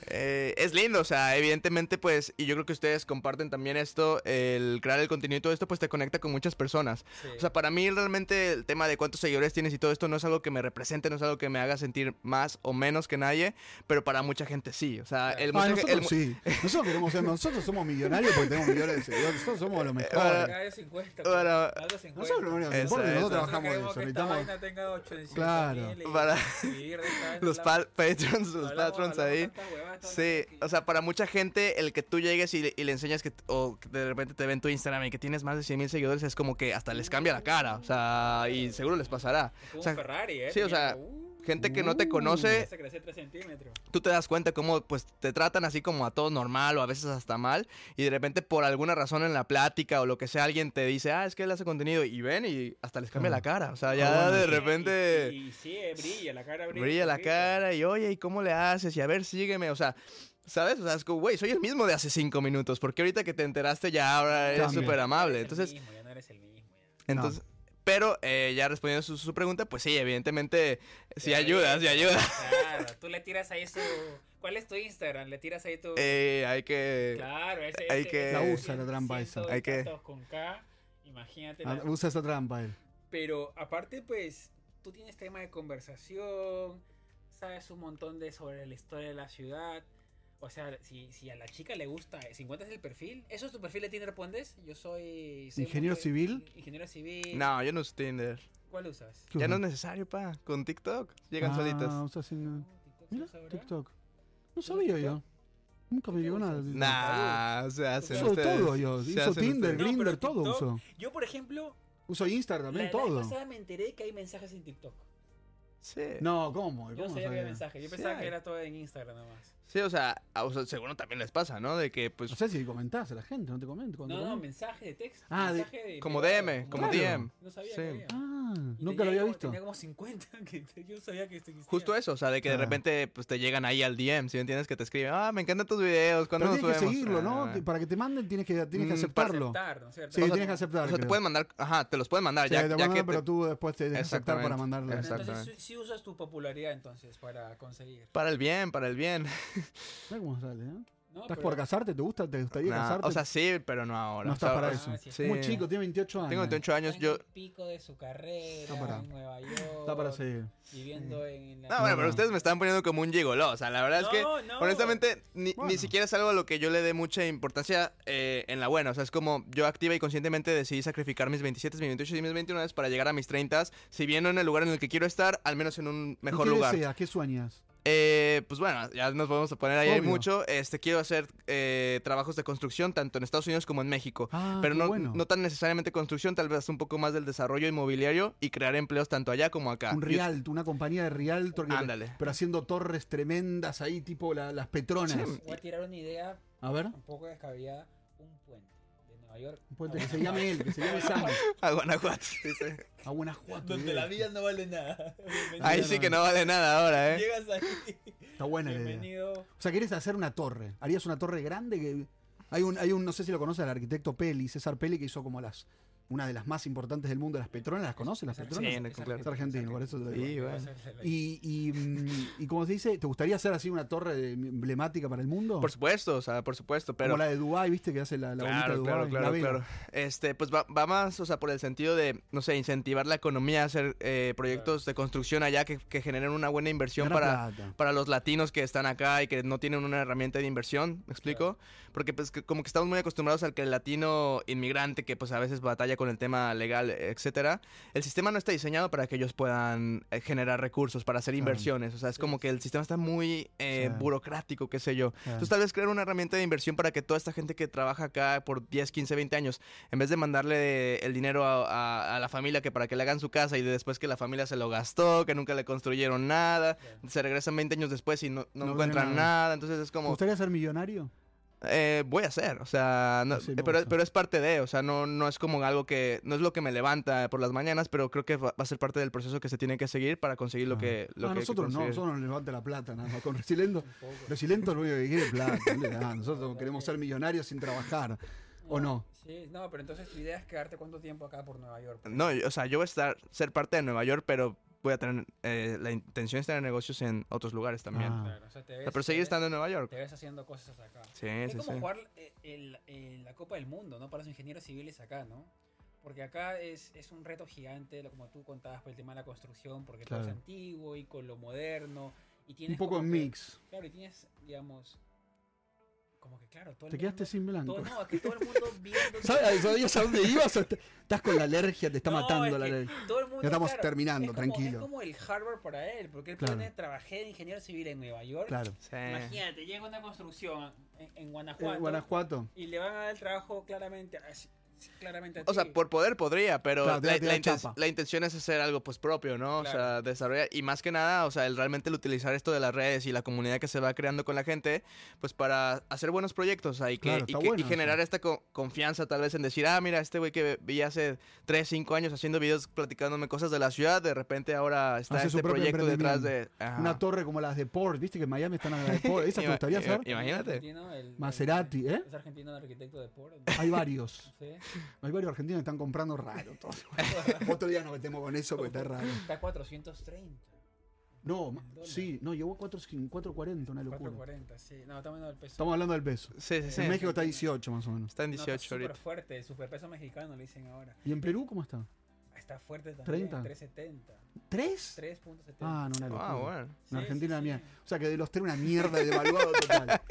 Speaker 2: Eh, es lindo, o sea, evidentemente, pues, y yo creo que ustedes comparten también esto, el crear el contenido y todo esto, pues te conecta con muchas personas.
Speaker 3: Sí.
Speaker 2: O sea, para mí realmente el tema de cuántos seguidores tienes y todo esto no es algo que me represente, no es algo que me haga sentir más o menos que nadie, pero para mucha gente sí. O sea, el,
Speaker 1: Ah,
Speaker 2: mucha-
Speaker 1: nosotros
Speaker 2: el mu-
Speaker 1: sí. Nosotros queremos ser- nosotros somos millonarios porque tenemos millones de seguidores. Nosotros somos los mejores.
Speaker 2: Eh,
Speaker 3: Acá es 50.
Speaker 2: Ahora-
Speaker 3: pues, algo 50.
Speaker 1: Nosotros lo único que nos
Speaker 2: Eso,
Speaker 1: importa es que
Speaker 2: eso.
Speaker 1: nosotros trabajamos en
Speaker 3: queremos
Speaker 1: eso.
Speaker 3: que esta
Speaker 1: Necesitamos
Speaker 3: vaina tenga 800
Speaker 1: Claro.
Speaker 3: mil y
Speaker 2: Para-
Speaker 3: vivir de esta vaina.
Speaker 2: los
Speaker 3: Hablamos-
Speaker 2: pa- patrons, los
Speaker 3: hablamos-
Speaker 2: patrons
Speaker 3: hablamos
Speaker 2: ahí.
Speaker 3: tantas huevadas, tantas
Speaker 2: Sí,
Speaker 3: cosas que-
Speaker 2: o sea, para mucha gente el que tú llegues y, le- y le enseñas que, o que de repente te ven tu Instagram y que tienes más de 100 mil seguidores es como que hasta les cambia la cara, o sea, y seguro les pasará.
Speaker 3: Como
Speaker 2: o sea,
Speaker 3: un Ferrari, ¿eh?
Speaker 2: sí, o sea, Gente que no te conoce,
Speaker 3: Se crece 3 centímetros.
Speaker 2: tú te das cuenta cómo pues te tratan así como a todo normal o a veces hasta mal y de repente por alguna razón en la plática o lo que sea alguien te dice, ah, es que él hace contenido y ven y hasta les cambia la cara, o sea, ya
Speaker 1: bueno,
Speaker 2: de
Speaker 1: sí,
Speaker 2: repente...
Speaker 3: Y, y sí, eh, brilla, la cara brilla.
Speaker 2: brilla la
Speaker 3: poquito.
Speaker 2: cara y oye, ¿y cómo le haces? Y a ver, sígueme, o sea, ¿sabes? O sea, es como, güey, soy el mismo de hace cinco minutos, porque ahorita que te enteraste ya ahora eres
Speaker 1: Cambia.
Speaker 2: súper amable.
Speaker 3: Eres el
Speaker 2: Entonces,
Speaker 3: mismo, ya no eres el mismo. ya.
Speaker 2: entonces, pero eh, ya respondiendo su, su pregunta, pues sí, evidentemente, sí
Speaker 1: Eh,
Speaker 3: Te
Speaker 2: ayuda, sí ayuda.
Speaker 3: Claro, tú le tiras ahí su. ¿Cuál es tu Instagram? Le tiras ahí tu.
Speaker 2: Eh, hay que...
Speaker 3: claro, ese.
Speaker 2: hay
Speaker 3: ese-
Speaker 2: que-
Speaker 3: ese
Speaker 2: La
Speaker 1: usa la trampa esa.
Speaker 3: 100
Speaker 2: Hay que-
Speaker 3: tantos Con K, imagínate.
Speaker 1: Ah,
Speaker 3: la-
Speaker 1: Usa esa trampa él.
Speaker 3: Pero aparte, pues, tú tienes tema de conversación, sabes un montón de sobre la historia de la ciudad. O sea, si, si a la chica le gusta, eh, si encuentras el perfil, ¿eso es tu perfil de Tinder Pondes? Yo soy... soy
Speaker 1: ¿Ingeniero
Speaker 3: mujer-
Speaker 1: civil?
Speaker 3: Ingeniero civil.
Speaker 2: No, yo no uso Tinder.
Speaker 3: ¿Cuál usas?
Speaker 2: Ya no es necesario, pa. Con TikTok llegan solitos.
Speaker 1: Ah, usa sin-
Speaker 3: ¿TikTok se
Speaker 1: Mira,
Speaker 3: usa ahora?
Speaker 1: TikTok. No
Speaker 3: ¿Usa
Speaker 1: sabía
Speaker 3: TikTok?
Speaker 1: yo. Nunca me
Speaker 3: ¿Qué
Speaker 1: llegó
Speaker 3: usas?
Speaker 1: nada. de-
Speaker 2: Nah, se hacen
Speaker 1: Uso
Speaker 2: ustedes.
Speaker 1: todo yo.
Speaker 2: Se
Speaker 1: Uso
Speaker 2: hacen
Speaker 1: Tinder,
Speaker 2: ustedes.
Speaker 3: No, pero
Speaker 1: Grindr, todo
Speaker 3: TikTok-
Speaker 1: uso.
Speaker 3: Yo, por ejemplo,
Speaker 1: Uso Instagram
Speaker 3: la,
Speaker 1: también,
Speaker 3: la vez
Speaker 1: todo.
Speaker 3: pasada me enteré que hay mensajes en TikTok.
Speaker 2: Sí.
Speaker 1: No, ¿cómo?
Speaker 3: Yo
Speaker 1: ¿Cómo
Speaker 3: no sabía que había
Speaker 1: sabía?
Speaker 3: mensajes. Yo
Speaker 2: Sí
Speaker 3: pensaba
Speaker 2: hay.
Speaker 3: que era todo en Instagram nomás.
Speaker 2: Sí, o sea, a- o sea, seguro también les pasa, ¿no? De que, pues,
Speaker 1: No sé si comentás a la gente, no te comento. cuando
Speaker 3: No, no,
Speaker 1: comento.
Speaker 3: mensaje de texto.
Speaker 1: Ah, de-
Speaker 3: mensaje de
Speaker 2: como
Speaker 3: privado,
Speaker 2: DM, como
Speaker 1: Claro.
Speaker 2: DM.
Speaker 3: No sabía
Speaker 2: Sí.
Speaker 3: que había.
Speaker 1: Ah,
Speaker 3: Y
Speaker 1: nunca lo
Speaker 3: tenía
Speaker 1: había
Speaker 3: como-
Speaker 1: visto.
Speaker 3: Tenía como 50, que te- yo sabía que este esto existía.
Speaker 2: Justo eso, o sea, de que de
Speaker 1: Claro.
Speaker 2: repente pues, te llegan ahí al DM, si me entiendes, que te escriben, ah, me encantan tus videos, ¿cuándo
Speaker 1: Pero
Speaker 2: nos
Speaker 1: tienes que
Speaker 2: subimos?
Speaker 1: seguirlo,
Speaker 2: Ah.
Speaker 1: ¿no? Te- Para que te manden tienes que, tienes que
Speaker 2: Mm, para
Speaker 1: aceptarlo.
Speaker 3: Aceptar, ¿no es cierto?
Speaker 1: Sí,
Speaker 3: O sea,
Speaker 1: tienes que aceptar.
Speaker 2: O sea, te
Speaker 1: creo.
Speaker 2: pueden mandar, ajá, te los pueden mandar,
Speaker 1: Sí,
Speaker 2: ya,
Speaker 1: te
Speaker 2: ya
Speaker 1: mandan,
Speaker 2: que
Speaker 1: pero
Speaker 2: te-
Speaker 1: tú después te dejas aceptar para
Speaker 2: Exactamente.
Speaker 1: mandarle.
Speaker 2: Exacto.
Speaker 3: Entonces sí,
Speaker 2: Exactamente.
Speaker 3: sí usas tu popularidad entonces para conseguir.
Speaker 2: para el bien, para el bien.
Speaker 1: Mira cómo sale, ¿eh?
Speaker 3: ¿no?
Speaker 1: ¿Estás
Speaker 3: Ah, Pero-
Speaker 1: por casarte? ¿Te gusta? ¿Te gustaría
Speaker 2: Nah,
Speaker 1: casarte?
Speaker 2: o sea, sí, pero no ahora.
Speaker 1: no
Speaker 2: o
Speaker 1: estás
Speaker 2: sea,
Speaker 1: para
Speaker 2: o-
Speaker 1: eso.
Speaker 3: ah, sí,
Speaker 2: sí.
Speaker 1: Muy chico, tiene 28 años.
Speaker 2: Tengo 28
Speaker 3: años
Speaker 2: años, yo...
Speaker 3: el pico de su carrera
Speaker 1: No, para.
Speaker 3: en Nueva York.
Speaker 1: Está para seguir.
Speaker 3: Viviendo en la
Speaker 2: No, bueno,
Speaker 1: No,
Speaker 2: pero
Speaker 1: no.
Speaker 2: ustedes me están poniendo como un gigoló, o sea, la verdad es que...
Speaker 3: No, no.
Speaker 2: Honestamente, ni, ni
Speaker 1: Bueno.
Speaker 2: siquiera es algo a lo que yo le dé mucha importancia eh, en la buena. O sea, es como yo activa y conscientemente decidí sacrificar mis 27, mis 28 y mis 29 para llegar a mis 30. Si bien no en el lugar en el que quiero estar, al menos en un
Speaker 1: ¿Y
Speaker 2: mejor
Speaker 1: ¿Qué
Speaker 2: lugar.
Speaker 1: deseas? ¿Qué sueñas?
Speaker 2: Eh, pues bueno, ya nos vamos a poner ahí hay
Speaker 1: Obvio.
Speaker 2: mucho. Este, quiero hacer eh, trabajos de construcción tanto en Estados Unidos como en México.
Speaker 1: Ah,
Speaker 2: Pero
Speaker 1: qué
Speaker 2: no,
Speaker 1: bueno.
Speaker 2: no tan necesariamente construcción, tal vez un poco más del desarrollo inmobiliario y crear empleos tanto allá como acá.
Speaker 1: un
Speaker 2: Yo-
Speaker 1: Rialto, una compañía de Rialto. que-
Speaker 2: Ándale.
Speaker 1: Pero haciendo torres tremendas ahí, tipo la- las Petronas.
Speaker 2: Sí.
Speaker 3: Voy a tirar una idea
Speaker 1: A ver,
Speaker 3: un poco descabellada. Un puente de Nueva York.
Speaker 1: un puente
Speaker 3: a
Speaker 1: que se
Speaker 3: Guanajuato.
Speaker 1: llame él, que se llame Sam.
Speaker 2: A Guanajuato. dice.
Speaker 1: A Guanajuato.
Speaker 3: Donde
Speaker 1: bien.
Speaker 3: la vida no vale nada.
Speaker 2: Ahí
Speaker 1: Mira,
Speaker 2: sí
Speaker 1: no,
Speaker 2: que
Speaker 1: no.
Speaker 2: no vale nada ahora, ¿eh?
Speaker 3: Llegas ahí.
Speaker 1: Está buena la idea.
Speaker 3: Bienvenido.
Speaker 1: O sea, querés hacer una torre. Harías una torre grande que. Hay un, hay un, no sé si lo conoce el arquitecto Peli, César Peli, que hizo como las. Una de las más importantes del mundo, las Petronas, ¿las conoce? Las
Speaker 3: Es
Speaker 1: Petronas.
Speaker 2: Sí, no, claro.
Speaker 1: Es argentino, por eso te lo digo.
Speaker 2: Sí, bueno.
Speaker 1: Y, y, mm, y como se dice, ¿te gustaría hacer así una torre de- emblemática para el mundo?
Speaker 2: Por supuesto, o sea, por supuesto, pero...
Speaker 1: como la de Dubái, ¿viste? Que hace la, la bonita de
Speaker 2: Claro,
Speaker 1: Dubái.
Speaker 2: claro,
Speaker 1: la
Speaker 2: claro,
Speaker 1: vela.
Speaker 2: claro. Este, pues va, va más, o sea, por el sentido de, no sé, incentivar la economía, hacer eh, proyectos de construcción allá que, que generen una buena inversión
Speaker 1: Gana
Speaker 2: para,
Speaker 1: plata.
Speaker 2: para los latinos que están acá y que no tienen una herramienta de inversión, ¿me explico? Porque pues que- como que estamos muy acostumbrados al que el latino inmigrante que pues a veces batalla con el tema legal, etcétera, el sistema no está diseñado para que ellos puedan eh, generar recursos, para hacer
Speaker 1: Claro.
Speaker 2: inversiones. O sea, es como que el sistema está muy eh,
Speaker 1: Sí.
Speaker 2: burocrático, qué sé yo. Entonces, tal vez crear una herramienta de inversión para que toda esta gente que trabaja acá por 10, 15, 20 años, en vez de mandarle el dinero a, a- a la familia que para que le hagan su casa y después que la familia se lo gastó, que nunca le construyeron nada, se regresan 20 años después y no, no
Speaker 1: No
Speaker 2: encuentran
Speaker 1: ven
Speaker 2: nada.
Speaker 1: nada.
Speaker 2: Entonces, es
Speaker 1: ¿Te
Speaker 2: como,
Speaker 1: gustaría ser millonario?
Speaker 2: eh, voy a hacer, o sea, no-
Speaker 1: Sí, me
Speaker 2: eh, pero,
Speaker 1: gusta.
Speaker 2: pero es parte de, o sea, no, no es como algo que, no es lo que me levanta por las mañanas, pero creo que va, va a ser parte del proceso que se tiene que seguir para conseguir lo
Speaker 1: Ah.
Speaker 2: que... Lo
Speaker 1: No, a
Speaker 2: que hay que
Speaker 1: nosotros no,
Speaker 2: conseguir.
Speaker 1: nosotros nos levanta la plata nada más. Con Resilento, Resilento lo único que quiere es plata. no le da. Nosotros queremos ser millonarios sin trabajar. ¿O no?
Speaker 3: Sí, no, pero entonces tu idea es quedarte cuánto tiempo acá por Nueva York.
Speaker 2: No, yo- o sea, yo voy a estar, ser parte de Nueva York, pero voy a tener, eh, la intención es tener negocios en otros lugares también.
Speaker 1: Ah.
Speaker 3: Claro, o sea, te
Speaker 2: O
Speaker 3: ves,
Speaker 2: sea, pero
Speaker 3: te
Speaker 2: seguir
Speaker 3: ves-
Speaker 2: estando en Nueva York.
Speaker 3: Este te ves haciendo cosas acá.
Speaker 2: Sí,
Speaker 3: Es
Speaker 2: sí,
Speaker 3: como
Speaker 2: sí.
Speaker 3: jugar eh, el- el- la Copa del Mundo, ¿no? Para los ingenieros civiles acá, ¿no? Porque acá es, es un reto gigante, lo- como tú contabas, por el tema de la construcción, porque todo es
Speaker 1: Claro.
Speaker 3: antiguo y con lo moderno. Y tienes
Speaker 1: Un poco
Speaker 3: como
Speaker 1: en
Speaker 3: que-
Speaker 1: mix.
Speaker 3: Claro, y tienes, digamos, como que claro, todo
Speaker 1: Te
Speaker 3: el
Speaker 1: quedaste
Speaker 3: mundo...
Speaker 1: sin blanco.
Speaker 3: todo- no, es que todo el mundo viendo...
Speaker 1: ¿Sabes sabías a dónde ibas? o est- Estás con la alergia, te está
Speaker 3: No,
Speaker 1: matando
Speaker 3: es
Speaker 1: la
Speaker 3: que
Speaker 1: alergia.
Speaker 3: todo el mundo,
Speaker 1: Ya estamos
Speaker 3: claro,
Speaker 1: terminando,
Speaker 3: es como-
Speaker 1: tranquilo.
Speaker 3: Es como el Harvard para él, porque él
Speaker 1: Claro.
Speaker 3: pone, trabajé de ingeniero civil en Nueva York.
Speaker 1: Claro.
Speaker 2: Sí.
Speaker 3: Imagínate, llega una construcción en, en Guanajuato.
Speaker 1: Eh, Guanajuato.
Speaker 3: Y le van a dar el trabajo claramente a, sí, claramente a
Speaker 2: O sea,
Speaker 3: ti.
Speaker 2: por poder podría, pero
Speaker 1: Claro, te
Speaker 2: la,
Speaker 1: da- te da
Speaker 2: la inten-
Speaker 1: chapa.
Speaker 2: la intención es hacer algo pues propio, ¿no? O sea,
Speaker 3: Claro.
Speaker 2: desarrollar y más que nada, o sea, el realmente el utilizar esto de las redes y la comunidad que se va creando con la gente, pues para hacer buenos proyectos, o sea, y, que-
Speaker 1: Claro,
Speaker 2: y
Speaker 1: está
Speaker 2: que- y
Speaker 1: bueno eso.
Speaker 2: generar esta co- confianza tal vez en decir, ah, mira, este güey que vi hace 3, 5 años haciendo videos platicándome cosas de la ciudad, de repente ahora está
Speaker 1: Hace su
Speaker 2: este
Speaker 1: propio
Speaker 2: proyecto detrás de...
Speaker 1: emprendimiento.
Speaker 2: Ajá.
Speaker 1: Una torre como las de Port, viste que en Miami están las de Port. ¿Esas te
Speaker 2: Ah. Ima-
Speaker 1: gustaría
Speaker 2: i-
Speaker 1: hacer?
Speaker 2: Imagínate.
Speaker 3: Argentino, el- el-
Speaker 1: Maserati, ¿eh?
Speaker 3: Es argentino el arquitecto de Port. ¿no?
Speaker 1: Hay varios.
Speaker 3: Sí.
Speaker 1: Hay varios argentinos que están comprando raro. todo. Otro día nos metemos con eso porque está raro.
Speaker 3: Está a 430.
Speaker 1: No, ma-
Speaker 3: dólar.
Speaker 1: sí, no, llegó a 4, 4.40, una locura.
Speaker 3: 440, sí. No, está menos el peso.
Speaker 1: Estamos hablando del peso.
Speaker 2: Sí, sí, sí.
Speaker 1: En México está 18 más o menos.
Speaker 2: Está en
Speaker 3: No,
Speaker 2: 18
Speaker 3: está
Speaker 2: ahorita.
Speaker 3: súper fuerte, el superpeso mexicano le dicen ahora.
Speaker 1: ¿Y en Perú cómo está?
Speaker 3: Está fuerte también,
Speaker 1: 30.
Speaker 3: 370.
Speaker 1: ¿Tres?
Speaker 3: 3.70.
Speaker 1: Ah, no, una locura.
Speaker 2: Ah, bueno.
Speaker 3: Sí,
Speaker 1: En Argentina
Speaker 3: sí,
Speaker 1: la mía.
Speaker 3: sí.
Speaker 1: O sea que de los tres una mierda de devaluado total.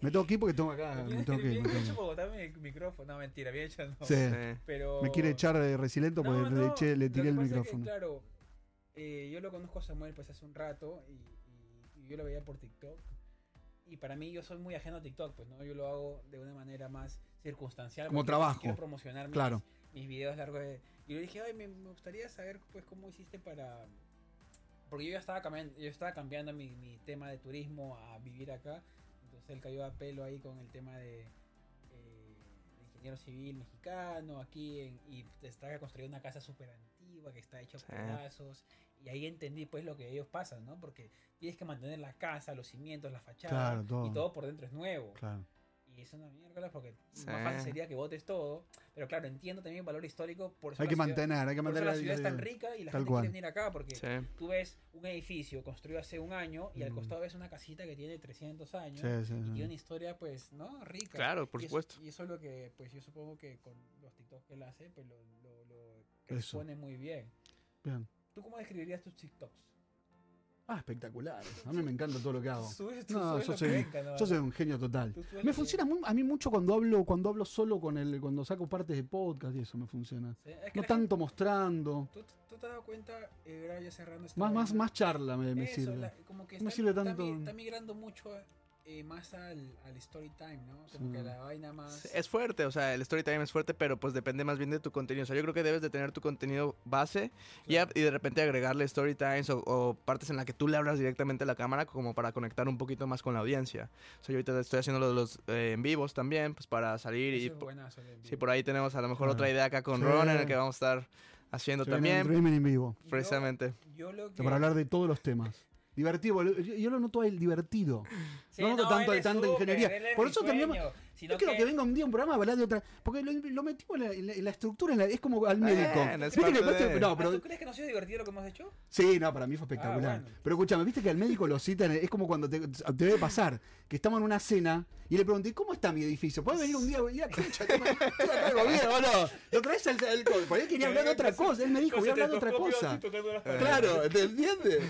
Speaker 1: Me tengo que ir porque tengo acá. Ah, Me
Speaker 3: Bien-
Speaker 1: tengo que ir.
Speaker 3: bien
Speaker 1: me tengo que
Speaker 3: hecho
Speaker 1: ir.
Speaker 3: por botarme el micrófono. No, mentira, bien hecho no.
Speaker 1: Sí.
Speaker 2: Sí.
Speaker 3: Pero...
Speaker 1: Me quiere echar de resilento porque
Speaker 3: No,
Speaker 1: le,
Speaker 3: no,
Speaker 1: eché- le
Speaker 3: lo
Speaker 1: tiré el
Speaker 3: que pasa es que,
Speaker 1: micrófono.
Speaker 3: claro, eh, yo lo conozco a Samuel pues hace un rato y, y- y yo lo veía por TikTok. Y para mí yo soy muy ajeno a TikTok, pues no, yo lo hago de una manera más circunstancial.
Speaker 1: Como
Speaker 3: porque
Speaker 1: trabajo,
Speaker 3: Quiero promocionar mis,
Speaker 1: claro.
Speaker 3: mis videos largos de... Y yo dije, ay, me, me gustaría saber pues cómo hiciste para... Porque yo ya estaba cambiando, yo estaba cambiando mi, mi tema de turismo a vivir acá. Entonces él cayó a pelo ahí con el tema de, eh, de ingeniero civil mexicano aquí en- y te está construyendo una casa súper antigua que está hecha
Speaker 2: Sí.
Speaker 3: por pedazos. Y ahí entendí pues lo que ellos pasan, ¿no? Porque tienes que mantener la casa, los cimientos, la fachada
Speaker 1: Claro, todo.
Speaker 3: y todo por dentro es nuevo.
Speaker 1: Claro.
Speaker 3: Y es una mierda porque
Speaker 2: Sí.
Speaker 3: más fácil sería que votes todo. Pero claro, entiendo también el valor histórico. Por eso
Speaker 1: Hay
Speaker 3: la
Speaker 1: que
Speaker 3: ciudad-
Speaker 1: mantener, hay que
Speaker 3: por eso
Speaker 1: mantener
Speaker 3: la ciudad es tan
Speaker 1: vida.
Speaker 3: rica y la
Speaker 1: Tal
Speaker 3: gente
Speaker 1: cual.
Speaker 3: quiere venir acá porque
Speaker 2: Sí.
Speaker 3: tú ves un edificio construido hace un año y al
Speaker 1: Mm.
Speaker 3: costado ves una casita que tiene 300 años
Speaker 1: Sí, sí,
Speaker 3: y
Speaker 1: sí.
Speaker 3: tiene una historia, pues, ¿no? Rica.
Speaker 2: Claro, por
Speaker 3: Y es-
Speaker 2: supuesto.
Speaker 3: y eso es lo que, pues, yo supongo que con los TikToks que él hace, pues, lo, lo, lo
Speaker 1: Eso.
Speaker 3: expone muy bien.
Speaker 1: Bien.
Speaker 3: ¿Tú cómo describirías tus TikToks?
Speaker 1: Ah, espectacular. A mí me encanta todo lo que hago.
Speaker 3: Subes,
Speaker 1: No,
Speaker 3: subes
Speaker 1: yo
Speaker 3: lo
Speaker 1: soy-
Speaker 3: que venga, ¿no?
Speaker 1: Yo soy un genio total.
Speaker 3: Tú subes lo
Speaker 1: Me
Speaker 3: que-
Speaker 1: funciona muy- a mí mucho cuando hablo, cuando hablo solo con el, cuando saco partes de podcast y eso me funciona.
Speaker 3: Sí, es que
Speaker 1: No
Speaker 3: la
Speaker 1: tanto mostrando.
Speaker 3: gente- ¿tú, tú te has dado cuenta, eh, ahora ya cerrando esta
Speaker 1: Más,
Speaker 3: vaina,
Speaker 1: más, más charla me, me
Speaker 3: eso,
Speaker 1: sirve.
Speaker 3: la- como que
Speaker 1: No me
Speaker 3: está-
Speaker 1: sirve
Speaker 3: está
Speaker 1: tanto-
Speaker 3: mi- Está migrando mucho eh, más al, al story time, ¿no? Como
Speaker 1: Sí.
Speaker 3: que la vaina más...
Speaker 2: Sí, Es fuerte, o sea, el story time es fuerte, pero pues depende más bien de tu contenido. O sea, yo creo que debes de tener tu contenido base y, a- y de repente agregarle story times o, o partes en las que tú le hablas directamente a la cámara como para conectar un poquito más con la audiencia. O sea, yo ahorita estoy haciendo los, los, eh, en vivos también, pues para salir
Speaker 3: Eso
Speaker 2: y...
Speaker 3: es
Speaker 2: po-
Speaker 3: buenazo del en
Speaker 2: Sí,
Speaker 3: vivo.
Speaker 2: por ahí tenemos a lo mejor
Speaker 1: Claro.
Speaker 2: otra idea acá con
Speaker 1: Sí.
Speaker 2: Ron en el que vamos a estar haciendo
Speaker 1: Se viene un
Speaker 2: también,
Speaker 1: streaming en vivo.
Speaker 3: Yo-
Speaker 2: precisamente.
Speaker 3: Yo lo que...
Speaker 1: Para hablar de todos los temas. Divertido, boludo. yo, yo lo noto a él divertido. no noto tanto
Speaker 3: él
Speaker 1: de
Speaker 3: es
Speaker 1: tanta ingeniería.
Speaker 3: él es
Speaker 1: Por eso también-
Speaker 3: risueño,
Speaker 1: Yo
Speaker 3: sino
Speaker 1: quiero que... venga un día un programa a hablar de otra. Porque lo, lo metimos en la, en la- en la estructura, en la- es como al
Speaker 2: Bueno,
Speaker 1: médico.
Speaker 2: es
Speaker 1: ¿Viste que
Speaker 2: parte de-
Speaker 1: No,
Speaker 3: Ah,
Speaker 1: pero.
Speaker 3: ¿Tú crees que no ha sido divertido lo que hemos hecho?
Speaker 1: Sí, no, para mí fue espectacular.
Speaker 3: Ah, bueno.
Speaker 1: Pero escúchame, viste que al médico lo citan, es como cuando te, te debe pasar, que estamos en una cena y le pregunté, ¿cómo está mi edificio? ¿Puedes venir un día? Y la concha, te- estoy acá de gobierno, boludo. Lo traes al,
Speaker 2: Eh.
Speaker 1: al- Por ahí quería hablar de otra cosa. Él me dijo, voy a hablar de otra cosa. Claro, ¿te entiendes?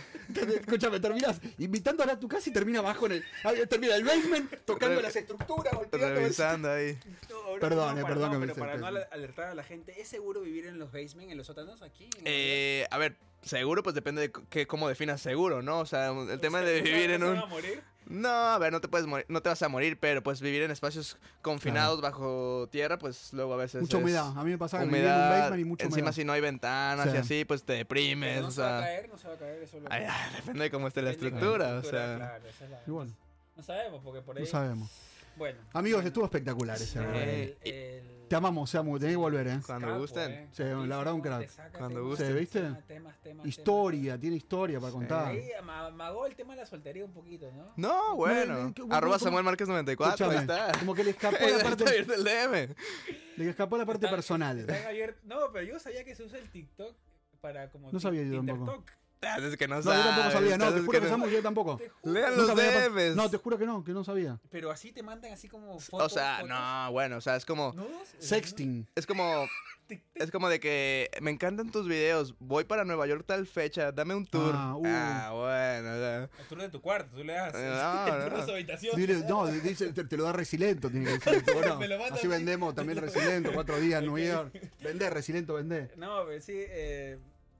Speaker 1: Escúchame, terminas invitándola a tu casa y termina abajo en el. ah, Termina el basement, tocando
Speaker 2: Re-
Speaker 1: las estructuras, golpeando las-
Speaker 2: Revisando ahí.
Speaker 3: No, ahora
Speaker 1: Perdón,
Speaker 3: no,
Speaker 1: eh,
Speaker 3: para-
Speaker 1: perdón
Speaker 3: no,
Speaker 1: que me
Speaker 3: pero para no
Speaker 1: senté.
Speaker 3: al- alertar a la gente, ¿es seguro vivir en los basement, en los sótanos aquí? en
Speaker 2: Eh, a ver, seguro, pues depende de c- que, cómo definas seguro, ¿no? O sea, el
Speaker 3: Navidad?
Speaker 2: tema
Speaker 3: O sea,
Speaker 2: de
Speaker 3: ¿no se-
Speaker 2: vivir
Speaker 3: no
Speaker 2: en
Speaker 3: se
Speaker 2: un.
Speaker 3: van a morir?
Speaker 2: No, a ver, no te puedes morir, no te vas a morir, pero pues vivir en espacios confinados bajo tierra, pues luego a veces
Speaker 1: Mucha
Speaker 2: es
Speaker 1: humedad. A mí me pasaba que vivía en un
Speaker 2: humedad,
Speaker 1: basement y mucha
Speaker 2: encima
Speaker 1: humedad.
Speaker 2: si no hay ventanas
Speaker 1: Sí.
Speaker 2: y así, pues te deprimes,
Speaker 3: Pero no
Speaker 2: o
Speaker 3: se va a
Speaker 2: sea,
Speaker 3: caer, no se va a caer, eso es lo que-
Speaker 2: ay, ay, depende de cómo esté la
Speaker 3: depende de la
Speaker 2: estructura, o
Speaker 3: estructura,
Speaker 2: sea,
Speaker 3: claro, esa es la-
Speaker 1: Y bueno.
Speaker 3: No sabemos, porque por ahí...
Speaker 1: No sabemos.
Speaker 3: Bueno.
Speaker 1: Amigos,
Speaker 3: bueno,
Speaker 1: estuvo espectacular ese. la verdad.
Speaker 2: Eh,
Speaker 3: el- el-
Speaker 1: Te amamos, Samu, tenés que volver, ¿eh?
Speaker 2: cuando
Speaker 3: Capo,
Speaker 2: gusten.
Speaker 3: eh.
Speaker 1: Sí, la verdad, un crack.
Speaker 3: Te saca
Speaker 2: Cuando
Speaker 3: temas,
Speaker 2: gusten.
Speaker 1: Sí, ¿viste?
Speaker 3: temas, temas, temas,
Speaker 1: Historia, tiene historia para
Speaker 2: Sí.
Speaker 1: contar.
Speaker 3: temas. Ahí ama- amagó el tema de la soltería un poquito, ¿no?
Speaker 2: No, bueno,
Speaker 1: Ah. no, que- bueno,
Speaker 2: arroba
Speaker 1: como-
Speaker 2: Samuel Márquez 94, ahí
Speaker 1: Escúchame,
Speaker 2: está.
Speaker 1: como que le escapó
Speaker 2: Ahí
Speaker 1: la
Speaker 2: está
Speaker 1: parte,
Speaker 2: abierto el DM.
Speaker 1: le escapó la parte
Speaker 3: Está-
Speaker 1: personal.
Speaker 3: Están abier- No, pero yo sabía que se usa el TikTok para como.
Speaker 1: No sabía yo tampoco.
Speaker 3: TikTok.
Speaker 2: Ah, Es que no,
Speaker 1: No, yo tampoco
Speaker 2: sabes,
Speaker 1: sabía, no, te
Speaker 2: entonces
Speaker 1: juro que
Speaker 2: no-
Speaker 1: Samu, yo tampoco.
Speaker 3: Te juro.
Speaker 2: Lean
Speaker 1: Nunca
Speaker 2: los
Speaker 1: me había pas-
Speaker 2: DMs.
Speaker 1: No, te juro que no, que no sabía.
Speaker 3: Pero así te mandan así como fotos.
Speaker 2: o sea,
Speaker 3: fotos
Speaker 2: no, bueno, o sea, es como...
Speaker 3: nudos.
Speaker 1: Sexting.
Speaker 2: Es como. Es como de que me encantan tus videos. Voy para Nueva York tal fecha. Dame un tour.
Speaker 1: Ah,
Speaker 2: Ah,
Speaker 1: uh.
Speaker 2: bueno. o sea,
Speaker 3: El turno de tu cuarto, tú le das.
Speaker 1: Eh,
Speaker 2: No,
Speaker 3: el turno
Speaker 2: no.
Speaker 3: de su habitación.
Speaker 1: Dile- no, le dice, te, te lo da Resilento, tiene que decir. Tú, bueno,
Speaker 3: Me lo manda
Speaker 1: así
Speaker 3: a mí.
Speaker 1: vendemos también Resilento, cuatro días en Nueva York. Vendé, Resilento, vendé.
Speaker 3: No, pero sí. Eh,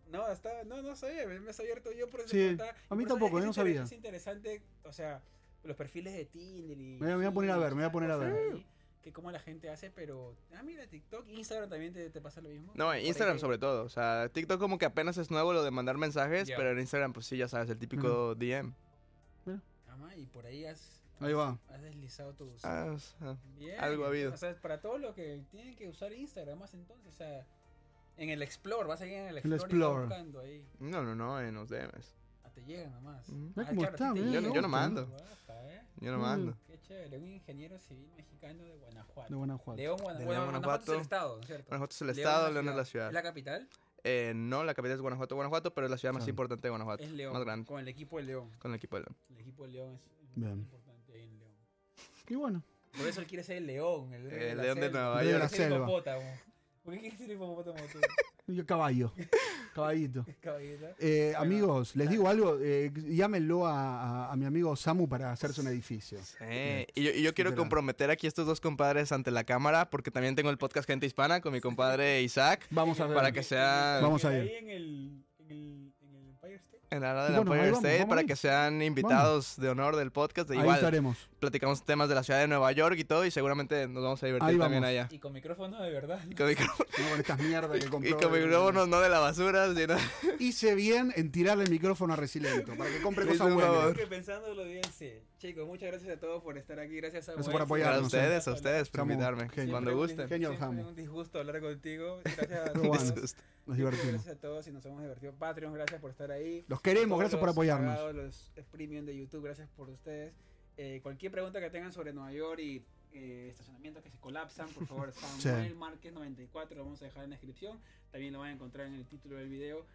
Speaker 3: no, estaba, no, no sabía. Me, me has abierto yo por eso.
Speaker 1: Sí,
Speaker 3: preguntaba.
Speaker 1: a mí
Speaker 3: Por eso
Speaker 1: tampoco,
Speaker 3: es
Speaker 1: yo no
Speaker 3: inter-
Speaker 1: sabía.
Speaker 3: Es interesante, o sea, los perfiles de Tinder y.
Speaker 1: Me voy- me voy a poner a ver, me voy a poner a
Speaker 3: esas
Speaker 1: ver.
Speaker 3: cosas ahí, Que cómo la gente hace, pero. Ah, mira, TikTok, Instagram también te, te pasa lo mismo.
Speaker 2: No, en Instagram
Speaker 3: sobre
Speaker 2: sobre todo. O sea, TikTok como que apenas es nuevo lo de mandar mensajes.
Speaker 3: Ya.
Speaker 2: Pero en Instagram, pues sí, ya sabes, el típico DM.
Speaker 3: Ama, y por ahí has,
Speaker 1: Ahí va.
Speaker 3: has deslizado tus.
Speaker 2: Ah, o sea,
Speaker 3: Bien.
Speaker 2: algo ha habido.
Speaker 3: O sea, para todo lo que tienen que usar Instagram más entonces, o sea, en el Explore, vas a ir en el
Speaker 1: El
Speaker 3: Explore, y vas
Speaker 1: Explore.
Speaker 3: buscando ahí.
Speaker 2: no, no, no, en los DMs.
Speaker 3: Ah, te llegan nomás.
Speaker 2: Ujú.
Speaker 1: Mm. Ve cómo
Speaker 3: claro, a ti
Speaker 1: está,
Speaker 3: te
Speaker 1: ve,
Speaker 3: llegan.
Speaker 2: Yo no- yo no mando.
Speaker 3: Guapa, ¿eh?
Speaker 2: Yo no
Speaker 1: Mm.
Speaker 2: mando.
Speaker 3: Qué chévere, un ingeniero civil mexicano de Guanajuato.
Speaker 1: De Guanajuato.
Speaker 3: León, Guana-
Speaker 2: De
Speaker 3: bueno,
Speaker 2: León,
Speaker 3: Guanajuato. es el
Speaker 2: Guanajuato.
Speaker 3: estado, ¿no es cierto?
Speaker 2: Guanajuato es el estado, León es la ciudad.
Speaker 3: ¿Es la capital?
Speaker 2: Eh, no, la capital es Guanajuato, Guanajuato, pero es la ciudad más
Speaker 1: Claro.
Speaker 2: importante de Guanajuato.
Speaker 3: Es León.
Speaker 2: Más grande.
Speaker 3: Con el equipo de León.
Speaker 2: Con el equipo de León.
Speaker 3: El equipo de León es es
Speaker 1: Bien.
Speaker 3: importante ahí en León.
Speaker 1: Y bueno,
Speaker 3: Por eso él quiere ser el león. El, rey
Speaker 2: El
Speaker 3: la
Speaker 2: león de
Speaker 3: selva.
Speaker 2: Nueva
Speaker 1: Rey de
Speaker 3: Quiere
Speaker 1: la
Speaker 3: ser
Speaker 1: selva.
Speaker 3: hipopótamo. ¿Por qué quieres ser hipopótamo tú?
Speaker 1: y yo caballo. Caballito.
Speaker 3: Caballita.
Speaker 1: Eh,
Speaker 3: Bueno,
Speaker 1: amigos, les
Speaker 3: dale.
Speaker 1: digo algo, eh, llámenlo a, a- a mi amigo Samu para hacerse un edificio.
Speaker 2: Sí, Eh, Y yo, y yo quiero
Speaker 1: verdad.
Speaker 2: comprometer aquí a estos dos compadres ante la cámara, porque también tengo el podcast Gente Hispana con mi compadre Isaac.
Speaker 1: Vamos a ver.
Speaker 2: Para que sea-
Speaker 1: Vamos a
Speaker 3: Ahí
Speaker 1: ir.
Speaker 3: en el, en el, en el Empire State.
Speaker 2: En la hora
Speaker 1: Y
Speaker 2: del
Speaker 1: bueno, ahí
Speaker 2: Empire
Speaker 1: vamos,
Speaker 2: State
Speaker 1: vamos
Speaker 2: para
Speaker 1: ahí.
Speaker 2: que sean invitados de honor del podcast.
Speaker 1: Ahí
Speaker 2: Igual
Speaker 1: estaremos.
Speaker 2: platicamos temas de la ciudad de Nueva York y todo y seguramente nos vamos a divertir
Speaker 1: Ahí
Speaker 2: también
Speaker 1: vamos.
Speaker 2: allá.
Speaker 3: Y con micrófono de verdad. ¿no?
Speaker 2: Y con micrófono-
Speaker 1: No con estas mierdas que compró.
Speaker 2: y con micrófonos no de la basura, sino
Speaker 1: Hice bien en tirarle el micrófono a Resilento para que compre
Speaker 2: Le hice
Speaker 1: cosas
Speaker 2: un
Speaker 1: buenas.
Speaker 2: favor.
Speaker 3: Porque pensándolo bien, sí. Chicos, muchas gracias a todos por estar aquí. Gracias a
Speaker 1: Gracias
Speaker 3: Moesia.
Speaker 1: por
Speaker 2: a
Speaker 1: apoyarnos, Cuidarnos,
Speaker 2: ustedes, a ustedes por
Speaker 1: Chamo,
Speaker 2: invitarme.
Speaker 1: genio.
Speaker 2: Cuando
Speaker 3: un-
Speaker 2: gusten.
Speaker 1: Genio
Speaker 3: siempre
Speaker 1: Alham.
Speaker 3: un disgusto hablar contigo. Gracias a
Speaker 1: Pero bueno,
Speaker 3: todos.
Speaker 1: Disgusto. Nos divertimos.
Speaker 3: Gracias a todos y nos hemos divertido. Patreon, gracias por estar ahí.
Speaker 1: Los queremos,
Speaker 3: Todos
Speaker 1: gracias por
Speaker 3: los
Speaker 1: apoyarnos.
Speaker 3: pagados, los premium de YouTube, gracias por ustedes. Eh, cualquier pregunta que tengan sobre Nueva York y eh, estacionamientos que se colapsan, por favor, Samuel Márquez 94, lo vamos a dejar en la descripción. También lo van a encontrar en el título del video.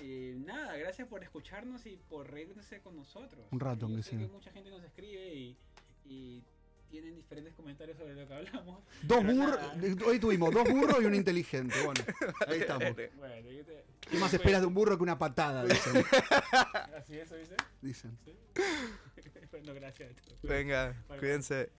Speaker 3: Eh, nada, gracias por escucharnos y por reírse con nosotros. Eh,
Speaker 1: Un rato,
Speaker 3: Yo
Speaker 1: aunque
Speaker 3: sé
Speaker 1: sea.
Speaker 3: que mucha gente nos escribe y, y tienen diferentes comentarios sobre lo que hablamos.
Speaker 1: Dos
Speaker 3: pero
Speaker 1: burros, hoy tuvimos dos burros y un inteligente. Bueno, ahí estamos.
Speaker 3: Bueno, yo te-
Speaker 1: ¿Qué más esperas de un burro que una patada? Dicen.
Speaker 3: Así es, ¿oíste?
Speaker 1: Dicen.
Speaker 3: Sí. bueno, gracias.
Speaker 2: Venga,
Speaker 3: Bye.
Speaker 2: cuídense.